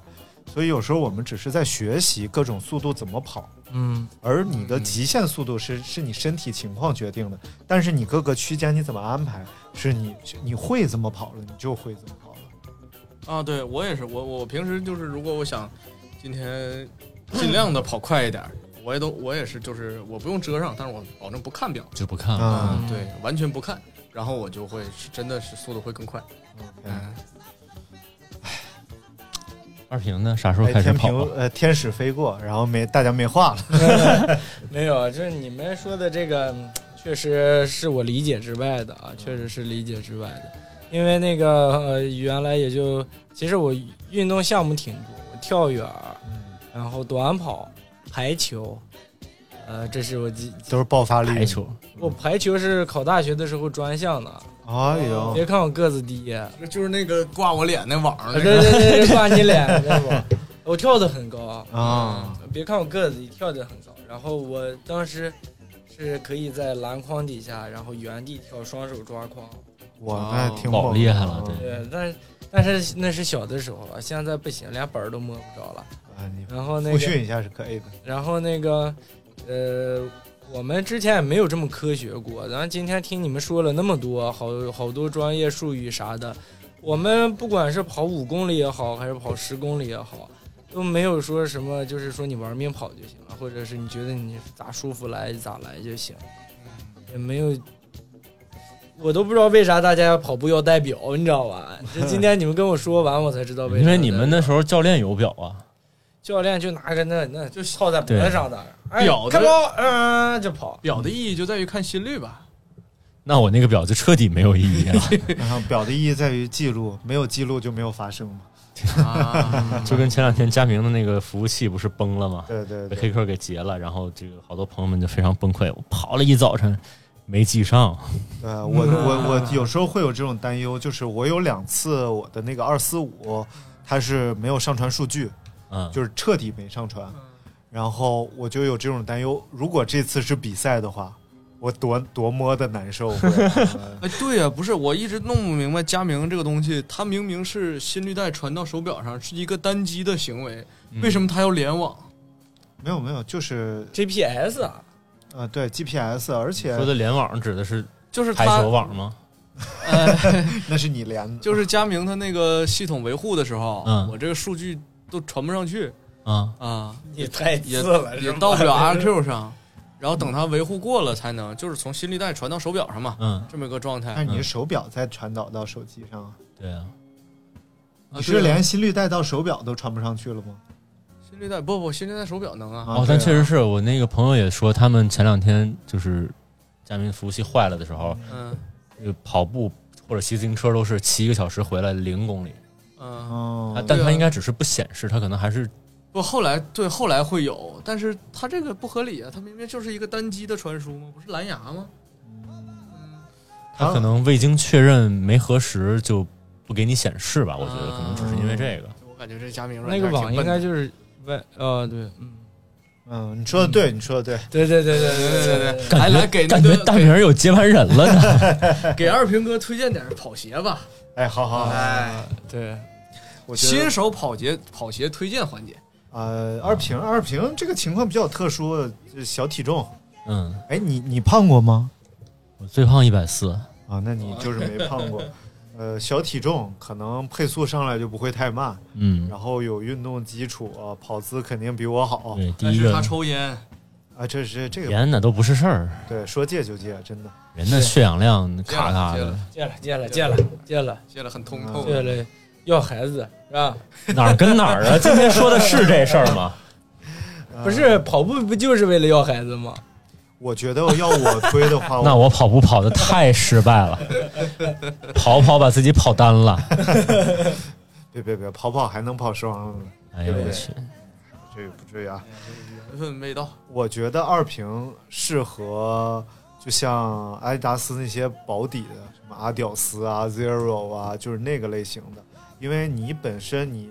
Speaker 3: 所以有时候我们只是在学习各种速度怎么跑，
Speaker 4: 嗯，
Speaker 3: 而你的极限速度是是你身体情况决定的，但是你各个区间你怎么安排，是你你会怎么跑了，你就会怎么跑了。
Speaker 5: 啊，对我也是，我我平时就是如果我想今天尽量的跑快一点儿，我也都我也是就是我不用遮上，但是我保证不看表，
Speaker 6: 就不看了。
Speaker 3: 啊
Speaker 5: 对，完全不看，然后我就会是真的是速度会更快，嗯，
Speaker 6: 二平呢？啥时候
Speaker 3: 哎，
Speaker 6: 开始
Speaker 3: 天
Speaker 6: 跑
Speaker 3: 平
Speaker 6: 啊？
Speaker 3: 呃，天使飞过，然后没大家没话了。
Speaker 4: 没有，啊就是你们说的这个，嗯确实是我理解之外的啊，确实是理解之外的。因为那个呃，原来也就其实我运动项目挺多，我跳远儿，然后短跑、排球，呃，这是我记。
Speaker 3: 都是爆发力。
Speaker 6: 排球，
Speaker 4: 我排球是考大学的时候专项的，啊
Speaker 3: 哎呦，哎
Speaker 4: 别看我个子低，啊
Speaker 5: 那就是那个挂我脸那网
Speaker 6: 哎
Speaker 5: 上
Speaker 4: 对
Speaker 5: 那个，
Speaker 4: 对对，对挂你脸，知道不？ 我跳得很高，
Speaker 3: 啊，
Speaker 4: 别看我个子跳得很高，然后我当时是可以在篮筐底下，然后原地跳，双手抓筐。哦
Speaker 3: 我那挺
Speaker 6: 老
Speaker 3: 猛
Speaker 6: 厉
Speaker 3: 的哦
Speaker 6: 害了，对。
Speaker 4: 对，但但是那是小的时候了，现在不行，连本儿都摸不着了。
Speaker 3: 啊，你
Speaker 4: 然后那
Speaker 3: 复
Speaker 4: 个，
Speaker 3: 训一下是可以的。
Speaker 4: 然后那个，呃，我们之前也没有这么科学过。然后今天听你们说了那么多，好好多专业术语啥的，我们不管是跑五公里也好，还是跑十公里也好，都没有说什么，就是说你玩命跑就行了，或者是你觉得你咋舒服来咋来就行，也没有。我都不知道为啥大家跑步要戴表，你知道吧？就今天你们跟我说完，我才知道为啥戴
Speaker 6: 因
Speaker 4: 表。
Speaker 6: 为你们那时候教练有表啊，
Speaker 4: 教练就拿个那那就套在脖子上的，哎，
Speaker 5: 表的
Speaker 4: 开跑，嗯、就跑。
Speaker 5: 表的意义就在于看心率 吧，
Speaker 6: 那我那个表就彻底没有意义了，
Speaker 3: 然后表的意义在于记录，没有记录就没有发生嘛。
Speaker 5: 啊，
Speaker 6: 就跟前两天佳明的那个服务器不是崩了吗？
Speaker 3: 对对
Speaker 6: 被
Speaker 3: 对
Speaker 6: 黑，客给截了，然后这个好多朋友们就非常崩溃。我跑了一早晨，没记上，
Speaker 3: 对呃我
Speaker 6: 嗯
Speaker 3: 我我有时候会有这种担忧，就是我有两次我的那个二四五，它是没有上传数据。
Speaker 6: 嗯，
Speaker 3: 就是彻底没上传，然后我就有这种担忧，如果这次是比赛的话，我多多么的难受。 会嗯
Speaker 5: 哎，对呀、不是，我一直弄不明白佳明这个东西，它明明是心率带传到手表上是一个单机的行为，
Speaker 6: 嗯
Speaker 5: 为什么它要联网？
Speaker 3: 没有没有，就是
Speaker 4: GPS 啊，
Speaker 3: 呃对 GPS，而且
Speaker 6: 说的联网指的是
Speaker 5: 就是
Speaker 6: 排
Speaker 5: 它
Speaker 6: 球，网吗？
Speaker 5: 呃，
Speaker 3: 那是你连的，
Speaker 5: 就是佳明他那个系统维护的时候，
Speaker 6: 嗯
Speaker 5: 我这个数据都传不上去
Speaker 6: 啊，
Speaker 5: 啊，
Speaker 4: 你太
Speaker 5: 也
Speaker 4: 次了，
Speaker 5: 也
Speaker 4: 是吧
Speaker 5: 到 不了啊 RQ 上，然后等它维护过了才能，就是从心率带传到手表上嘛，
Speaker 6: 嗯，
Speaker 5: 这么一个状态。
Speaker 3: 但是你的手表再传导到手机上，
Speaker 6: 对啊，
Speaker 5: 啊
Speaker 3: 你
Speaker 5: 对
Speaker 3: 是
Speaker 5: 啊
Speaker 3: 连心率带到手表都传不上去了吗？
Speaker 5: 心率带不不，心率带手表能啊，
Speaker 3: 啊
Speaker 6: 哦，但
Speaker 3: 对
Speaker 6: 确
Speaker 3: 啊
Speaker 6: 实是我那个朋友也说，他们前两天就是家庭服务器坏了的时候，
Speaker 5: 嗯
Speaker 6: 就跑步或者骑自行车都是骑一个小时回来零公里。
Speaker 5: 嗯，
Speaker 6: 啊
Speaker 3: 哦，
Speaker 6: 但
Speaker 5: 对
Speaker 6: 它
Speaker 5: 啊
Speaker 6: 应该只是不显示，它可能还是
Speaker 5: 不，后来对后来会有，但是它这个不合理啊，它明明就是一个单机的传输吗？不是蓝牙吗？啊
Speaker 6: 它可能未经确认没核实就不给你显示
Speaker 5: 啊
Speaker 6: 吧。我觉得可能只是因为这个。
Speaker 5: 我感觉这加明软
Speaker 4: 那
Speaker 5: 件
Speaker 4: 个网
Speaker 5: 挺
Speaker 4: 应
Speaker 5: 笨
Speaker 4: 该
Speaker 5: 的
Speaker 4: 就是外呃对，嗯，
Speaker 3: 嗯，你说的对，你说的对。
Speaker 6: 嗯
Speaker 4: 对对对对
Speaker 5: 对对对对，
Speaker 6: 感
Speaker 5: 来
Speaker 6: 觉
Speaker 5: 来给哎那
Speaker 6: 感觉
Speaker 5: 个
Speaker 6: 大明儿有接班人了呢。
Speaker 5: 给给二平哥推荐点跑鞋吧，
Speaker 3: 哎，好好，好
Speaker 5: 哎，
Speaker 4: 对，
Speaker 3: 我觉得
Speaker 5: 新手跑鞋跑鞋推荐环节，
Speaker 3: 呃，二平二平这个情况比较特殊，就是小体重。
Speaker 6: 嗯，
Speaker 3: 哎，你你胖过吗？
Speaker 6: 我最胖一百四，
Speaker 3: 啊，那你就是没胖过。呃，小体重可能配速上来就不会太慢，
Speaker 6: 嗯，
Speaker 3: 然后有运动基础啊，跑姿肯定比我好
Speaker 6: 对，第
Speaker 5: 哦但
Speaker 6: 一
Speaker 5: 是他
Speaker 6: 个
Speaker 5: 抽烟，
Speaker 3: 啊。这是这个
Speaker 6: 别的都不是事儿，
Speaker 3: 对，说戒就戒，真的。
Speaker 6: 人的血氧量
Speaker 5: 戒了
Speaker 6: 咔咔
Speaker 5: 戒
Speaker 6: 的
Speaker 5: 了，
Speaker 4: 戒了戒了戒了戒了
Speaker 5: 戒了很通
Speaker 3: 啊
Speaker 5: 透
Speaker 4: 戒，了，要孩子是吧？
Speaker 6: 哪儿跟哪儿啊？今天说的是这事儿吗？
Speaker 3: 呃
Speaker 4: 不，是跑步不就是为了要孩子吗？
Speaker 3: 我觉得要我推的话，
Speaker 6: 那我跑步跑的太失败了，跑跑把自己跑单了。
Speaker 3: 别别别，跑跑还能跑十万呢，
Speaker 6: 哎呦
Speaker 3: 对
Speaker 6: 我去，
Speaker 3: 这个不至于啊。
Speaker 5: 缘分未到，
Speaker 3: 我觉得二平适合，就像阿迪达斯那些保底的，什么阿屌丝啊、Zero 啊，就是那个类型的，因为你本身你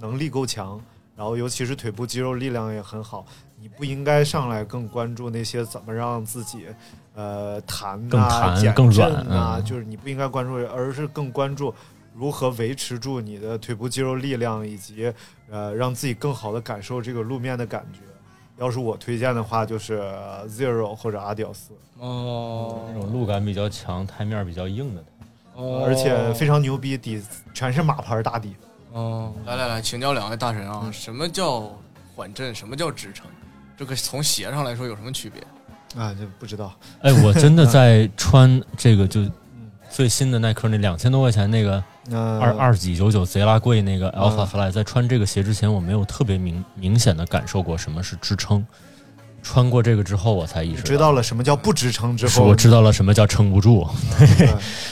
Speaker 3: 能力够强，然后尤其是腿部肌肉力量也很好，你不应该上来更关注那些怎么让自己。呃，弹
Speaker 6: 更
Speaker 3: 啊，
Speaker 6: 弹
Speaker 3: 减
Speaker 6: 更
Speaker 3: 震
Speaker 6: 软
Speaker 3: 啊，
Speaker 6: 嗯
Speaker 3: 就是你不应该关注，而是更关注如何维持住你的腿部肌肉力量，以及呃让自己更好的感受这个路面的感觉。要是我推荐的话，就是呃 Zero 或者阿屌丝，
Speaker 4: 哦
Speaker 6: 那种路感比较强、台面比较硬的，
Speaker 4: 哦，
Speaker 3: 而且非常牛逼，底全是马牌大底。
Speaker 4: 哦，
Speaker 5: 来来来，请教两位大神啊，什么叫缓震？什么叫支撑？这个从鞋上来说有什么区别？
Speaker 3: 啊，这不知道。
Speaker 6: 哎，我真的在穿这个就最新的耐克那两千多块钱那个
Speaker 3: 那
Speaker 6: 二二几九九贼拉贵那个
Speaker 3: 嗯
Speaker 6: Alpha Fly，在穿这个鞋之前，我没有特别明明显的感受过什么是支撑。穿过这个之后，我才意
Speaker 3: 你
Speaker 6: 识到
Speaker 3: 知道了什么叫不支撑之
Speaker 6: 是
Speaker 3: 后，
Speaker 6: 我知道了什么叫撑不住。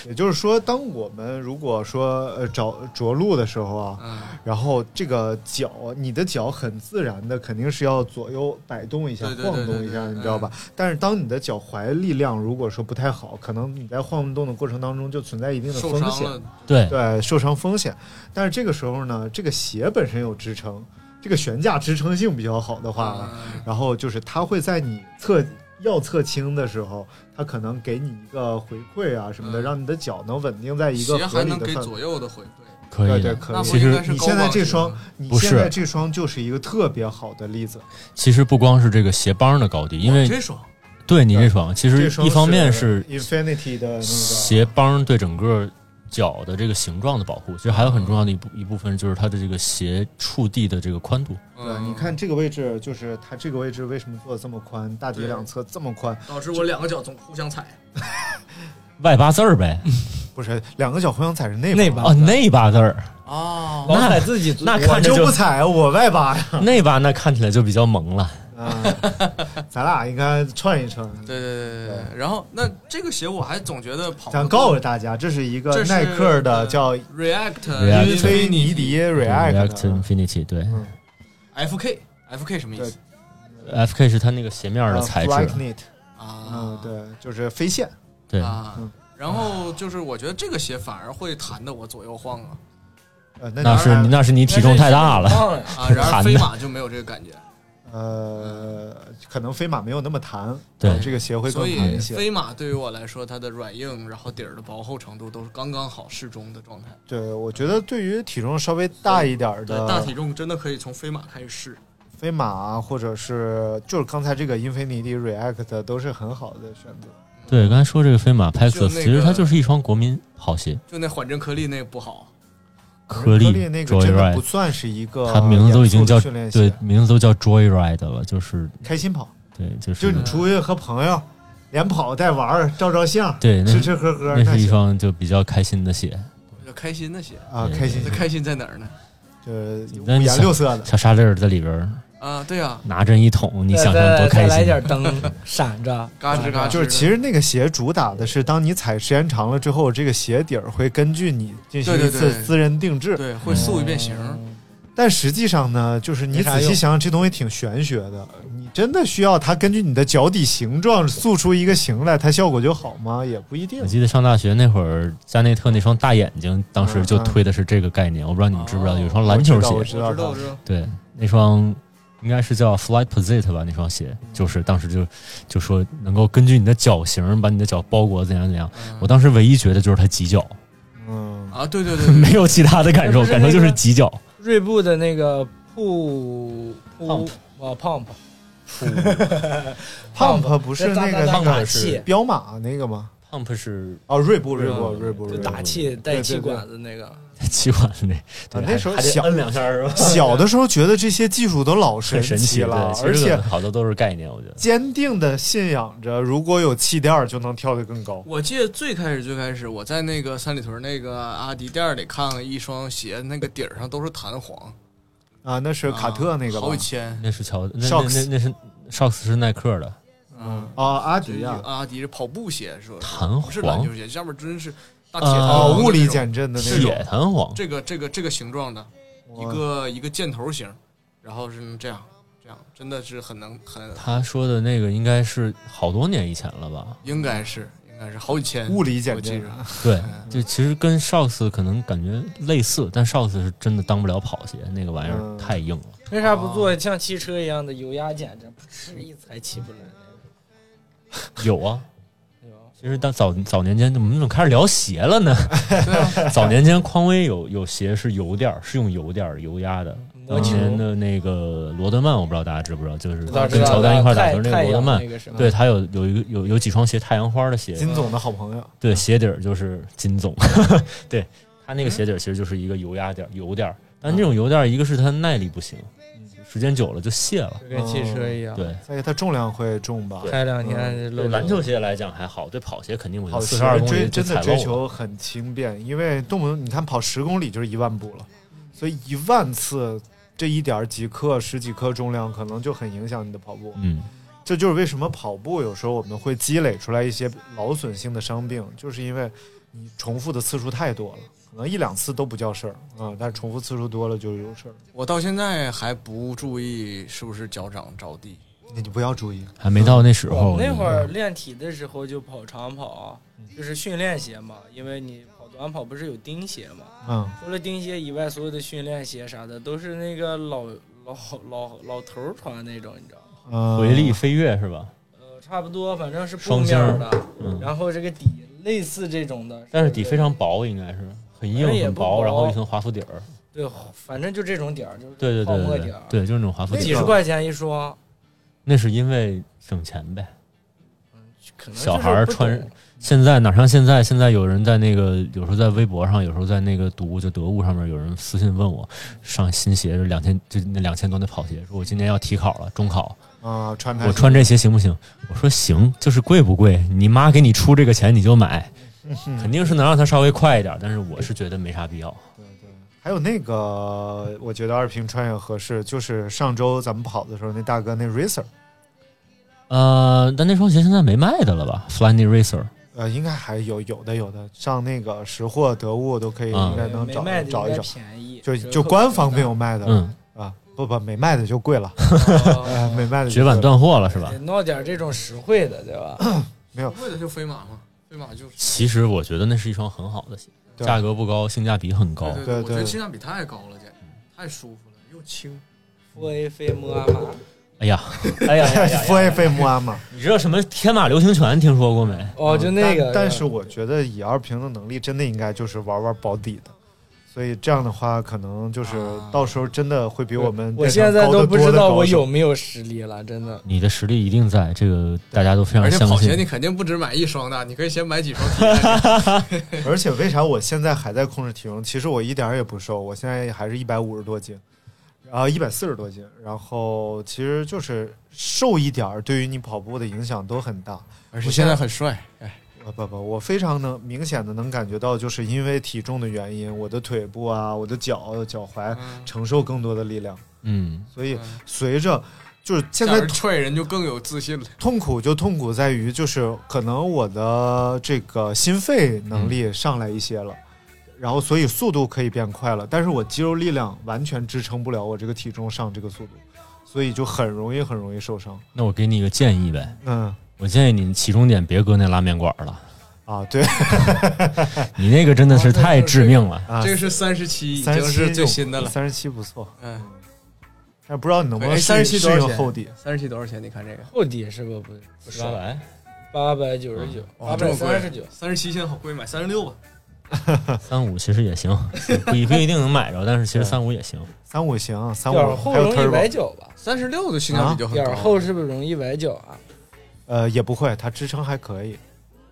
Speaker 3: 也就是说，当我们如果说呃找着陆的时候啊，
Speaker 5: 嗯，
Speaker 3: 然后这个脚，你的脚很自然的肯定是要左右摆动一下、
Speaker 5: 对对对
Speaker 3: 晃动一
Speaker 5: 对
Speaker 3: 下，
Speaker 5: 对
Speaker 3: 你知道吧？但是当你的脚踝力量如果说不太好，可能你在晃动的过程当中就存在一定的
Speaker 5: 受
Speaker 3: 风
Speaker 5: 伤
Speaker 3: 险，
Speaker 5: 了，
Speaker 6: 对，
Speaker 3: 对受伤风险。但是这个时候呢，这个鞋本身有支撑，这个悬架支撑性比较好的话，
Speaker 5: 嗯
Speaker 3: 然后就是它会在你侧要侧倾的时候，它可能给你一个回馈啊什么的，
Speaker 5: 嗯
Speaker 3: 让你的脚能稳定在一
Speaker 5: 鞋
Speaker 3: 个合
Speaker 5: 还
Speaker 3: 理
Speaker 5: 能
Speaker 3: 的
Speaker 5: 给
Speaker 3: 范
Speaker 5: 左
Speaker 3: 围。
Speaker 5: 右的回馈，
Speaker 6: 可以
Speaker 3: 对
Speaker 6: 的
Speaker 3: 对，。可
Speaker 5: 那
Speaker 3: 以。
Speaker 5: 不应该是
Speaker 3: 你
Speaker 5: 高
Speaker 3: 现在
Speaker 5: 帮
Speaker 3: 这
Speaker 5: 式
Speaker 3: 双
Speaker 5: 吗，
Speaker 3: 你
Speaker 6: 不是
Speaker 3: 现在这双就是一个特别好的例子。
Speaker 6: 其实不光是这个鞋帮的高低，因
Speaker 3: 哎
Speaker 6: 为
Speaker 5: 这双
Speaker 6: 对你这双，其
Speaker 3: 哦这
Speaker 6: 实
Speaker 3: 双
Speaker 6: 一方面是
Speaker 3: Infinity 的那个
Speaker 6: 鞋帮对整个脚的这个形状的保护，其实还有很重要的一部一部分就是它的这个鞋触地的这个宽度。
Speaker 3: 对，
Speaker 5: 嗯
Speaker 3: 你看这个位置，就是它这个位置为什么做的这么宽，大底两侧这么宽？
Speaker 5: 导致我两个脚总互相踩，
Speaker 6: 外八字儿呗，
Speaker 3: 不是两个脚互相踩是内
Speaker 4: 内
Speaker 3: 八，
Speaker 4: 八
Speaker 6: 哦，内八字儿，
Speaker 5: 哦，
Speaker 4: 老踩自己足，
Speaker 6: 那
Speaker 3: 我
Speaker 6: 看着
Speaker 3: 就不踩，我外八 呀。
Speaker 6: 内八那看起来就比较萌了。
Speaker 3: 啊，咱俩应该串一串。
Speaker 5: 对对对对对。然后那这个鞋我还总觉得跑，
Speaker 3: 咱告诉大家，这是一
Speaker 5: 这
Speaker 3: 个
Speaker 5: 是
Speaker 3: 耐克的叫英
Speaker 5: React
Speaker 6: React
Speaker 3: 菲尼迪
Speaker 6: 啊 React
Speaker 3: React 啊的
Speaker 6: Infinity 对
Speaker 5: FK FK 什么意思
Speaker 6: ，FK 是它那个鞋面
Speaker 3: 啊
Speaker 6: 的材质
Speaker 3: Flight，Knit，嗯
Speaker 5: 啊，？
Speaker 3: 对，就是飞线。
Speaker 6: 对，
Speaker 5: 啊
Speaker 3: 嗯。
Speaker 5: 然后就是我觉得这个鞋反而会弹的我左右晃 啊
Speaker 3: 呃，
Speaker 6: 那
Speaker 3: 那
Speaker 6: 是你那是你体重太大了。
Speaker 4: 胖了，
Speaker 5: 啊，然而
Speaker 6: 弹的
Speaker 5: 飞马就没有这个感觉，
Speaker 3: 呃，可能飞马没有那么弹，啊
Speaker 6: 对
Speaker 3: 这个鞋 会更
Speaker 5: 所
Speaker 3: 弹
Speaker 5: 以
Speaker 3: 一些。
Speaker 5: 飞马对于我来说，它的软硬，然后底儿的薄厚程度都是刚刚好适中的状态。
Speaker 3: 对，我觉得对于体重稍微大一点儿
Speaker 5: 对
Speaker 3: 的，
Speaker 5: 大体重真的可以从飞马开始试。
Speaker 3: 飞马啊，或者是就是刚才这个英菲尼迪 React 都是很好的选择。
Speaker 6: 对，刚才说这个飞马 p a x
Speaker 5: 就
Speaker 6: u
Speaker 5: 那个
Speaker 6: 其实它就是一双国民好鞋，
Speaker 5: 就那缓震颗粒那个不好，
Speaker 6: 颗粒
Speaker 3: 那个真的不啊
Speaker 6: Joyride，
Speaker 3: 算是一个，
Speaker 6: 它名字都已经叫
Speaker 3: 训练鞋
Speaker 6: 对，名字都叫 Joyride 了，就是
Speaker 3: 开心跑，
Speaker 6: 对，就是
Speaker 3: 就是你出去和朋友连跑带玩儿，照照相，
Speaker 6: 对，那
Speaker 3: 吃吃喝喝，
Speaker 6: 那
Speaker 3: 那
Speaker 6: 是一
Speaker 3: 行
Speaker 6: 双就比较开心的鞋，
Speaker 5: 就开心的鞋。
Speaker 3: 啊，
Speaker 6: 对
Speaker 3: 开心
Speaker 5: 那，开心在哪儿呢？
Speaker 3: 就是
Speaker 6: 那
Speaker 3: 五
Speaker 6: 你
Speaker 3: 颜
Speaker 6: 想
Speaker 3: 六色的。
Speaker 6: 小沙粒儿在里边儿，
Speaker 5: 啊，对啊，
Speaker 6: 拿针一捅，你
Speaker 4: 再
Speaker 6: 想想多
Speaker 4: 再
Speaker 6: 开
Speaker 4: 来点
Speaker 6: 心！
Speaker 4: 灯闪着，
Speaker 5: 嘎吱嘎吱的，
Speaker 3: 就是其实那个鞋主打的是，当你踩时间长了之后，这个鞋底儿会根据你进行
Speaker 5: 对
Speaker 3: 一
Speaker 5: 对
Speaker 3: 次
Speaker 5: 对
Speaker 3: 私人定制。
Speaker 5: 对会塑一遍形，
Speaker 3: 嗯但实际上呢，就是你
Speaker 4: 没啥
Speaker 3: 仔细
Speaker 4: 用
Speaker 3: 想想，这东西挺玄学的。你真的需要它根据你的脚底形状塑出一个形来，它效果就好吗？也不一定
Speaker 6: 我。记得上大学那会儿，加内特那双大眼睛，当时就
Speaker 3: 嗯嗯
Speaker 6: 推的是这个概念。我不知道你们知不知道，
Speaker 5: 哦
Speaker 6: 有双篮球
Speaker 3: 我
Speaker 6: 鞋，
Speaker 3: 知道
Speaker 5: 我知道，我
Speaker 3: 它
Speaker 5: 知道，
Speaker 6: 对，那双应该是叫 Flight Posit 吧，那双鞋就是当时就就说能够根据你的脚型把你的脚包裹怎样怎样。
Speaker 5: 嗯
Speaker 6: 我当时唯一觉得就是它挤脚，
Speaker 3: 嗯，
Speaker 5: 啊，对对对对，
Speaker 6: 没有其他的 感受，
Speaker 4: 不是
Speaker 6: 感受就是挤脚。
Speaker 4: 锐步的那个瀑瀑啊 pump
Speaker 3: 胖胖不是那个
Speaker 4: 打
Speaker 3: 那
Speaker 4: 打
Speaker 3: 个
Speaker 4: 气，
Speaker 3: 彪马那个吗？
Speaker 6: Pump 是
Speaker 3: 哦，锐步，锐
Speaker 6: 锐
Speaker 3: 步，
Speaker 6: 步
Speaker 3: 锐步，
Speaker 4: 就
Speaker 3: 锐步
Speaker 4: 打气带气管子那个，
Speaker 6: 气管的那，对
Speaker 3: 啊
Speaker 6: 还
Speaker 3: 那时候
Speaker 6: 还得
Speaker 3: 小
Speaker 6: 摁两下是吧？
Speaker 3: 小的时候觉得这些技术都老
Speaker 6: 很神
Speaker 3: 奇
Speaker 6: 对
Speaker 3: 了，
Speaker 6: 其实
Speaker 3: 而且
Speaker 6: 好多都是概念，我觉得。
Speaker 3: 坚定的信仰着，如果有气垫儿就能跳得更高。
Speaker 5: 我记得最开始最开始我在那个三里屯那个阿迪店里看了一双鞋，那个底儿上都是弹簧，
Speaker 3: 啊，那是卡特那个
Speaker 5: 啊
Speaker 3: 吧
Speaker 5: 好几千，
Speaker 6: 那是乔，那那
Speaker 3: Shocks
Speaker 6: 那那是 Shocks 是耐克的
Speaker 5: 嗯，
Speaker 3: 啊，阿
Speaker 5: 就
Speaker 3: 迪
Speaker 5: 一
Speaker 3: 呀，
Speaker 5: 阿迪是跑步鞋是吧？
Speaker 6: 弹
Speaker 5: 不是篮
Speaker 6: 簧
Speaker 5: 球，鞋，上面真是大
Speaker 6: 啊
Speaker 5: 铁
Speaker 3: 哦，
Speaker 5: 啊
Speaker 3: 物理减震的那
Speaker 6: 铁
Speaker 3: 种，
Speaker 6: 弹簧，
Speaker 5: 这个这个这个形状的
Speaker 3: 哦
Speaker 5: 一个一个箭头形，然后是这样这样，真的是很能很
Speaker 6: 他说的那个应该是好多年以前了吧？
Speaker 5: 应该是应该是好几千
Speaker 3: 物理减
Speaker 5: 我记
Speaker 3: 震
Speaker 5: 着，
Speaker 6: 对，
Speaker 5: 嗯
Speaker 6: 就其实跟 Shocks 可能感觉类似，但 Shocks 是真的当不了跑鞋，那个玩意
Speaker 3: 嗯
Speaker 6: 儿太硬了。
Speaker 4: 为啥不做像汽车一样的油压减震，噗嗤一踩起不来
Speaker 6: 有啊，
Speaker 4: 那种？
Speaker 6: 其实当早早年间，我们怎么开始聊鞋了 呢？
Speaker 5: 对啊，
Speaker 6: 早年间匡威有有鞋是油垫儿，是用油垫儿油压的。
Speaker 4: 摩
Speaker 6: 当
Speaker 4: 球
Speaker 6: 年的那个罗德曼，我不知道大家知不知道，就是
Speaker 4: 知道知
Speaker 6: 跟
Speaker 4: 道
Speaker 6: 乔丹一块打球那
Speaker 4: 太
Speaker 6: 个罗德
Speaker 4: 太阳
Speaker 6: 曼，
Speaker 4: 那个是吧
Speaker 6: 对他有有一个有有几双鞋太阳花的鞋，
Speaker 3: 金总的好朋友，
Speaker 6: 对，鞋底儿就是金总，对它那个鞋底儿其实就是一个油压垫儿、油垫儿，但这
Speaker 4: 嗯
Speaker 6: 种油垫儿一个是它耐力不行，时间久了就卸了。
Speaker 4: 就跟汽车一样，
Speaker 6: 对，
Speaker 3: 再一个它哎重量会重吧？
Speaker 4: 开两天啊就漏
Speaker 6: 对嗯
Speaker 4: 油
Speaker 6: 篮球鞋来讲还好，对跑鞋肯定不行，
Speaker 3: 跑鞋
Speaker 6: 四十二公
Speaker 3: 追
Speaker 6: 里
Speaker 3: 真的
Speaker 6: 踩
Speaker 3: 追
Speaker 6: 漏了。
Speaker 3: 求很轻便，因为动不动你看跑十公里就是一万步了，所以一万次这一点儿几克、十几克重量可能就很影响你的跑步。
Speaker 6: 嗯，
Speaker 3: 这就是为什么跑步有时候我们会积累出来一些劳损性的伤病，就是因为你重复的次数太多了，可能一两次都不叫事儿啊、但是重复次数多了就有事儿。
Speaker 5: 我到现在还不注意是不是脚掌着地，
Speaker 3: 那你不要注意，
Speaker 6: 还没到那时
Speaker 4: 我
Speaker 6: 候。
Speaker 4: 哦那会儿练体的时候就跑长跑，嗯就是训练鞋嘛，因为你跑短跑不是有钉鞋嘛，
Speaker 3: 嗯，
Speaker 4: 除了钉鞋以外，所有的训练鞋啥的都是那个老老老老头儿穿那种，你知道吗？
Speaker 3: 呃
Speaker 6: 回力飞跃是吧？
Speaker 4: 呃，差不多，反正是布
Speaker 6: 双
Speaker 4: 面
Speaker 6: 星儿
Speaker 4: 儿的，
Speaker 6: 嗯，
Speaker 4: 然后这个底类似这种的，
Speaker 6: 但是底非常薄，应该是很硬
Speaker 4: 反正也
Speaker 6: 很
Speaker 4: 不
Speaker 6: 薄，然后
Speaker 4: 薄
Speaker 6: 一层华夫底儿。
Speaker 4: 对，反正就这种底儿，就是
Speaker 6: 对对
Speaker 4: 泡沫
Speaker 6: 对
Speaker 4: 底
Speaker 6: 对
Speaker 4: 儿，
Speaker 6: 对，就是那种华夫
Speaker 4: 几
Speaker 6: 底
Speaker 4: 十
Speaker 6: 儿。
Speaker 4: 块钱一双，
Speaker 6: 那是因为省钱呗。
Speaker 4: 可能
Speaker 6: 小
Speaker 4: 就是
Speaker 6: 孩儿
Speaker 4: 不懂
Speaker 6: 穿现在哪像现在？现在有人在那个，有时候在微博上，有时候在那个读物就得物上面，有人私信问我，上新鞋是两千，就那两千多那跑鞋，说我今年要体考了，中考，
Speaker 3: 啊、穿它
Speaker 6: 我穿这鞋行不行？我说行，就是贵不贵？你妈给你出这个钱你就买，
Speaker 4: 嗯
Speaker 6: 肯定是能让它稍微快一点，但是我是觉得没啥必要。
Speaker 3: 还有那个，我觉得二平穿也合适，就是上周咱们跑的时候，那大哥那 racer，
Speaker 6: 呃，但那双鞋现在没卖的了吧？Flyknit Racer
Speaker 3: 呃，应该还有有的有的，上那个识货、得物都可以，
Speaker 6: 嗯
Speaker 3: 应该能
Speaker 4: 没
Speaker 3: 找
Speaker 4: 卖的
Speaker 3: 找
Speaker 4: 应
Speaker 3: 一
Speaker 4: 该
Speaker 3: 找，
Speaker 4: 便宜，
Speaker 3: 就
Speaker 4: 折
Speaker 3: 就
Speaker 4: 扣
Speaker 3: 官
Speaker 4: 比
Speaker 3: 方
Speaker 4: 较
Speaker 3: 没有卖的，
Speaker 6: 嗯
Speaker 3: 啊，不不，没卖的就 贵了，
Speaker 4: 大
Speaker 3: 呃，没卖的就
Speaker 6: 绝版
Speaker 3: 贵了
Speaker 6: 断货了是吧
Speaker 4: 得？弄点这种实惠的，对吧？
Speaker 5: 为了就飞马嘛，飞马就是。
Speaker 6: 其实我觉得那是一双很好的鞋，
Speaker 3: 对
Speaker 6: 价格不高，性价比很高。
Speaker 5: 对
Speaker 3: 对
Speaker 5: 我觉得
Speaker 3: 对
Speaker 5: 性价比太高了，简
Speaker 3: 嗯
Speaker 5: 直太舒服了，又轻。
Speaker 4: f A 飞摩阿
Speaker 3: 嗯
Speaker 4: 玛，
Speaker 6: 哎呀，哎呀，哎呀哎呀
Speaker 3: 付费费穆阿玛。
Speaker 6: 你知道什么天马流星拳听说过没？
Speaker 4: 哦，就那个，
Speaker 3: 但。但是我觉得以二平的能力，真的应该就是玩玩保底的。所以这样的话，可能就是
Speaker 5: 啊
Speaker 3: 到时候真的会比我们
Speaker 4: 我
Speaker 3: 这场
Speaker 4: 现在
Speaker 3: 高得
Speaker 4: 都不
Speaker 3: 多
Speaker 4: 知
Speaker 3: 的
Speaker 4: 道
Speaker 3: 高
Speaker 4: 我
Speaker 3: 手
Speaker 4: 有没有实力了，真的。
Speaker 6: 你的实力一定在，这个大家都非
Speaker 5: 而
Speaker 6: 常
Speaker 5: 且
Speaker 6: 相
Speaker 5: 跑鞋你
Speaker 6: 信。
Speaker 5: 肯定不止买一双的，你可以先买几双 体验一下。
Speaker 3: 而且为啥我现在还在控制体重？其实我一点儿也不瘦，我现在还是一百五十多斤，然后一百四十多斤。然后其实就是瘦一点儿，对于你跑步的影响都很大。
Speaker 5: 而
Speaker 3: 且现在
Speaker 5: 很 帅，哎，
Speaker 3: 呃不不，我非常能明显的能感觉到，就是因为体重的原因，我的腿部啊，我的脚、脚踝承受更多的力量。
Speaker 6: 嗯，
Speaker 3: 所以
Speaker 5: 嗯
Speaker 3: 随着就是现
Speaker 5: 现
Speaker 3: 在
Speaker 5: 在踹人就更有自信了。
Speaker 3: 痛苦就痛苦在于，就是可能我的这个心肺能力上来一些了，然后所以速度可以变快了，但是我肌肉力量完全支撑不了我这个体重上这个速度，所以就很容易很容易受伤。
Speaker 6: 那我给你一个建议呗，
Speaker 3: 嗯
Speaker 6: 我建议你起终点别搁那拉面馆了，
Speaker 3: 啊，对，
Speaker 6: 你那个真的是太致命了。
Speaker 3: 啊
Speaker 5: 这个是三十七，已
Speaker 3: 三
Speaker 5: 经
Speaker 3: 十
Speaker 5: 是
Speaker 3: 七
Speaker 5: 最新的了。
Speaker 3: 三十七不错，
Speaker 5: 嗯，
Speaker 3: 但不知道你能不能
Speaker 5: 哎
Speaker 3: 适
Speaker 5: 37
Speaker 3: 适
Speaker 5: 多少
Speaker 3: 应
Speaker 5: 钱
Speaker 3: 厚底。
Speaker 5: 三十七多少钱？你看这个，
Speaker 4: 厚底是不不不是
Speaker 6: 拉来，
Speaker 4: 八百九十九，
Speaker 3: 嗯
Speaker 5: 哇
Speaker 3: 哦
Speaker 4: 八
Speaker 5: 这
Speaker 4: 百
Speaker 5: 么贵
Speaker 4: 三十九，
Speaker 5: 三十七现在好贵，买三十六吧。
Speaker 6: 三五其实也行，不一不一定能买着，但是其实
Speaker 3: 对
Speaker 6: 三五也行。
Speaker 3: 三五行，啊三五
Speaker 5: 啊
Speaker 4: 点
Speaker 3: 还
Speaker 4: 厚容
Speaker 3: 有
Speaker 4: 易崴
Speaker 3: turbo，
Speaker 4: 脚吧？
Speaker 5: 三十六的性价比就很
Speaker 4: 点
Speaker 5: 高。
Speaker 4: 厚是不是容易崴脚啊？
Speaker 3: 呃，也不会，它支撑还可以。
Speaker 5: 嗯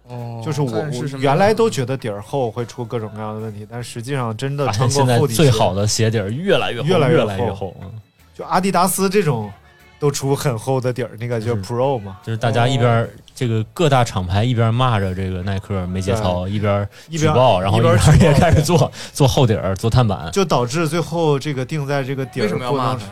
Speaker 4: 哦，
Speaker 3: 就是我
Speaker 5: 看是
Speaker 3: 我
Speaker 5: 什么
Speaker 3: 原来
Speaker 5: 样
Speaker 3: 都觉得底儿厚会出各种各样的问题，但实际上真的
Speaker 6: 发
Speaker 3: 穿过
Speaker 6: 现现在
Speaker 3: 厚底
Speaker 6: 最
Speaker 3: 鞋
Speaker 6: 好的鞋底儿越来越厚，
Speaker 3: 越来越
Speaker 6: 越来越
Speaker 3: 厚
Speaker 6: 厚，嗯
Speaker 3: 就阿迪达斯这种都出很厚的底儿，那个就是 Pro 嘛，
Speaker 6: 就是大家一边儿这个各大厂牌一边儿骂着这个耐克没节操，一边儿
Speaker 3: 一
Speaker 6: 举
Speaker 3: 边
Speaker 6: 报，然后
Speaker 3: 一
Speaker 6: 边
Speaker 3: 边
Speaker 6: 儿也
Speaker 3: 举报
Speaker 6: 开始做做厚底儿、做碳板。
Speaker 3: 就导致最后这个定在这个底
Speaker 5: 为
Speaker 3: 儿
Speaker 5: 什么要
Speaker 3: 不
Speaker 5: 骂
Speaker 3: 能
Speaker 5: 他？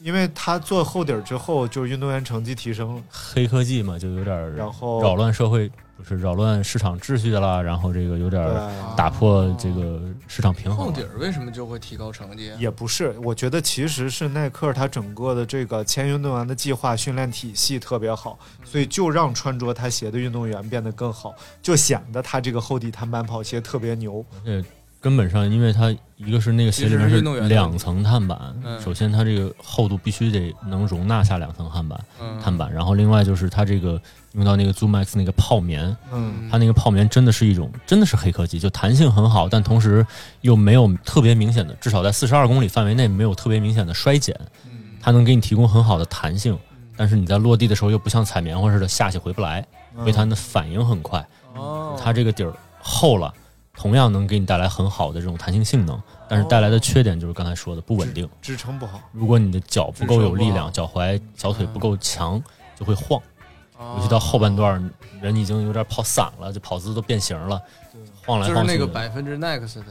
Speaker 3: 因为他做厚底儿之后，就是运动员成绩提升了，
Speaker 6: 黑科技嘛，就有点儿
Speaker 3: 然
Speaker 6: 扰
Speaker 3: 后
Speaker 6: 乱社会，不是扰乱市场秩序啦，然后这个有点
Speaker 3: 对啊
Speaker 6: 儿打破这个市场平衡
Speaker 5: 厚
Speaker 6: 了。
Speaker 5: 底儿为什么就会提高成绩啊？
Speaker 3: 也不是，我觉得其实是耐克他整个的这个签运动员的计划、训练体系特别好，所以就让穿着他鞋的运动员变得更好，就显得他这个厚底碳板跑鞋特别牛。
Speaker 6: 呃，根本上，因为它一个是那个鞋里面
Speaker 5: 其实
Speaker 6: 是
Speaker 5: 是运动员的
Speaker 6: 两层碳板，
Speaker 5: 嗯
Speaker 6: 首先它这个厚度必须得能容纳下两层碳板，
Speaker 5: 嗯，
Speaker 6: 碳板，然后另外就是它这个用到那个 Zoom Max 那个泡棉，
Speaker 3: 嗯，
Speaker 6: 它那个泡棉真的是一种真的是黑科技，就弹性很好，但同时又没有特别明显的，至少在四十二公里范围内没有特别明显的衰减，
Speaker 5: 嗯
Speaker 6: 它能给你提供很好的弹性，但是你在落地的时候又不像踩棉花似的下去回不来，
Speaker 3: 嗯
Speaker 6: 所以它的反应很快。
Speaker 5: 哦，
Speaker 6: 它这个底儿厚了，同样能给你带来很好的这种弹性性能，但是带来的缺点哦就是刚才说的不稳定。
Speaker 3: 支撑不好，
Speaker 6: 如果你的脚不嗯够有力量，
Speaker 5: 支
Speaker 6: 脚踝、小腿不够强，就会晃。
Speaker 5: 哦
Speaker 6: 尤其到后半段儿，人已经有点跑散了，就跑姿都变形了，晃来
Speaker 5: 哦就
Speaker 6: 晃
Speaker 5: 是那
Speaker 6: 去的。
Speaker 5: 个百分之 next 的，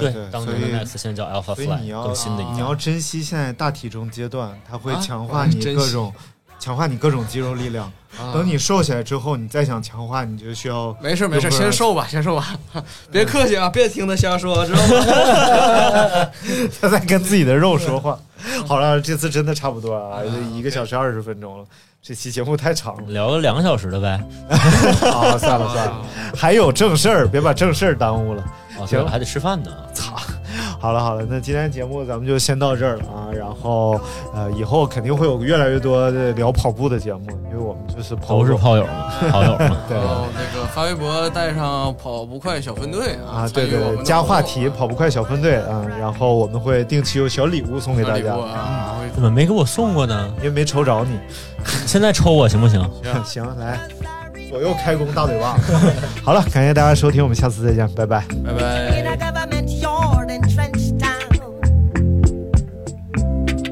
Speaker 3: 对
Speaker 6: 当
Speaker 3: 所
Speaker 6: 年的
Speaker 3: 以
Speaker 6: Next 现在叫
Speaker 3: 所
Speaker 6: Alpha
Speaker 3: 以你
Speaker 6: Fly，
Speaker 3: 要啊
Speaker 6: 更新的一
Speaker 3: 你
Speaker 6: 代
Speaker 3: 要。珍惜现在大体重阶段，它会
Speaker 5: 啊
Speaker 3: 强
Speaker 5: 我
Speaker 3: 化
Speaker 5: 要
Speaker 3: 你
Speaker 5: 珍
Speaker 3: 各
Speaker 5: 惜
Speaker 3: 种、强化你各种肌肉力量。
Speaker 5: 啊
Speaker 3: 等你瘦下来之后，你再想强化，你就需要
Speaker 5: 没事没事，
Speaker 3: 用不
Speaker 5: 先
Speaker 3: 着
Speaker 5: 瘦吧， 先瘦吧，别客气啊，
Speaker 3: 嗯
Speaker 5: 别听他瞎说，知道 吗？
Speaker 3: 他在跟自己的肉说话。好了，这次真的差不多了啊，一个小时二十分钟了。这期节目太长 了
Speaker 6: 聊个两个小时的呗，
Speaker 3: 啊！算了算了， 还有正事儿，别把正事儿耽误了。
Speaker 6: 哦，
Speaker 3: 行
Speaker 6: 对了，还得吃饭呢。
Speaker 3: 好了好了，那今天节目咱们就先到这儿了啊。然后呃，以后肯定会有越来越多的聊跑步的节目，因为我们就是跑
Speaker 6: 都是
Speaker 3: 步
Speaker 6: 炮友嘛，跑友 嘛。
Speaker 3: 对
Speaker 5: 然后那个发微博带上跑不快小分队
Speaker 3: 啊，对
Speaker 5: 参与
Speaker 3: 对
Speaker 5: 我们
Speaker 3: 对，
Speaker 5: 的
Speaker 3: 加
Speaker 5: 活动
Speaker 3: 话题跑不快小分队啊，然后我们会定期有小礼物送给
Speaker 5: 小
Speaker 3: 大
Speaker 5: 礼
Speaker 3: 家嗯
Speaker 5: 物，啊，会
Speaker 6: 怎么没给我送过呢？
Speaker 3: 因为没抽着你。
Speaker 6: 现在抽我行不行？
Speaker 3: 行，来左右开弓大嘴巴。 好了，感谢大家收听，我们下次再见，拜拜。
Speaker 5: 拜拜
Speaker 2: in。a government yard in Trenchtown.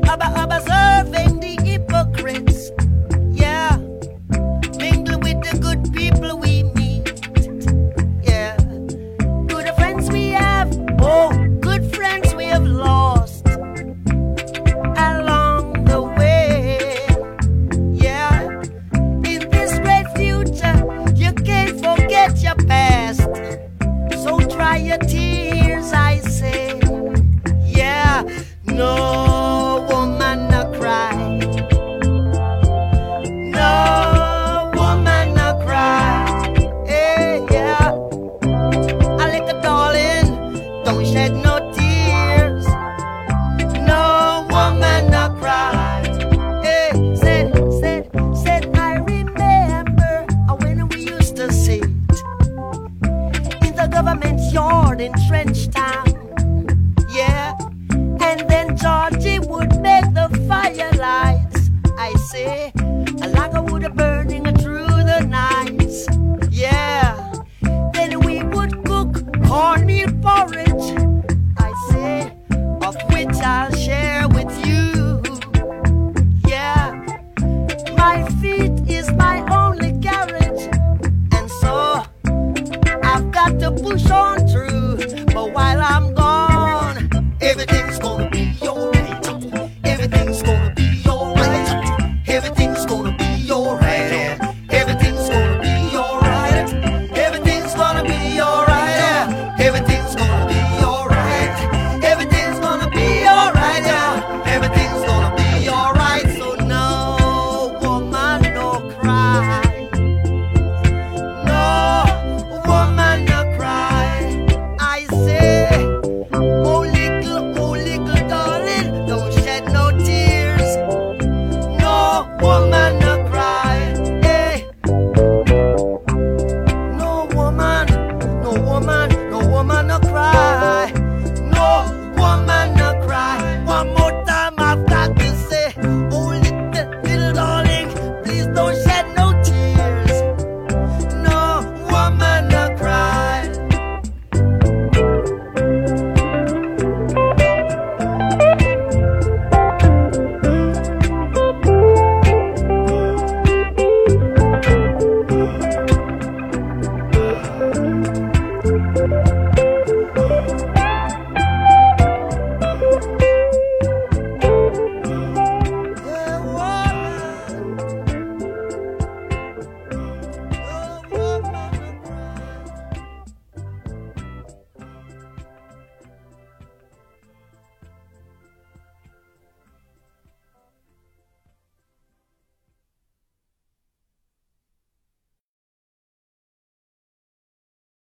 Speaker 2: Abba, abba, sir. Oh, "Oh, eh. "Oh,